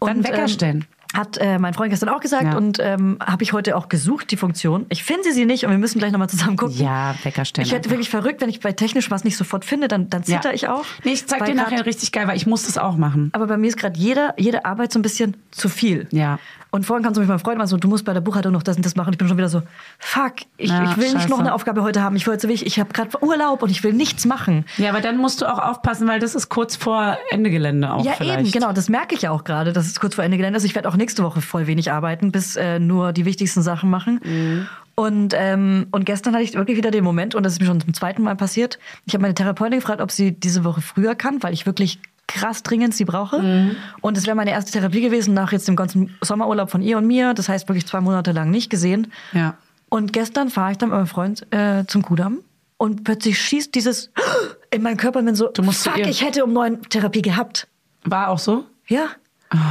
Speaker 2: Und, ähm,
Speaker 1: Dann Wecker stellen.
Speaker 2: Hat äh, mein Freund gestern auch gesagt
Speaker 1: Ja.
Speaker 2: und ähm, habe ich heute auch gesucht, die Funktion. Ich finde sie nicht und wir müssen gleich nochmal zusammen gucken.
Speaker 1: Ja, genau. Wecker stellen
Speaker 2: Ich werde
Speaker 1: einfach.
Speaker 2: wirklich verrückt, wenn ich bei technisch was nicht sofort finde, dann, dann zitter ich auch.
Speaker 1: Nee, ich zeig
Speaker 2: Weil
Speaker 1: dir
Speaker 2: grad-
Speaker 1: nachher richtig geil, weil ich muss das auch machen.
Speaker 2: aber bei mir ist gerade jeder, jede Arbeit so ein bisschen zu viel.
Speaker 1: Ja.
Speaker 2: Und vorhin kam zum Beispiel mein Freund und war so, also du musst bei der Buchhaltung noch das und das machen. Ich bin schon wieder so, fuck, ich,
Speaker 1: Ja,
Speaker 2: ich will nicht
Speaker 1: scheiße.
Speaker 2: noch eine Aufgabe heute haben. Ich will jetzt wirklich, ich habe gerade Urlaub und ich will nichts machen.
Speaker 1: Ja, aber dann musst du auch aufpassen, weil das ist kurz vor Ende Gelände auch
Speaker 2: ja,
Speaker 1: vielleicht.
Speaker 2: eben, genau. Das merke ich ja auch gerade, dass es kurz vor Ende gelernt ist. Ich werde auch nächste Woche voll wenig arbeiten, bis äh, nur die wichtigsten Sachen machen.
Speaker 1: Mhm.
Speaker 2: Und, ähm, und gestern hatte ich wirklich wieder den Moment, und das ist mir schon zum zweiten Mal passiert. Ich habe meine Therapeutin gefragt, ob sie diese Woche früher kann, weil ich wirklich krass dringend sie brauche.
Speaker 1: Mhm.
Speaker 2: Und es wäre meine erste Therapie gewesen nach jetzt dem ganzen Sommerurlaub von ihr und mir. Das heißt wirklich zwei Monate lang nicht gesehen.
Speaker 1: Ja.
Speaker 2: Und gestern fahre ich dann mit meinem Freund äh, zum Kudamm und plötzlich schießt dieses *gasps* in meinen Körper und bin so,
Speaker 1: musst zu
Speaker 2: fuck,
Speaker 1: ihr.
Speaker 2: ich hätte um neun Therapie gehabt.
Speaker 1: War auch so?
Speaker 2: Ja.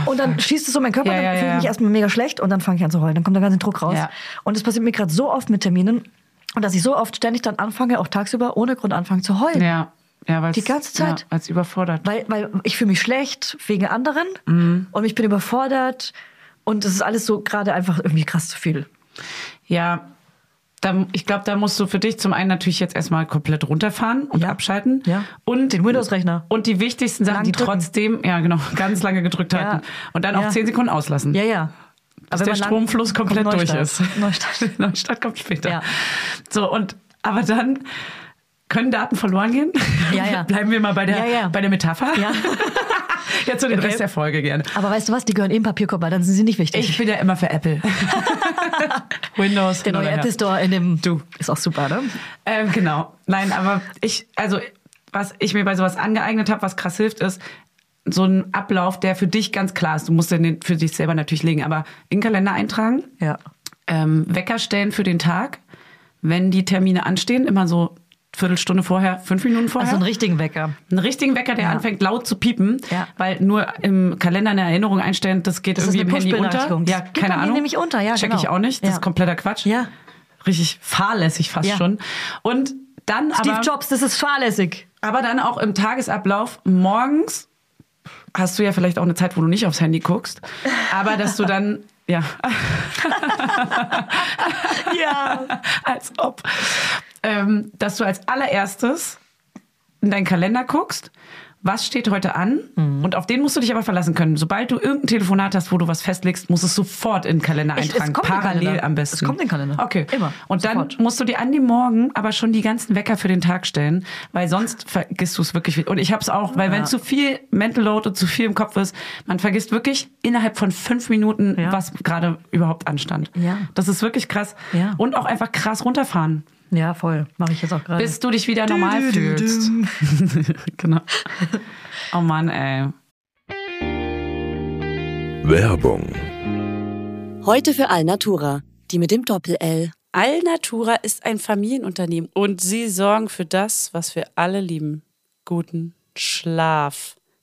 Speaker 2: und dann schießt es um meinen Körper,
Speaker 1: Ja,
Speaker 2: und dann
Speaker 1: ja,
Speaker 2: fühle ich
Speaker 1: ja.
Speaker 2: mich erstmal mega schlecht und dann fange ich an zu heulen. Dann kommt der ganze Druck raus.
Speaker 1: Ja.
Speaker 2: Und es passiert mir gerade so oft mit Terminen und dass ich so oft ständig dann anfange, auch tagsüber ohne Grund anfange zu heulen.
Speaker 1: Ja, ja weil
Speaker 2: Die ganze Zeit.
Speaker 1: Ja, weil's überfordert.
Speaker 2: Weil, weil ich fühle mich schlecht wegen anderen
Speaker 1: Mhm.
Speaker 2: und ich bin überfordert und es ist alles so gerade einfach irgendwie krass zu viel.
Speaker 1: Ja, da, ich glaube, da musst du für dich zum einen natürlich jetzt erstmal komplett runterfahren und
Speaker 2: Ja.
Speaker 1: abschalten.
Speaker 2: Ja.
Speaker 1: Und
Speaker 2: Den Windows-Rechner.
Speaker 1: Und die wichtigsten Sachen,
Speaker 2: Lang
Speaker 1: die
Speaker 2: drücken.
Speaker 1: trotzdem, ja genau, *laughs* ganz lange gedrückt
Speaker 2: Ja.
Speaker 1: halten. Und dann auch
Speaker 2: Ja.
Speaker 1: zehn Sekunden auslassen.
Speaker 2: Ja, ja.
Speaker 1: Bis
Speaker 2: wenn
Speaker 1: der
Speaker 2: man lang-
Speaker 1: Stromfluss
Speaker 2: kommt
Speaker 1: komplett durch
Speaker 2: Neustart.
Speaker 1: ist. *laughs*
Speaker 2: Neustart.
Speaker 1: Neustart kommt später.
Speaker 2: Ja.
Speaker 1: So, und aber dann können Daten verloren gehen.
Speaker 2: Ja,
Speaker 1: *laughs*
Speaker 2: ja.
Speaker 1: Bleiben wir mal bei der,
Speaker 2: Ja, ja.
Speaker 1: Bei der Metapher.
Speaker 2: Ja.
Speaker 1: *laughs*
Speaker 2: Äh,
Speaker 1: Jetzt zu den Rest der Folge gerne.
Speaker 2: Aber weißt du was, die gehören eh im Papierkorb, dann sind sie nicht wichtig.
Speaker 1: Ich bin ja immer für
Speaker 2: *laughs*
Speaker 1: Apple. Windows.
Speaker 2: der
Speaker 1: hin
Speaker 2: neue
Speaker 1: oder her.
Speaker 2: Apple Store in dem Du ist auch super, ne?
Speaker 1: Ähm, genau. Nein, aber ich, also was ich mir bei sowas angeeignet habe, was krass hilft, ist so ein Ablauf, der für dich ganz klar ist. Du musst den für dich selber natürlich legen, aber in den Kalender eintragen,
Speaker 2: Ja.
Speaker 1: ähm, Wecker stellen für den Tag, wenn die Termine anstehen, immer so Viertelstunde vorher, fünf Minuten vorher.
Speaker 2: Also einen richtigen Wecker.
Speaker 1: Einen richtigen Wecker, der
Speaker 2: Ja.
Speaker 1: anfängt laut zu piepen,
Speaker 2: Ja.
Speaker 1: weil nur im Kalender eine Erinnerung einstellen, das geht
Speaker 2: Das ist
Speaker 1: irgendwie im
Speaker 2: eine
Speaker 1: Handy unter.
Speaker 2: Push-Benachrichtigung. Das
Speaker 1: Ja,
Speaker 2: geht
Speaker 1: keine
Speaker 2: bei mir
Speaker 1: Ahnung.
Speaker 2: nämlich unter, ja,
Speaker 1: Check ich
Speaker 2: genau.
Speaker 1: auch nicht. Das
Speaker 2: Ja.
Speaker 1: ist kompletter Quatsch.
Speaker 2: Ja.
Speaker 1: Richtig fahrlässig fast
Speaker 2: Ja.
Speaker 1: schon. Und dann
Speaker 2: Steve
Speaker 1: aber,
Speaker 2: Jobs, das ist fahrlässig.
Speaker 1: aber dann auch im Tagesablauf morgens hast du ja vielleicht auch eine Zeit, wo du nicht aufs Handy guckst, aber dass du dann ja
Speaker 2: Ja.
Speaker 1: *laughs* als ob, ähm, dass du als allererstes in deinen Kalender guckst, was steht heute an
Speaker 2: Mhm.
Speaker 1: und auf den musst du dich aber verlassen können. Sobald du irgendein Telefonat hast, wo du was festlegst, musst du es sofort in den Kalender
Speaker 2: Ich- es
Speaker 1: eintragen,
Speaker 2: kommt in den
Speaker 1: parallel
Speaker 2: Kalender.
Speaker 1: am besten.
Speaker 2: Es kommt in den Kalender.
Speaker 1: Okay.
Speaker 2: Immer.
Speaker 1: Und dann
Speaker 2: Sofort.
Speaker 1: musst du dir an dem Morgen aber schon die ganzen Wecker für den Tag stellen, weil sonst vergisst du es wirklich. Und ich habe es auch, weil wenn zu viel Mental Load und zu viel im Kopf ist, man vergisst wirklich innerhalb von fünf Minuten,
Speaker 2: Ja.
Speaker 1: was gerade überhaupt anstand.
Speaker 2: Ja.
Speaker 1: Das ist wirklich krass.
Speaker 2: Ja.
Speaker 1: Und auch einfach krass runterfahren,
Speaker 2: Ja, voll. Mache ich jetzt auch gerade.
Speaker 1: bis du dich wieder normal fühlst. *laughs* genau. Oh Mann, ey.
Speaker 5: Werbung,
Speaker 3: Heute für Alnatura, die mit dem Doppel-L.
Speaker 4: Alnatura ist ein Familienunternehmen und sie sorgen für das, was wir alle lieben. Guten Schlaf.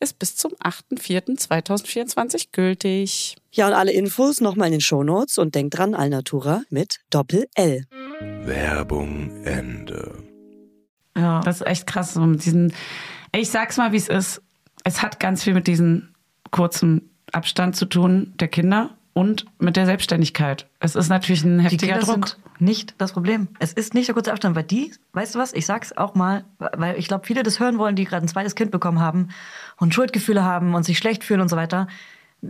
Speaker 4: ist bis zum 8.4.2024 gültig.
Speaker 6: Ja, und alle Infos nochmal in den Shownotes und denkt dran, Alnatura mit Doppel-L.
Speaker 5: Werbung, Ende.
Speaker 2: Ja.
Speaker 1: Das ist echt krass. So mit diesen, ich sag's mal, wie es ist. Es hat ganz viel mit diesem kurzen Abstand zu tun der Kinder und mit der Selbstständigkeit. Es ist natürlich ein
Speaker 2: Die
Speaker 1: heftiger
Speaker 2: Kinder
Speaker 1: Druck.
Speaker 2: sind nicht das Problem. Es ist nicht der kurze Abstand, weil die, weißt du was, ich sag's auch mal, weil ich glaube, viele das hören wollen, die gerade ein zweites Kind bekommen haben und Schuldgefühle haben und sich schlecht fühlen und so weiter.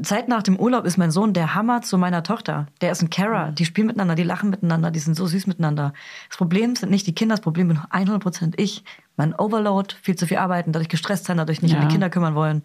Speaker 2: Zeit nach dem Urlaub ist mein Sohn der Hammer zu meiner Tochter. Der ist ein
Speaker 1: Mhm.
Speaker 2: Carer. Die spielen miteinander, die lachen miteinander, die sind so süß miteinander. Das Problem sind nicht die Kinder, das Problem bin 100% ich. Mein Overload, viel zu viel arbeiten, dadurch gestresst sein, dadurch nicht an
Speaker 1: Ja.
Speaker 2: die Kinder kümmern wollen.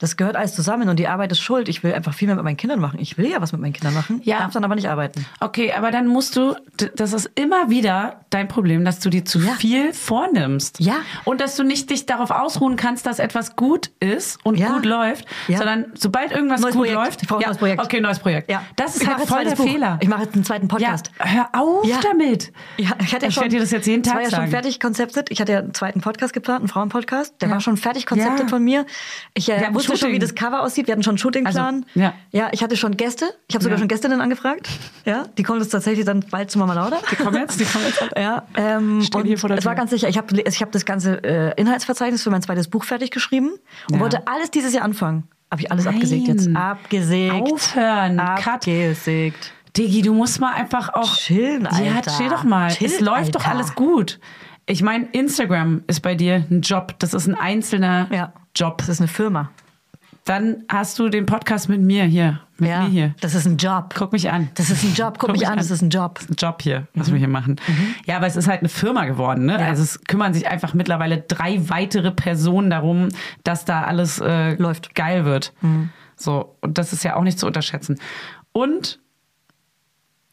Speaker 2: Das gehört alles zusammen und die Arbeit ist schuld. Ich will einfach viel mehr mit meinen Kindern machen. Ich will ja was mit meinen Kindern machen,
Speaker 1: Ja.
Speaker 2: darf dann aber nicht arbeiten.
Speaker 1: Okay, aber dann musst du, d- das ist immer wieder dein Problem, dass du dir zu viel vornimmst.
Speaker 2: Ja.
Speaker 1: Und dass du nicht dich darauf ausruhen kannst, dass etwas gut ist und
Speaker 2: Ja.
Speaker 1: gut läuft,
Speaker 2: Ja.
Speaker 1: sondern sobald irgendwas
Speaker 2: Neues
Speaker 1: gut
Speaker 2: Projekt.
Speaker 1: läuft.
Speaker 2: Ich brauche ein neues Projekt.
Speaker 1: Okay, neues Projekt.
Speaker 2: Ja.
Speaker 1: Das ist
Speaker 2: Ich mache
Speaker 1: halt
Speaker 2: jetzt
Speaker 1: voll
Speaker 2: ein
Speaker 1: der
Speaker 2: zweites Buch.
Speaker 1: Fehler.
Speaker 2: Ich mache jetzt einen zweiten Podcast.
Speaker 1: Ja, hör auf
Speaker 2: Ja.
Speaker 1: damit.
Speaker 2: Ja, ich hatte ja
Speaker 1: ich
Speaker 2: schon,
Speaker 1: werde dir das jetzt jeden
Speaker 2: es
Speaker 1: Tag
Speaker 2: war ja
Speaker 1: sagen.
Speaker 2: schon fertig konzeptet. Ich hatte ja einen zweiten Podcast geplant, einen Frauenpodcast. Der war schon fertig konzeptet
Speaker 1: Ja.
Speaker 2: von mir. Ich
Speaker 1: Wir
Speaker 2: äh,
Speaker 1: hatten
Speaker 2: wusste schon, wie
Speaker 1: Shooting.
Speaker 2: das Cover aussieht. Wir hatten schon einen Shootingplan.
Speaker 1: Also, ja.
Speaker 2: ja, ich hatte schon Gäste. Ich habe sogar
Speaker 1: Ja.
Speaker 2: schon Gästinnen angefragt. Ja, die kommen jetzt tatsächlich dann bald zu Mama Lauda.
Speaker 1: Die kommen jetzt, die kommen
Speaker 2: *laughs*
Speaker 1: jetzt.
Speaker 2: Ja, ähm,
Speaker 1: Stehen
Speaker 2: und
Speaker 1: hier vor der
Speaker 2: es war
Speaker 1: Tür.
Speaker 2: ganz sicher, ich habe ich hab das ganze äh, Inhaltsverzeichnis für mein zweites Buch fertig geschrieben und
Speaker 1: Ja.
Speaker 2: wollte alles dieses Jahr anfangen. Habe ich alles abgesägt jetzt.
Speaker 1: Nein.
Speaker 2: Abgesägt.
Speaker 1: Aufhören. Cut.
Speaker 2: Abgesägt.
Speaker 1: Digi, du musst mal einfach auch.
Speaker 2: Oh, Chillen,
Speaker 1: Ja,
Speaker 2: Alter.
Speaker 1: chill doch mal.
Speaker 2: Chill,
Speaker 1: es läuft doch
Speaker 2: Alter.
Speaker 1: alles gut. Ich meine, Instagram ist bei dir ein Job. Das ist ein einzelner
Speaker 2: Ja.
Speaker 1: Job.
Speaker 2: Das ist eine Firma.
Speaker 1: Dann hast du den Podcast mit mir hier. Mit
Speaker 2: Ja,
Speaker 1: mir hier.
Speaker 2: das ist ein Job.
Speaker 1: Guck mich an.
Speaker 2: Das Mhm. ist ein
Speaker 1: *laughs*
Speaker 2: Job. Guck, mich an, das ist ein Job.
Speaker 1: Das ist ein Job hier, was wir hier machen. Ja, aber es ist halt eine Firma geworden. Ne? Also es kümmern sich einfach mittlerweile drei weitere Personen darum, dass da alles äh,
Speaker 2: Läuft. Mhm.
Speaker 1: geil wird. So, und das ist ja auch nicht zu unterschätzen. Und,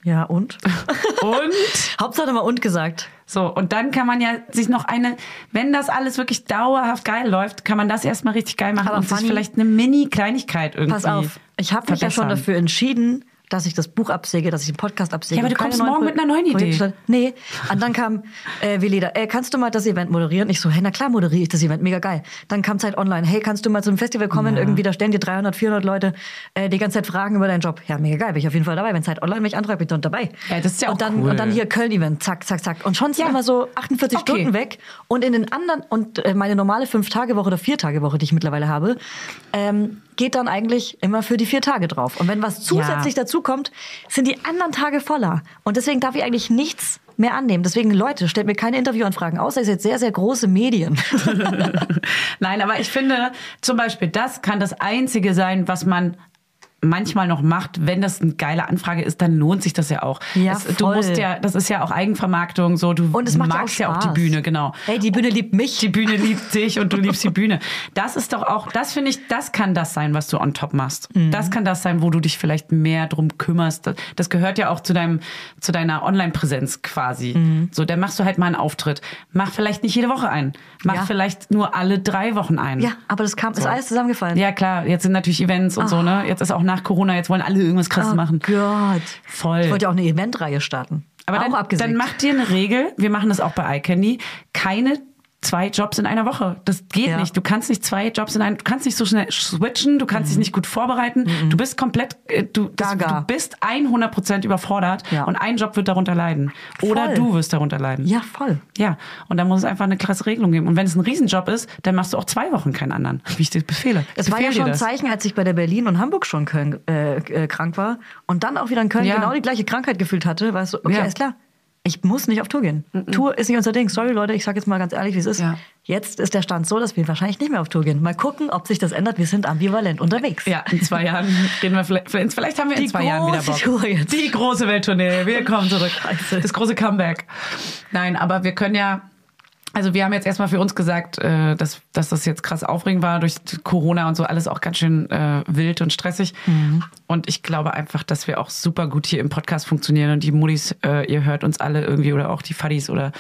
Speaker 2: Ja, und?
Speaker 1: *laughs* und.
Speaker 2: Hauptsache mal und gesagt.
Speaker 1: So, und dann kann man ja sich noch eine, wenn das alles wirklich dauerhaft geil läuft, kann man das erstmal richtig geil machen
Speaker 2: Aber
Speaker 1: und sich
Speaker 2: Fanny,
Speaker 1: vielleicht eine Mini-Kleinigkeit irgendwie.
Speaker 2: Pass auf, ich habe mich ja schon
Speaker 1: verbessern.
Speaker 2: dafür entschieden, dass ich das Buch absäge, dass ich den Podcast absäge.
Speaker 1: Ja, aber du
Speaker 2: Keine
Speaker 1: kommst
Speaker 2: neuen
Speaker 1: morgen
Speaker 2: Pro-
Speaker 1: mit einer neuen Idee.
Speaker 2: Projekte. Nee, und dann kam äh, Veleda, äh, kannst du mal das Event moderieren? Ich so, hey, na klar moderiere ich das Event, mega geil. Dann kam Zeit Online, hey, kannst du mal zum Festival kommen? Irgendwie, da stellen dir 300, 400 Leute äh, die ganze Zeit Fragen über deinen Job. Ja, mega geil, bin ich auf jeden Fall dabei. Wenn Zeit Online mich antragt, bin ich dort dabei.
Speaker 1: Ja, das ist ja auch
Speaker 2: und dann,
Speaker 1: cool.
Speaker 2: Und dann hier Köln-Event, zack, zack, zack. Und schon sind
Speaker 1: Ja.
Speaker 2: immer so 48
Speaker 1: Okay.
Speaker 2: Stunden weg. Und in den anderen, und äh, meine normale Fünf-Tage-Woche oder Vier-Tage-Woche, die ich mittlerweile habe, ähm, geht dann eigentlich immer für die vier Tage drauf. Und wenn was zusätzlich dazu kommt, sind die anderen Tage voller. Und deswegen darf ich eigentlich nichts mehr annehmen. Deswegen, Leute, stellt mir keine Interviewanfragen, außer ihr seid sehr, sehr große Medien. *laughs*
Speaker 1: *laughs* Nein, aber ich finde zum Beispiel, das kann das Einzige sein, was man manchmal noch macht, wenn das eine geile Anfrage ist, dann lohnt sich das ja auch.
Speaker 2: Ja,
Speaker 1: es, du
Speaker 2: voll.
Speaker 1: musst ja, das ist ja auch Eigenvermarktung, so du
Speaker 2: Und es macht ja auch
Speaker 1: magst ja auch, die
Speaker 2: Spaß.
Speaker 1: Bühne, genau.
Speaker 2: Hey, die Bühne liebt mich.
Speaker 1: Die Bühne liebt dich und du liebst die Bühne. Das ist doch auch, das finde ich, das kann das sein, was du on top machst.
Speaker 2: Mhm.
Speaker 1: Das kann das sein, wo du dich vielleicht mehr drum kümmerst. Das, das gehört ja auch zu deinem, zu deiner Online-Präsenz quasi.
Speaker 2: Mhm.
Speaker 1: So, dann machst du halt mal einen Auftritt. Mach vielleicht nicht jede Woche einen. Mach
Speaker 2: Ja.
Speaker 1: vielleicht nur alle drei Wochen einen.
Speaker 2: ja, aber das kam, ist alles zusammengefallen.
Speaker 1: Ja, klar, jetzt sind natürlich Events
Speaker 2: Ah.
Speaker 1: und so, ne? Jetzt ist auch nach Corona, jetzt wollen alle irgendwas krasses
Speaker 2: Oh
Speaker 1: machen.
Speaker 2: Gott.
Speaker 1: Voll.
Speaker 2: Ich wollte ja auch eine Eventreihe starten.
Speaker 1: Aber
Speaker 2: auch
Speaker 1: dann,
Speaker 2: abgesägt.
Speaker 1: dann macht dir eine Regel, wir machen das auch bei iCandy, keine zwei Jobs in einer Woche. Das geht
Speaker 2: Ja.
Speaker 1: nicht. Du kannst nicht zwei Jobs in einer, du kannst nicht so schnell switchen, du kannst dich nicht gut vorbereiten. Du bist komplett, äh, du, das,
Speaker 2: Mhm. Gaga.
Speaker 1: du bist 100% überfordert
Speaker 2: Ja.
Speaker 1: und ein Job wird darunter leiden. Oder
Speaker 2: Voll.
Speaker 1: du wirst darunter leiden.
Speaker 2: Ja, voll.
Speaker 1: Ja, und da muss es einfach eine klasse Regelung geben. Und wenn es ein Riesenjob ist, dann machst du auch zwei Wochen keinen anderen, wie ich dir befehle.
Speaker 2: Es
Speaker 1: Ich
Speaker 2: war ja
Speaker 1: befehle dir
Speaker 2: schon ein
Speaker 1: das.
Speaker 2: Zeichen, als ich bei der Berlin und Hamburg schon Köln, äh, äh, krank war und dann auch wieder in Köln
Speaker 1: Ja.
Speaker 2: genau die gleiche Krankheit gefühlt hatte, war es so, okay,
Speaker 1: Ja.
Speaker 2: alles klar. Ich muss nicht auf Tour gehen. Tour ist nicht unser Ding. Sorry, Leute, ich sag jetzt mal ganz ehrlich, wie es ist.
Speaker 1: Ja.
Speaker 2: Jetzt ist der Stand so, dass wir wahrscheinlich nicht mehr auf Tour gehen. Mal gucken, ob sich das ändert. Wir sind ambivalent unterwegs.
Speaker 1: Ja, in zwei Jahren reden wir vielleicht, vielleicht- vielleicht haben wir in
Speaker 2: Die
Speaker 1: zwei Jahren wieder
Speaker 2: große
Speaker 1: Bock.
Speaker 2: Tour jetzt.
Speaker 1: Die große Welttournee, wir kommen zurück.
Speaker 2: Scheiße.
Speaker 1: Das große Comeback. Nein, aber wir können ja, also wir haben jetzt erstmal für uns gesagt, äh, dass, dass das jetzt krass aufregend war durch Corona und so alles auch ganz schön äh, wild und stressig. Und ich glaube einfach, dass wir auch super gut hier im Podcast funktionieren und die Muddis, äh, ihr hört uns alle irgendwie oder auch die Fuddies oder,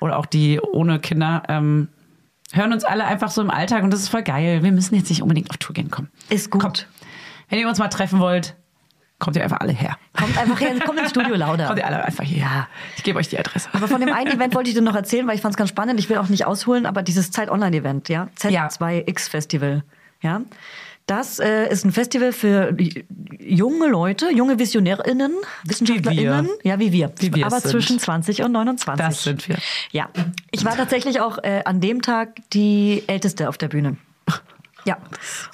Speaker 1: oder auch die ohne Kinder, ähm, hören uns alle einfach so im Alltag und das ist voll geil. Wir müssen jetzt nicht unbedingt auf Tour gehen, komm.
Speaker 2: Ist gut.
Speaker 1: Kommt. Wenn ihr uns mal treffen wollt, kommt ihr einfach alle her.
Speaker 2: Kommt einfach her, kommt ins Studio Lauda.
Speaker 1: Kommt ihr alle einfach her. Ich gebe euch die Adresse.
Speaker 2: Aber
Speaker 1: *laughs*
Speaker 2: von dem einen Event wollte ich dir noch erzählen, weil ich fand es ganz spannend. Ich will auch nicht ausholen, aber dieses Zeit-Online-Event, ja,
Speaker 1: Ja.
Speaker 2: Z2X-Festival, ja. Das äh, ist ein Festival für junge Leute, junge VisionärInnen, WissenschaftlerInnen, ja, wie wir.
Speaker 1: Wie wir
Speaker 2: aber
Speaker 1: es sind.
Speaker 2: zwischen 20 und 29.
Speaker 1: Das sind wir.
Speaker 2: Ja. Ich war tatsächlich auch äh, an dem Tag die Älteste auf der Bühne. Ja.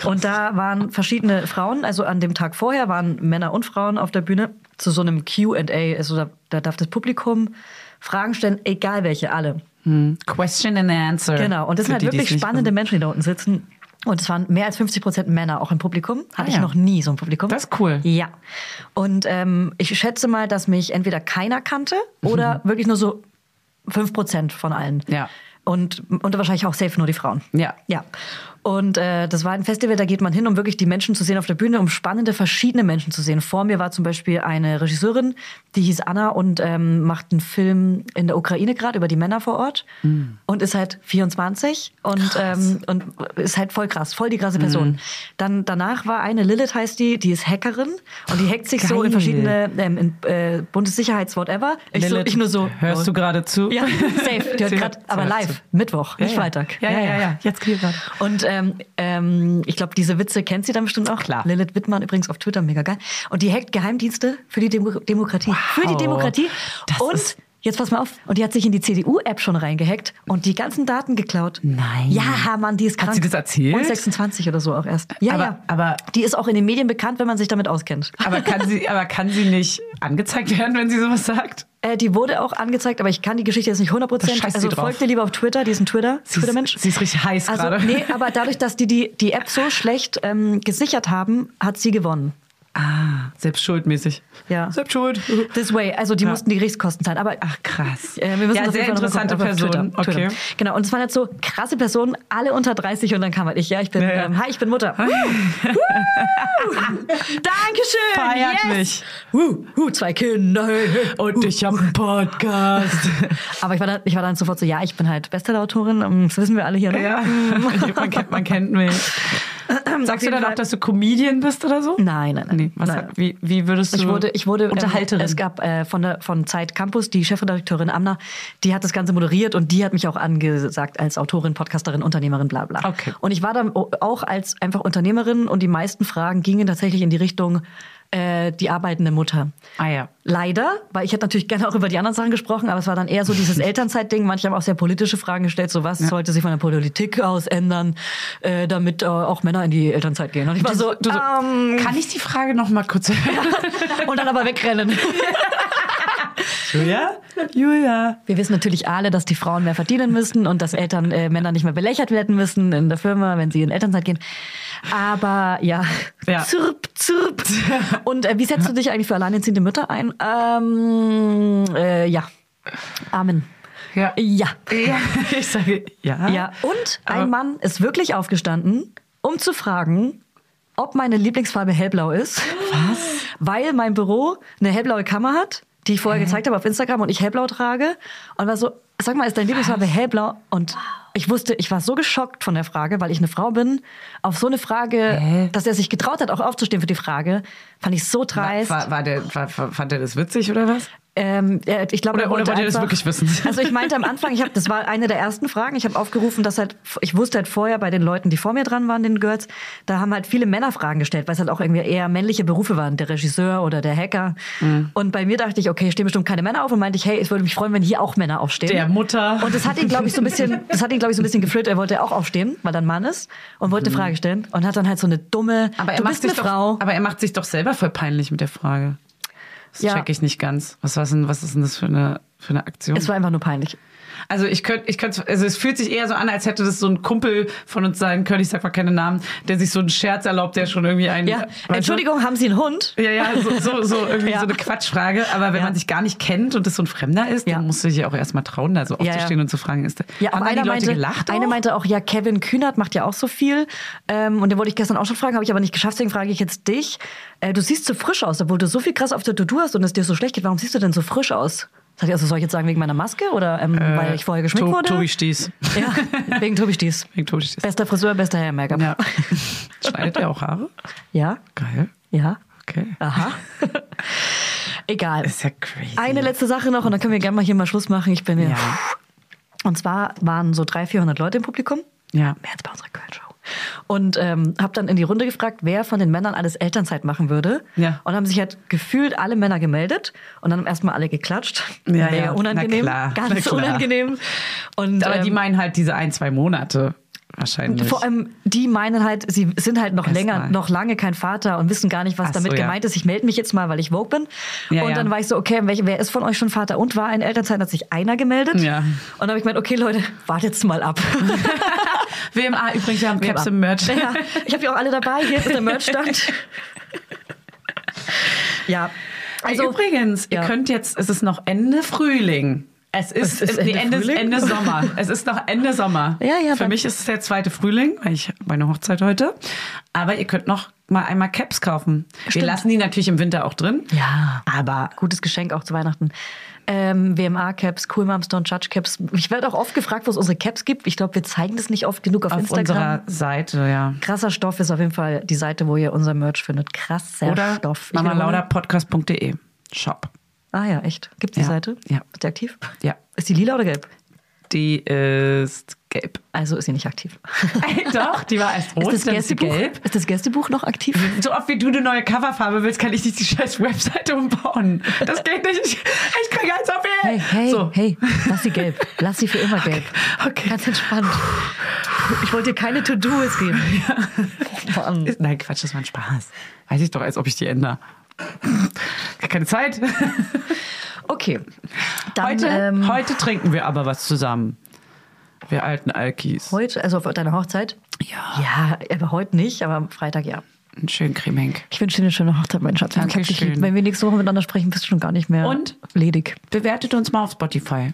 Speaker 2: Und da waren verschiedene Frauen, also an dem Tag vorher waren Männer und Frauen auf der Bühne zu so einem QA. Also da, da darf das Publikum Fragen stellen, egal welche, alle.
Speaker 1: Question and answer.
Speaker 2: Genau. Und
Speaker 1: Äh, Für
Speaker 2: das sind halt
Speaker 1: die, die es
Speaker 2: wirklich
Speaker 1: nicht
Speaker 2: spannende
Speaker 1: wissen.
Speaker 2: Menschen, die da unten sitzen. Und es waren mehr als 50 Prozent Männer auch im Publikum. Hatte
Speaker 1: Ah,
Speaker 2: ich
Speaker 1: ja.
Speaker 2: noch nie so ein Publikum.
Speaker 1: Das ist cool.
Speaker 2: Ja. Und ähm, ich schätze mal, dass mich entweder keiner kannte oder wirklich nur so 5 Prozent von allen.
Speaker 1: Mhm. Ja.
Speaker 2: Und, und wahrscheinlich auch safe nur die Frauen.
Speaker 1: Ja.
Speaker 2: Ja. Und äh, das war ein Festival, da geht man hin, um wirklich die Menschen zu sehen auf der Bühne, um spannende, verschiedene Menschen zu sehen. Vor mir war zum Beispiel eine Regisseurin, die hieß Anna und ähm, macht einen Film in der Ukraine gerade über die Männer vor Ort
Speaker 1: Mm.
Speaker 2: und ist halt 24 und, ähm, und ist halt voll krass, voll die krasse Person.
Speaker 1: Mm.
Speaker 2: Dann danach war eine, Lilith heißt die, die ist Hackerin und die hackt sich so in
Speaker 1: Geil.
Speaker 2: verschiedene ähm, in, äh, Bundessicherheits-Whatever. Ich, so,
Speaker 1: Lilith,
Speaker 2: ich nur so. oh.
Speaker 1: Hörst du gerade zu?
Speaker 2: Ja,
Speaker 1: *laughs*
Speaker 2: safe. Die hört
Speaker 1: Sie
Speaker 2: gerade,
Speaker 1: hört-
Speaker 2: aber
Speaker 1: sie hört
Speaker 2: live,
Speaker 1: zu.
Speaker 2: Mittwoch, nicht
Speaker 1: ja.
Speaker 2: Freitag.
Speaker 1: Ja, ja, ja, ja. Jetzt geht grad.
Speaker 2: Und ähm, ähm, ich glaube, diese Witze kennt sie dann bestimmt auch.
Speaker 1: Klar.
Speaker 2: Lilith Wittmann übrigens auf Twitter, mega geil. Und die hackt Geheimdienste für die Demo Demokratie. Für die Demokratie.
Speaker 1: Das
Speaker 2: und
Speaker 1: ist-
Speaker 2: jetzt pass mal auf. Und die hat sich in die CDU-App schon reingehackt und die ganzen Daten geklaut.
Speaker 1: Nein.
Speaker 2: Ja, Mann, die ist krank.
Speaker 1: sie das erzählt?
Speaker 2: Und 26 oder so auch erst. Ja,
Speaker 1: Aber-
Speaker 2: ja.
Speaker 1: aber-
Speaker 2: die ist auch in den Medien bekannt, wenn man sich damit auskennt.
Speaker 1: Aber kann sie, aber kann sie nicht angezeigt werden, wenn sie sowas sagt?
Speaker 2: Äh, die wurde auch angezeigt, aber ich kann die Geschichte jetzt nicht 100%.
Speaker 1: Da scheißt
Speaker 2: also
Speaker 1: sie drauf.
Speaker 2: folgt mir lieber auf Twitter, die ist ein Twitter,
Speaker 1: Sie ist-
Speaker 2: Twitter-Mensch.
Speaker 1: sie ist richtig heiß
Speaker 2: also,
Speaker 1: gerade.
Speaker 2: Nee, aber dadurch, dass die die, die App so schlecht ähm, gesichert haben, hat sie gewonnen.
Speaker 1: Ah, selbst schuldmäßig.
Speaker 2: Ja.
Speaker 1: Selbst schuld.
Speaker 2: This way, also die
Speaker 1: Ja.
Speaker 2: mussten die Gerichtskosten zahlen. Aber
Speaker 1: Ach, krass.
Speaker 2: Äh, wir müssen
Speaker 1: Ja,
Speaker 2: das auf
Speaker 1: sehr
Speaker 2: jeden Fall noch
Speaker 1: interessante
Speaker 2: auf- auf
Speaker 1: Person.
Speaker 2: Twitter, Twitter.
Speaker 1: Okay.
Speaker 2: Genau, und es waren jetzt so krasse Personen, alle unter 30 und dann kam halt ich. Ja, ich bin,
Speaker 1: Ja, ja.
Speaker 2: Ähm, hi, ich bin Mutter. Woo!
Speaker 1: *laughs*
Speaker 2: Woo! Dankeschön.
Speaker 1: Feiert
Speaker 2: yes.
Speaker 1: mich.
Speaker 2: Woo, woo, zwei Kinder.
Speaker 1: Und ich habe einen *laughs* Podcast.
Speaker 2: Aber ich war, dann, ich war dann sofort so, ja, ich bin halt Bestsellerautorin, ähm, das wissen wir alle hier. Ne? *laughs*
Speaker 1: ja, *laughs* man kennt, man kennt mich.
Speaker 2: Auf
Speaker 1: Sagst du
Speaker 2: jeden
Speaker 1: dann auch,
Speaker 2: Fall-
Speaker 1: dass du Comedian bist oder so?
Speaker 2: Nein, nein, nein.
Speaker 1: Nee, was,
Speaker 2: nein.
Speaker 1: Wie, wie würdest du
Speaker 2: Ich wurde, ich wurde ähm,
Speaker 1: Unterhalterin?
Speaker 2: Es gab äh, von der von Zeit Campus die Chefredakteurin Amna, die hat das Ganze moderiert und die hat mich auch angesagt als Autorin, Podcasterin, Unternehmerin, bla bla.
Speaker 1: Okay.
Speaker 2: Und ich war dann o- auch als einfach Unternehmerin und die meisten Fragen gingen tatsächlich in die Richtung äh, die arbeitende Mutter.
Speaker 1: ah ja.
Speaker 2: Leider, weil ich hätte natürlich gerne auch über die anderen Sachen gesprochen, aber es war dann eher
Speaker 1: *laughs*
Speaker 2: so dieses Elternzeitding. Manche haben auch sehr politische Fragen gestellt, so was sollte sich von der Politik aus ändern, äh, damit äh, auch Männer in die Elternzeit gehen. Und ich war so,
Speaker 1: Du so,
Speaker 2: ähm, *laughs*
Speaker 1: kann ich die Frage noch mal kurz hören?
Speaker 2: und dann aber wegrennen.
Speaker 1: *laughs* Julia? Julia.
Speaker 2: Wir wissen natürlich alle, dass die Frauen mehr verdienen müssen und dass Eltern äh, Männer nicht mehr belächelt werden müssen in der Firma, wenn sie in Elternzeit gehen. Aber ja,
Speaker 1: Ja.
Speaker 2: zirp, zirp. Und äh, wie setzt du dich eigentlich für alleinerziehende Mütter ein? Ähm, äh, ja. Amen.
Speaker 1: Ja.
Speaker 2: Ja.
Speaker 1: ja. *laughs* Ich sage ja.
Speaker 2: Ja. Und ein
Speaker 1: Aber-
Speaker 2: Mann ist wirklich aufgestanden, um zu fragen, ob meine Lieblingsfarbe hellblau ist. Was? Weil mein Büro eine hellblaue Kammer hat, die ich vorher gezeigt habe auf Instagram und ich hellblau trage. Und war so, sag mal, ist deine Lieblingsfarbe hellblau? Und ich wusste, ich war so geschockt von der Frage, weil ich eine Frau bin, auf so eine Frage, dass er sich getraut hat, auch aufzustehen für die Frage, fand ich so dreist.
Speaker 1: War, war der, war, war- fand der das witzig oder was?
Speaker 2: Ähm, ja, ich glaube,
Speaker 1: Oder-
Speaker 2: er
Speaker 1: oder
Speaker 2: wollte
Speaker 1: wollt ihr das
Speaker 2: einfach-
Speaker 1: wirklich wissen?
Speaker 2: *laughs* Also ich meinte am Anfang, ich hab, das war eine der ersten Fragen. Ich habe aufgerufen, dass halt, ich wusste halt vorher bei den Leuten, die vor mir dran waren, den Girls, da haben halt viele Männer Fragen gestellt, weil es halt auch irgendwie eher männliche Berufe waren, der Regisseur oder der Hacker.
Speaker 1: Mhm.
Speaker 2: Und bei mir dachte ich, okay, stehen bestimmt keine Männer auf und meinte ich, hey, es würde mich freuen, wenn hier auch Männer aufstehen.
Speaker 1: Der Mutter.
Speaker 2: Und das hat ihn, glaube ich, so
Speaker 1: *laughs*
Speaker 2: ein bisschen, das hat ihn, glaube ich, so ein bisschen geflirtet. Er wollte auch aufstehen, weil er ein Mann ist und wollte eine Frage stellen und hat dann halt so eine dumme,
Speaker 1: Mhm. Aber er
Speaker 2: du
Speaker 1: macht
Speaker 2: bist
Speaker 1: sich
Speaker 2: eine Frau.
Speaker 1: Doch, aber er macht sich doch selber voll peinlich mit der Frage. Das
Speaker 2: Ja.
Speaker 1: check ich nicht ganz. Was, war's denn, was ist denn das für eine, für eine Aktion?
Speaker 2: es war einfach nur peinlich.
Speaker 1: Also ich könnte, ich könnte, also es fühlt sich eher so an, als hätte das so ein Kumpel von uns sein können, ich sag mal keine Namen, der sich so einen Scherz erlaubt, der schon irgendwie einen.
Speaker 2: Ja,
Speaker 1: Weißt du?
Speaker 2: Entschuldigung, haben Sie einen Hund?
Speaker 1: Ja, ja, so, so, so irgendwie
Speaker 2: *laughs* Ja.
Speaker 1: so eine Quatschfrage. Aber wenn
Speaker 2: Ja.
Speaker 1: man sich gar nicht kennt und das so ein Fremder ist,
Speaker 2: Ja.
Speaker 1: dann musst du dich ja auch erstmal trauen, da so
Speaker 2: Ja, ja.
Speaker 1: aufzustehen und zu fragen, ist der-
Speaker 2: Ja,
Speaker 1: haben
Speaker 2: aber
Speaker 1: dann
Speaker 2: einer
Speaker 1: die Leute
Speaker 2: meinte,
Speaker 1: gelacht?
Speaker 2: eine
Speaker 1: auch?
Speaker 2: meinte auch, ja, Kevin Kühnert macht ja auch so viel. Ähm, und den wollte ich gestern auch schon fragen, habe ich aber nicht geschafft, deswegen frage ich jetzt dich. Äh, du siehst so frisch aus, obwohl du so viel krass auf der To-Do hast und es dir so schlecht geht. Warum siehst du denn so frisch aus? Sag ich, also soll ich jetzt sagen, wegen meiner Maske oder ähm, weil ich vorher geschminkt
Speaker 1: Äh, To-
Speaker 2: wurde?
Speaker 1: Tobi Stieß. *laughs*
Speaker 2: Ja, wegen Tobi Stieß.
Speaker 1: Wegen Tobi Stieß.
Speaker 2: Bester Friseur, bester Hair Make-up. *laughs*
Speaker 1: Ja. Schneidet er auch Haare?
Speaker 2: ja,
Speaker 1: Geil.
Speaker 2: ja.
Speaker 1: Okay. *laughs*
Speaker 2: Aha. Egal.
Speaker 1: Ist ja crazy.
Speaker 2: Eine letzte Sache noch und dann können wir gerne mal hier mal Schluss machen. Ich bin ja.
Speaker 1: Ja.
Speaker 2: Und zwar waren so 300, 400 Leute im Publikum.
Speaker 1: Ja.
Speaker 2: Mehr als bei unserer Köln-Show. Und ähm, habe dann in die Runde gefragt, wer von den Männern alles Elternzeit machen würde.
Speaker 1: Ja.
Speaker 2: Und haben sich halt gefühlt alle Männer gemeldet und dann haben erstmal alle geklatscht.
Speaker 1: Ja,
Speaker 2: Mega
Speaker 1: ja.
Speaker 2: unangenehm.
Speaker 1: Na klar. Na
Speaker 2: Ganz
Speaker 1: klar.
Speaker 2: unangenehm. Und,
Speaker 1: Aber die
Speaker 2: ähm,
Speaker 1: meinen halt diese ein, zwei Monate wahrscheinlich. *laughs*
Speaker 2: vor allem, die meinen halt, sie sind halt noch
Speaker 1: Erst
Speaker 2: länger,
Speaker 1: mal.
Speaker 2: noch lange kein Vater und wissen gar nicht, was
Speaker 1: Ach
Speaker 2: damit
Speaker 1: so, ja.
Speaker 2: gemeint ist. Ich melde mich jetzt mal, weil ich woke bin.
Speaker 1: Ja,
Speaker 2: und
Speaker 1: ja.
Speaker 2: dann war ich so, okay, welche- wer ist von euch schon Vater und war in Elternzeit? Hat sich einer gemeldet.
Speaker 1: Ja.
Speaker 2: Und dann habe ich gemeint, okay, Leute, wartet mal ab.
Speaker 1: WMA übrigens, *laughs* wir haben
Speaker 2: Wem
Speaker 1: Caps
Speaker 2: ab.
Speaker 1: im Merch.
Speaker 2: Ja, ich habe die auch alle dabei.
Speaker 1: *laughs*
Speaker 2: Hier ist der Merchstand. ja.
Speaker 1: Also übrigens,
Speaker 2: ja.
Speaker 1: ihr könnt jetzt, es ist noch Ende Frühling. Es ist,
Speaker 2: Es ist
Speaker 1: nee,
Speaker 2: Ende
Speaker 1: Ende,
Speaker 2: Frühling? *laughs*
Speaker 1: Ende Sommer. Es ist noch Ende Sommer.
Speaker 2: Ja, ja,
Speaker 1: Für
Speaker 2: dann-
Speaker 1: mich ist es der zweite Frühling, weil ich meine Hochzeit heute. Aber ihr könnt noch mal einmal Caps kaufen. Wir
Speaker 2: Stimmt.
Speaker 1: lassen die natürlich im Winter auch drin.
Speaker 2: Ja.
Speaker 1: Aber
Speaker 2: Gutes Geschenk auch zu Weihnachten. Ähm, WMA-Caps, Cool Moms Don't Judge Caps. Ich werde auch oft gefragt, wo es unsere Caps gibt. Ich glaube, wir zeigen das nicht oft genug auf,
Speaker 1: auf unserer
Speaker 2: Instagram.
Speaker 1: Seite, ja.
Speaker 2: Krasser Stoff ist auf jeden Fall die Seite, wo ihr unser Merch findet. Krasser
Speaker 1: Oder
Speaker 2: Stoff. Ich wiederhole-
Speaker 1: mamalauderpodcast.de. E. Shop.
Speaker 2: Ah ja, echt. Gibt die
Speaker 1: Ja.
Speaker 2: Seite?
Speaker 1: Ja.
Speaker 2: Ist die aktiv?
Speaker 1: Ja.
Speaker 2: Ist die lila oder gelb?
Speaker 1: Die ist gelb.
Speaker 2: Also ist sie
Speaker 1: *laughs*
Speaker 2: nicht aktiv.
Speaker 1: Doch, die war erst rot,
Speaker 2: ist das
Speaker 1: dann ist sie
Speaker 2: Gästebuch,
Speaker 1: gelb.
Speaker 2: Ist das Gästebuch noch aktiv?
Speaker 1: So oft wie du eine neue Coverfarbe willst, kann ich nicht die scheiß Webseite umbauen. Das geht nicht. Ich, ich kriege ganz auf
Speaker 2: Hey, hey,
Speaker 1: so.
Speaker 2: hey, lass sie *laughs* gelb. Lass sie für immer gelb.
Speaker 1: okay.
Speaker 2: Ganz entspannt. Ich wollte dir keine To-Dos *laughs* geben. Mann.
Speaker 1: Ist- Nein, Quatsch, das war ein Spaß. Weiß ich doch, als ob ich die ändere. Gar keine Zeit.
Speaker 2: Okay. Dann,
Speaker 1: heute,
Speaker 2: ähm,
Speaker 1: heute trinken wir aber was zusammen. Wir alten Alkis.
Speaker 2: heute, also auf deiner Hochzeit?
Speaker 1: Ja.
Speaker 2: Ja, aber heute nicht, aber am Freitag ja.
Speaker 1: Einen schönen Cremenk.
Speaker 2: Ich wünsche dir eine schöne Hochzeit, mein Schatz. Ich hab dich
Speaker 1: Dankeschön.
Speaker 2: lieb. Wenn wir nächste Woche miteinander sprechen, bist du schon gar nicht mehr
Speaker 1: Und?
Speaker 2: ledig.
Speaker 1: Bewertet uns mal auf Spotify.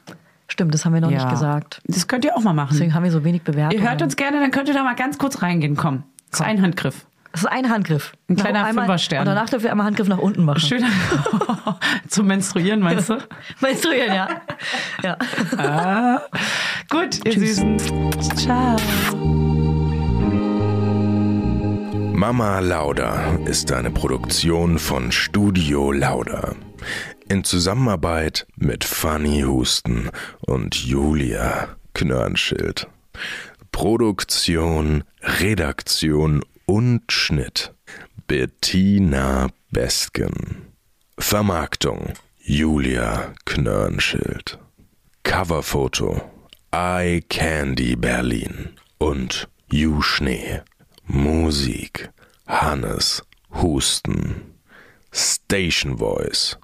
Speaker 2: Stimmt, das haben wir noch nicht gesagt.
Speaker 1: Das könnt ihr auch mal machen.
Speaker 2: Deswegen haben wir so wenig bewertet.
Speaker 1: Ihr hört uns gerne, dann könnt ihr da mal ganz kurz reingehen. Komm, das ist ein Handgriff.
Speaker 2: Das ist ein Handgriff.
Speaker 1: Ein kleiner
Speaker 2: Noch einmal-
Speaker 1: Fünferstern.
Speaker 2: Und danach dürfen wir einmal Handgriff nach unten machen.
Speaker 1: Schön *laughs* zum Menstruieren, meinst
Speaker 2: *laughs*
Speaker 1: du?
Speaker 2: Meinst du, Jan, ja? also. *laughs* Ja.
Speaker 1: ah. Gut, ihr Süßen. Ciao.
Speaker 5: Mama Lauda ist eine Produktion von Studio Lauda. In Zusammenarbeit mit Fanny Husten und Julia Knörnschild. Produktion, Redaktion und Schnitt Bettina Besken. Vermarktung Julia Knörnschild. Coverfoto Eye Candy Berlin und You Schnee. Musik Hannes Husten. Station Voice.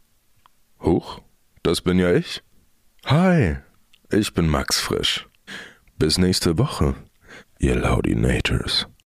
Speaker 5: Huch, das bin ja ich. Hi, ich bin Max Frisch. Bis nächste Woche, ihr Laudinators.